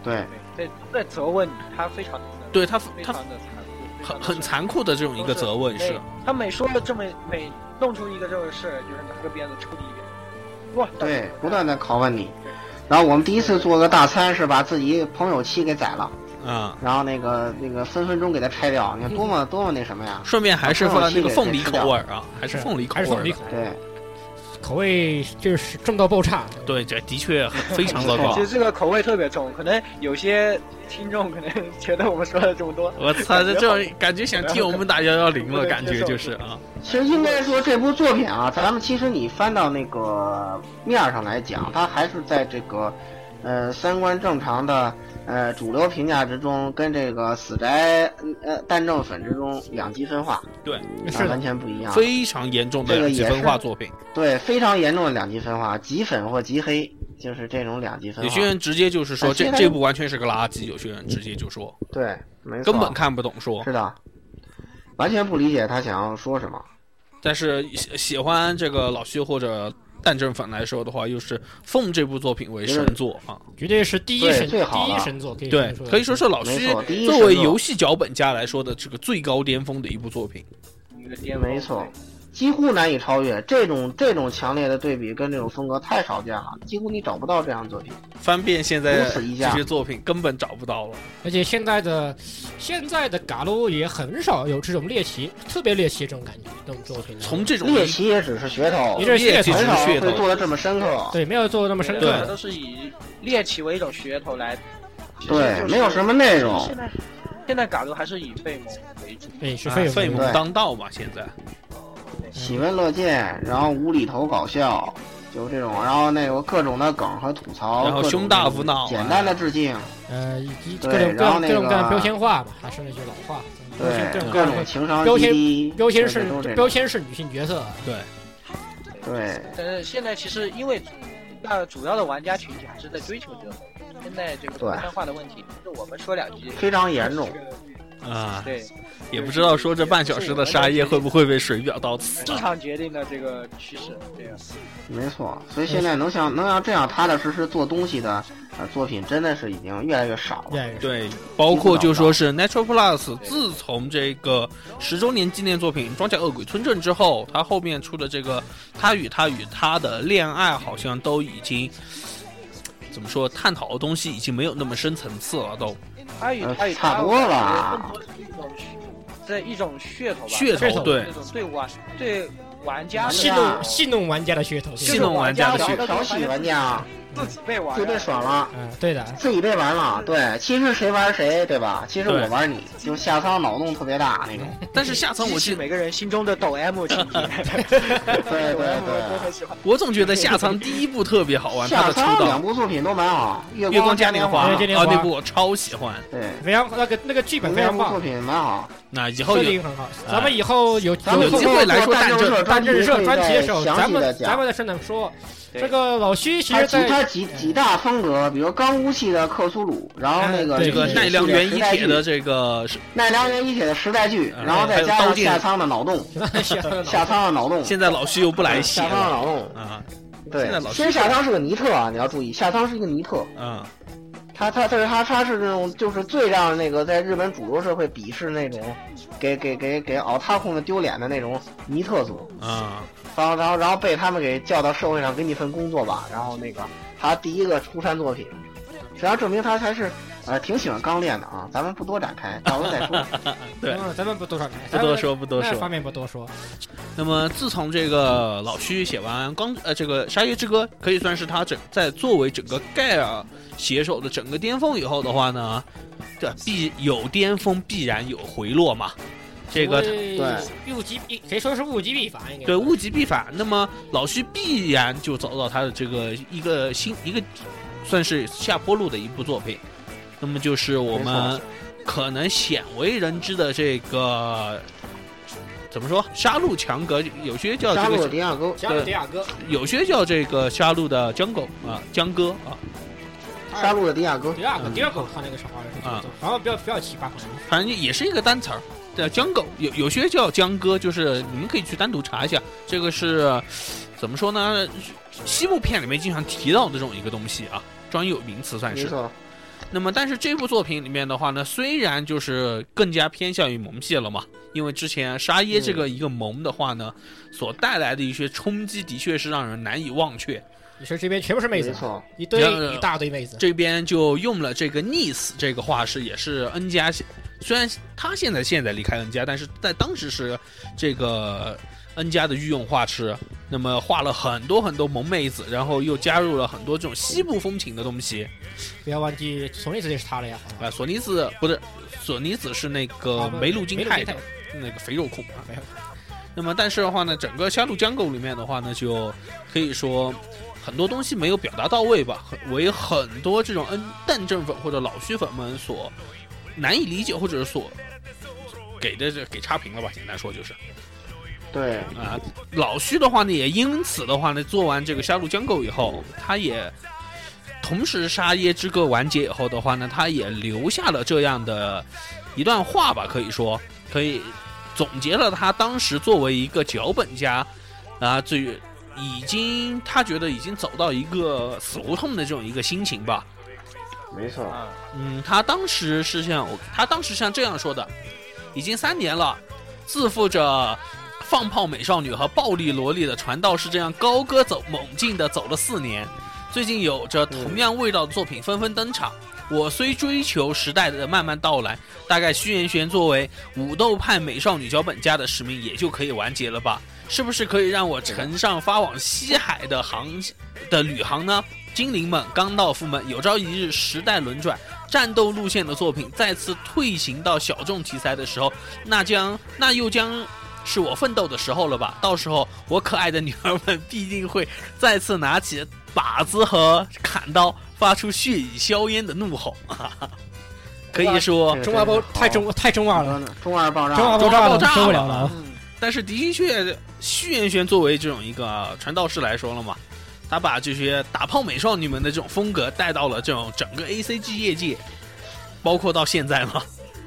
D: 对，
E: 对，在在责问你，他非常的
B: 对他
E: 非，
B: 他
E: 常的残酷，非常
B: 很
E: 地
B: 很残酷的这种一个责问是
E: 每，他每说了这么每弄出一个这个事，就是拿个鞭子抽你一遍。哇，
D: 对，不断的拷问你。然后我们第一次做个大餐，是把自己朋友妻给宰了，
B: 啊、
D: 然后那个那个分分钟给他拆掉，你看多
B: 嗯
D: 么多么那什么呀？
B: 顺便还是
D: 啊
B: 放
D: 凤梨
B: 那个
D: 也
B: 凤
D: 可以
B: 梨
D: 吃
B: 口味儿啊，还是凤梨口
C: 还是
B: 味
C: 凤
B: 儿
C: 梨
B: 的，
C: 口
D: 对，
C: 口味就是重到爆炸。
D: 啊
B: 对，这的确很非常糟
D: <laughs>
B: 糕
E: 其。实这个口味特别重，可能有些听众可能 <laughs> 觉得我们说了这么多，
B: 我操，这这种感觉想替我们打幺幺零了，感觉就是
D: <laughs>
B: 啊，
D: 其实应该说这部作品啊，咱们其实你翻到那个面儿上来讲，它还是在这个，呃，三观正常的呃主流评价之中，跟这个死宅呃蛋正粉之中两极分化，
C: 是
D: 啊、
C: 的
D: 完，全不一样。
B: 非常严重的
D: 这个
B: 两极
D: 也
B: 分化
D: 是
B: 作品。
D: 对，非常严重的两极分化，极粉或极黑，就是这种两极分
B: 有
D: 化
B: 些。人直接就是说
D: 啊
B: 这
D: 现在
B: 这部完全是个垃圾，有些人直接就说
D: 对，没错，
B: 根本看不懂说。
D: 是的，完全不理解他想要说什么。
B: 但是喜喜欢这个老徐或者蛋正粉来说的话，又是奉这部作品为神作啊，
C: 绝对是第一
D: 对
C: 神
D: 最好
C: 第一
D: 了
C: 神作，可以
B: 对，
C: 说
B: 可以说是老
D: 没
B: 徐
D: 错，第一
B: 作为
D: 神作
B: 游戏脚本家来说的这个最高巅峰的一部作品。
E: 一个巅峰
D: 没错，几乎难以超越。这种这种强烈的对比跟这种风格太少见了，几乎你找不到这样的作品。
B: 翻遍现在
D: 如此一
B: 这
D: 下
B: 些作品根本找不到了，
C: 而且现在的现在的嘎鲁也很少有这种猎奇，特别猎奇这种感觉，这种作
D: 嗯
C: 品
B: 从这种
D: 猎奇也只是噱头
C: 一，阵
B: 业
C: 噱
B: 绩
C: 头
B: 只是
D: 很少
B: 噱
D: 会
B: 头，
D: 做的这么深刻。
C: 对没有做那么深
E: 对，
C: 刻
E: 他都是以猎奇为一种噱头来，其实
D: 对
E: 就是
D: 没有什么内容
E: 现在现在嘎鲁还是以费蒙为主，
C: 对，是
B: 啊
C: 费
B: 费
C: 用嗯
B: 蒙
C: 的
D: 对
B: 当道嘛，现在
D: 喜闻乐见，然后无厘头搞笑，就这种，然后那个各种的梗和吐槽，
B: 然后
D: 各种
B: 胸大无脑啊
D: 简单的致敬，
C: 呃，以及各
D: 对
C: 种各
D: 然
C: 样
D: 后那
C: 各种各样
D: 个
C: 标签化吧，还是那句老话，嗯标签
D: 对
C: 各种各
D: 各
C: 样
D: 种
C: 的
D: 情商
C: 标
D: 低
C: 签
D: 低，
C: 标签
D: 对都
C: 式标
D: 这种
C: 签式女性角色，
B: 对。
D: 对
E: 但是呃现在其实因为那主要的玩家群体还是在追求这个，现在这个
D: 对
E: 多样化的问题，就是我们说两句，
D: 非常严重。
B: 啊，
E: 对。
B: 也不知道说这半小时的沙耶会不会被水表到此
E: 市
B: 啊。
E: 场决定的这个趋势，对啊，
D: 没错，所以现在能像能像这样踏踏实实做东西的呃作品，真的是已经越来越少了。
C: 对，
B: 对，包括就说是 Natural Plus，自从这个十周年纪念作品《装甲恶鬼村镇》之后，他后面出的这个《他与他与他的恋爱》好像都已经怎么说，探讨的东西已经没有那么深层次了，都
E: 他与
D: 呃
E: 他与
D: 差
E: 他
D: 不
E: 我
D: 多
E: 感
D: 了
E: 觉更多是一种噱这一种噱头吧，
B: 噱
C: 噱
B: 头
C: 头
B: 对
E: 这，种对玩对玩家
D: 啊
E: 的
C: 戏
D: 是啊
C: 弄戏弄玩家的噱头，
B: 戏弄玩家
E: 家
B: 的噱
E: 的
B: 头
E: 噱头
D: 调戏玩家，
E: 自己被玩
D: 自己被啊爽了，
C: 嗯，对的，
D: 自己被玩了。对，其实谁玩谁，对吧？其实
B: 对
D: 我玩你，就下仓脑洞特别大那种。
B: 但是下仓我
E: 激
B: 记
E: 起
B: 得，
E: 每个人心中的抖
B: <laughs>
E: M 情节，
D: 对
E: 抖 M 我都
D: 对
E: 很喜欢。
B: 我总觉得下仓第一部特别好
D: 对，
B: 玩，哦他
D: 下
B: 的出
D: 仓两
B: 道
D: 部作品都蛮好，《
B: 《
D: 月
B: 月光嘉年华》
C: 月光嘉年华
B: 啊，那部我超喜欢。
D: 对，
C: 非常那个那个剧本非
D: 那
C: 常
D: 部作
C: 棒，
D: 品蛮好。
B: 那以后
C: 设
B: 有
C: 定很好。咱们以后有
D: 咱们
B: 有机会来说战
D: 战
B: 争
C: <laughs>
D: 社
C: 办
D: 专
C: 正
D: 题
C: 社
D: 可以
C: 专题的
D: 再
C: 时候，
D: 详
C: 咱
D: 细的
C: 们咱
D: 讲。
C: 们的生产说，
E: 对
C: 这个老徐其
D: 它
C: 实
D: 几它
C: 在
B: 嗯
D: 几几大风格，比如钢屋系的克苏鲁，然后那个
C: 哎对
B: 这个奈良
D: 原
B: 原一铁的这个是
D: 奈良原一铁的时代剧，
B: 嗯
D: 然后再加
B: 还有刀
D: 上
B: 剑
D: 下仓的脑洞，
C: <laughs> 写的脑
D: 下仓的脑洞，
B: 现在老徐又不来写
D: 下仓的
B: 了
D: 脑洞。
B: 啊，
D: 对
B: 现在老，
D: 其实下仓是个尼特啊，你要注意，下仓是一个尼特，
B: 嗯，
D: 他他他是他他是那种就是最让那个在日本主流社会鄙视那种，给给给给奥塔控的丢脸的那种尼特族，
B: 啊，
D: 然后然后然后被他们给叫到社会上，给你份工作吧，然后那个他第一个出山作品，实际上证明他还是呃挺喜欢钢炼的啊，咱们不多展开，到时候
C: <laughs>
D: 再说。
B: 对
C: 嗯咱们不多少开，
B: 不多说不多
C: 咱们那
B: 说
C: 方。面不多说。
B: 那么自从这个老徐写完《钢》呃这个《沙耶之歌》，可以算是他整在作为整个盖尔写手的整个巅峰以后的话呢，这必有巅峰必然有回落嘛，这个
C: 对物极必，谁说是物极必反？应该
B: 对，物极必反。那么老徐必然就走到他的这个一个新一个算是下坡路的一部作品，那么就是我们可能鲜为人知的这个怎么说杀戮强格，有些叫
D: 加
B: 这
D: 入
B: 个
D: 了迪亚哥，
C: 加尔迪亚哥，
B: 有些叫这个杀戮的江狗啊，江哥啊，
D: 加入了迪亚哥
C: 迪，亚哥，迪亚哥，他那个什么，好像比较比较奇葩，好像
B: 反正也是一个单词儿。叫江狗有有些叫江哥，就是你们可以去单独查一下，这个是怎么说呢？西部片里面经常提到的这种一个东西啊，专有名词算
D: 嗯没
B: 是。
D: 错，
B: 那么，但是这部作品里面的话呢，虽然就是更加偏向于萌系了嘛，因为之前沙耶这
D: 嗯
B: 个一个萌的话呢，所带来的一些冲击的确是让人难以忘却。
C: 你说这边全部是妹
D: 没
C: 子，
D: 错，
C: 一堆一大堆妹子，
B: 这边就用了这个 Nice 这个画师，也是 N 加，虽然他现在现在离开 N 加，但是在当时是这个 N 加的御用画师，那么画了很多很多萌妹子，然后又加入了很多这种西部风情的东西。
C: 不要忘记，从一次就是他了呀。
B: 啊，索尼子不是索尼子啊是那个梅露金泰的那个肥肉控啊
C: 肥肉。
B: 那么但是的话呢，整个《杀戮江狗》里面的话呢，就可以说很多东西没有表达到位吧，很为很多这种 N 蛋正粉或者老虚粉们所难以理解，或者是所给的这给差评了吧，简单说就是。
D: 对，
B: 啊，老徐的话呢，也因此的话呢，做完这个《杀戮江狗》以后，他也同时《沙耶之歌》完结以后的话呢，他也留下了这样的一段话吧，可以说可以总结了他当时作为一个脚本家啊，最已经他觉得已经走到一个死胡同的这种一个心情吧。
D: 没错，
B: 嗯，他当时是像我，他当时像这样说的：已经三年了，自负着放炮美少女和暴力萝莉的传道士这样高歌走猛进的走了四年。最近有着同样味道的作品纷纷登场。我虽追求时代的慢慢到来，大概虚言玄作为武斗派美少女脚本家的使命也就可以完结了吧？是不是可以让我乘上发往西海的航的旅航呢？精灵们、刚道夫们，有朝一日时代轮转，战斗路线的作品再次退行到小众题材的时候，那将那又将是我奋斗的时候了吧？到时候我可爱的女儿们必定会再次拿起靶子和砍刀，发出血雨硝烟的怒吼。 <laughs> 可以说，
C: 哦中二包太中太中二了，
D: 中二爆炸，
C: 中二爆炸了，受不了了。
E: <laughs> 嗯，
B: 但是的确，虚渊轩作为这种一个传道士来说了嘛，他把这些打炮美少女们的这种风格带到了这种整个 A C G 业界，包括到现在嘛，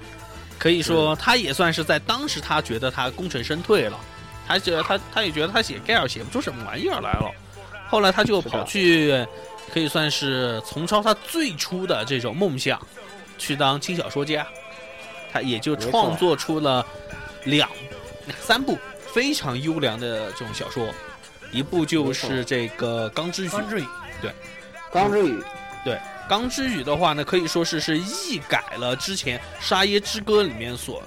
B: <laughs> 可以说他也算是在当时他觉得他功成身退了，他觉得他他也觉得他写盖尔写不出什么玩意儿来了，后来他就跑去，可以算是重操他最初的这种梦想，去当轻小说家，他也就创作出了两三部非常优良的这种小说，一部就是这个《钢之羽》。
C: 方志宇，
D: 钢之羽，
B: 《钢之羽》的话呢，可以说是是一改了之前《沙耶之歌》里面所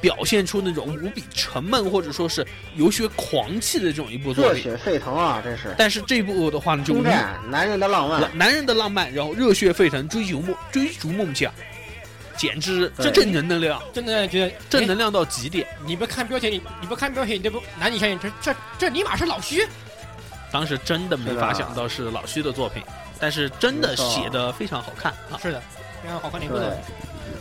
B: 表现出那种无比沉闷或者说是有血狂气的这种一部作
D: 热
B: 品。
D: 血沸腾啊，这是
B: 但是这部的话呢，就
D: 空
B: 无
D: 战，男人的浪漫，
B: 男人的浪漫，然后热血沸腾，追逐梦追逐梦想，简直
D: 对
B: 正能量，
C: 真的让人觉得
B: 正
C: 哎
B: 能量到极点。
C: 你不看标题，你你不看标题，你这不难以相信，这这这尼玛是老徐，
B: 当时真的没
D: 是的
B: 法想到是老徐的作品，但是真的
D: 没错
B: 写的非常好看啊！
C: 是的，非常好看的一部作品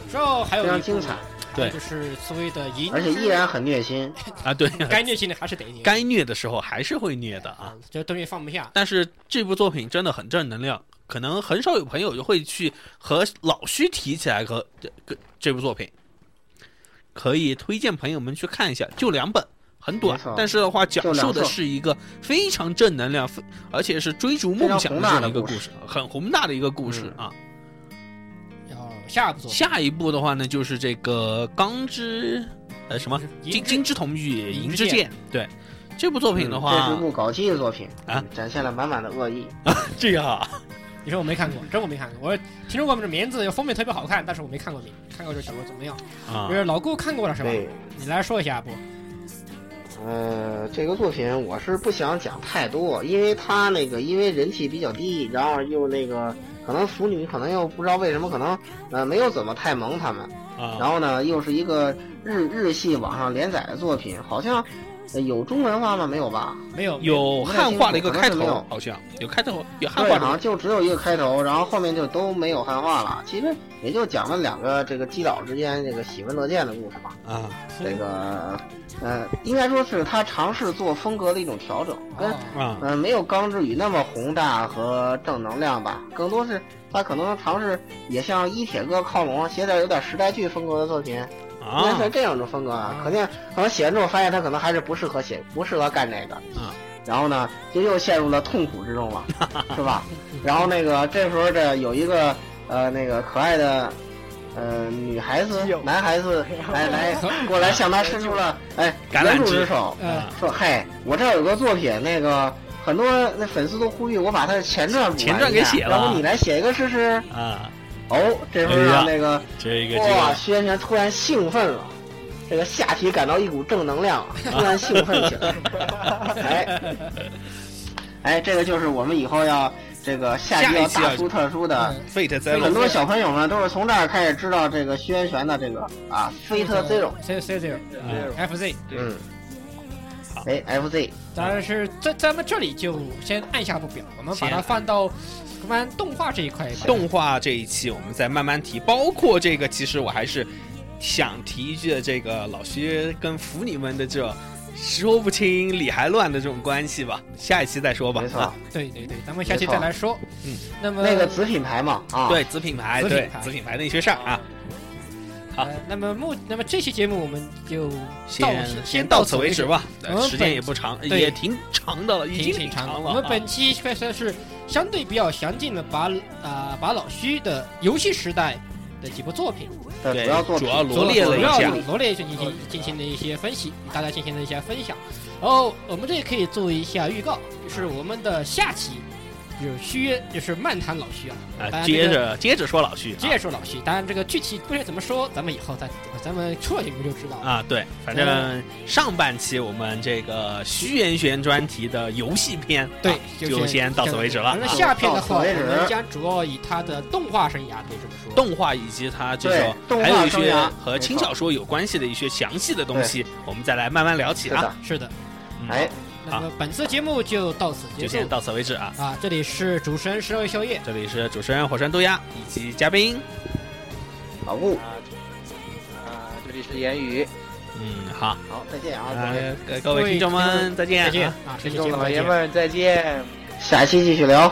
D: 对，。
C: 之后还有
D: 非
C: 一部
D: 常精彩，，
B: 对
C: 还有就是所谓的银之，
D: 而且依然很虐心。
B: 啊，对，
C: 该虐心的还是得虐
B: 该虐的时候还是会虐的啊
C: 啊。，这东西放不下，
B: 但是这部作品真的很正能量，可能很少有朋友会去和老徐提起来和这个这部作品，可以推荐朋友们去看一下，就两本，很短
D: 没错，
B: 但是的话讲
D: 就两
B: 述的
D: 册
B: 是一个非常正能量，非而且是追逐梦想
D: 非常宏
B: 这
D: 大
B: 么
D: 的
B: 一个
D: 故事嗯
B: 事，很宏大的一个故事啊。
C: 然后下一部作品
B: 下一步的话呢，就是这个《钢之》呃什么《金
C: 银之
B: 金之瞳与
C: 银
B: 银
C: 之
B: 之
C: 剑
B: 剑》。对，这部作品的
D: 嗯这是
B: 话
D: 一，部搞基的作品嗯
B: 啊，
D: 展现了满满的恶意。
B: 这样啊
C: 你说我没看过，真我没看过，我听说过这名字，封面特别好看，但是我没看过名，看过就想说怎么样？
B: 啊
C: 就，是老顾看过了是吧？，你来说一下不？
D: 呃，这个作品我是不想讲太多，因为它那个因为人气比较低，然后又那个可能腐女可能又不知道为什么可能呃没有怎么太萌他们，然
B: 啊，
D: 后呢又是一个日日系网上连载的作品，好像、呃有中文化吗？没有吧？
C: 没有，
B: 有汉化的一个开
D: 没
B: 头
D: 有，
B: 好像有开头有汉
D: 对，
B: 化
D: 好
B: 的
D: 像就只有一个开头，然后后面就都没有汉化了。其实也就讲了两个这个基佬之间这个喜闻乐见的故事吧。
B: 啊
D: 这个，呃，应该说是他尝试做风格的一种调整，跟
C: 哦
B: 啊
D: 嗯，没有《钢之羽》那么宏大和正能量吧，更多是他可能尝试也向一铁哥靠拢，写点有点时代剧风格的作品，应该
B: 啊
D: 算这样一种风格啊
C: 啊。
D: 可能可能写完之后发现他可能还是不适合写，不适合干这个
B: 啊。
D: 然后呢，就又陷入了痛苦
B: <laughs>
D: 之中嘛，是吧？然后那个这时候这有一个呃那个可爱的呃女孩子
A: 基友、
D: 男孩子来来过来向他伸出了哎
B: 橄榄
D: 援助
B: 枝
D: 之手，
C: 呃，
D: 说：“嘿，我这儿有个作品，那个很多那粉丝都呼吁我把他的前传补完
B: 前传给
D: 一下
B: 写了
D: 要不你来写一个试试
B: 啊，？”
D: 哦，这时候
B: 哎呀
D: 让那个、
B: 这个
D: 哇，
B: 这
D: 徐元泉突然兴奋了，这个下体感到一股正能量，啊突然兴奋起来。
E: <laughs>
D: 哎，哎，这个就是我们以后要这个下
B: 下
D: 集
B: 一
D: 要
B: 期
D: 大
B: 要嗯
D: 书特书
C: 嗯
D: 的。
B: 个 Fate
D: 很
B: Zero
D: 多小朋友们都是从这儿开始知道这个薛元泉的这个啊 Fate Zero，
C: C C Zero
B: 啊
C: F Z，
D: 嗯
B: 好，
D: 哎 FZ，
C: 但是这咱们这里就先按下不表，我们把
B: 先
C: 它放到翻动画这一块吧。
B: 动画这一期我们再慢慢提，包括这个其实我还是想提一句的，这个老薛跟腐女们的这说不清理还乱的这种关系吧，下一期再说吧
D: 没。错。
B: 啊，
C: 对对对，咱们下期再来说。
B: 嗯，
C: 那么
D: 那个子品牌嘛啊，
B: 对子品牌，
C: 子品
B: 对
C: 牌
B: 子品牌那些事儿啊，好
C: 呃，那么目那么这期节目我们就到
B: 先
C: 先
B: 到
C: 到
B: 此为止。吧。
C: 我
B: 对，
C: 们本
B: 时间也不长，
C: 对
B: 也挺长的了，已
C: 挺
B: 经
C: 挺长的，
B: 长
C: 我
B: 了
C: 们
B: 啊。
C: 本期确实是相对比较详尽的把啊、把老徐的游戏时代的几部作品
D: 对，
B: 对
D: 主要做
B: 主要
D: 品
B: 罗列了一
C: 主
B: 下
C: 要罗列进行进行了一些分析，与大家进行了一些分享。然后我们这里可以做一下预告，就是我们的下期就是续约，就是漫谈老徐啊，大
B: 啊，
C: 家
B: 接
C: 这个
B: 着接着说老徐
C: 接着说老徐。当然这个具体不知道怎么说，咱们以后再咱们出了节目就知道了。
B: 啊，对，反正上半期我们这个徐元玄专题的游戏篇，
C: 对
B: 啊，
C: 就
B: 就先到此为止了
C: 反正
B: 啊
C: 下篇的话，
D: 到
C: 我
D: 此为止
C: 们将主要以他的动画生涯可以这么说。
B: 动画以及它这
D: 对
B: 种
D: 动画
B: 还有一
D: 生
B: 些
D: 涯
B: 和
D: 没
B: 轻
D: 错
B: 小说有关系的一些详细的东西，我们再来慢慢聊起
D: 是
B: 啊。
D: 的，
C: 是的，
B: 嗯
D: 哎，
C: 那么本次节目就到此
B: 就
C: 结
B: 先
C: 束。
B: 到此为止啊。
C: 啊，这里是主持人十六宵夜，
B: 这里是主持人火山豆芽以及嘉宾，
D: 老顾，
E: 啊，啊，这里是言语，
B: 嗯，好，
D: 好，再见啊，各位
B: 呃，各各位听众们再见，
C: 再
B: 啊
C: 见啊，这期节目
E: 老
C: 再
E: 爷
C: 见
E: 们儿再见。嗯
D: 下期继续聊。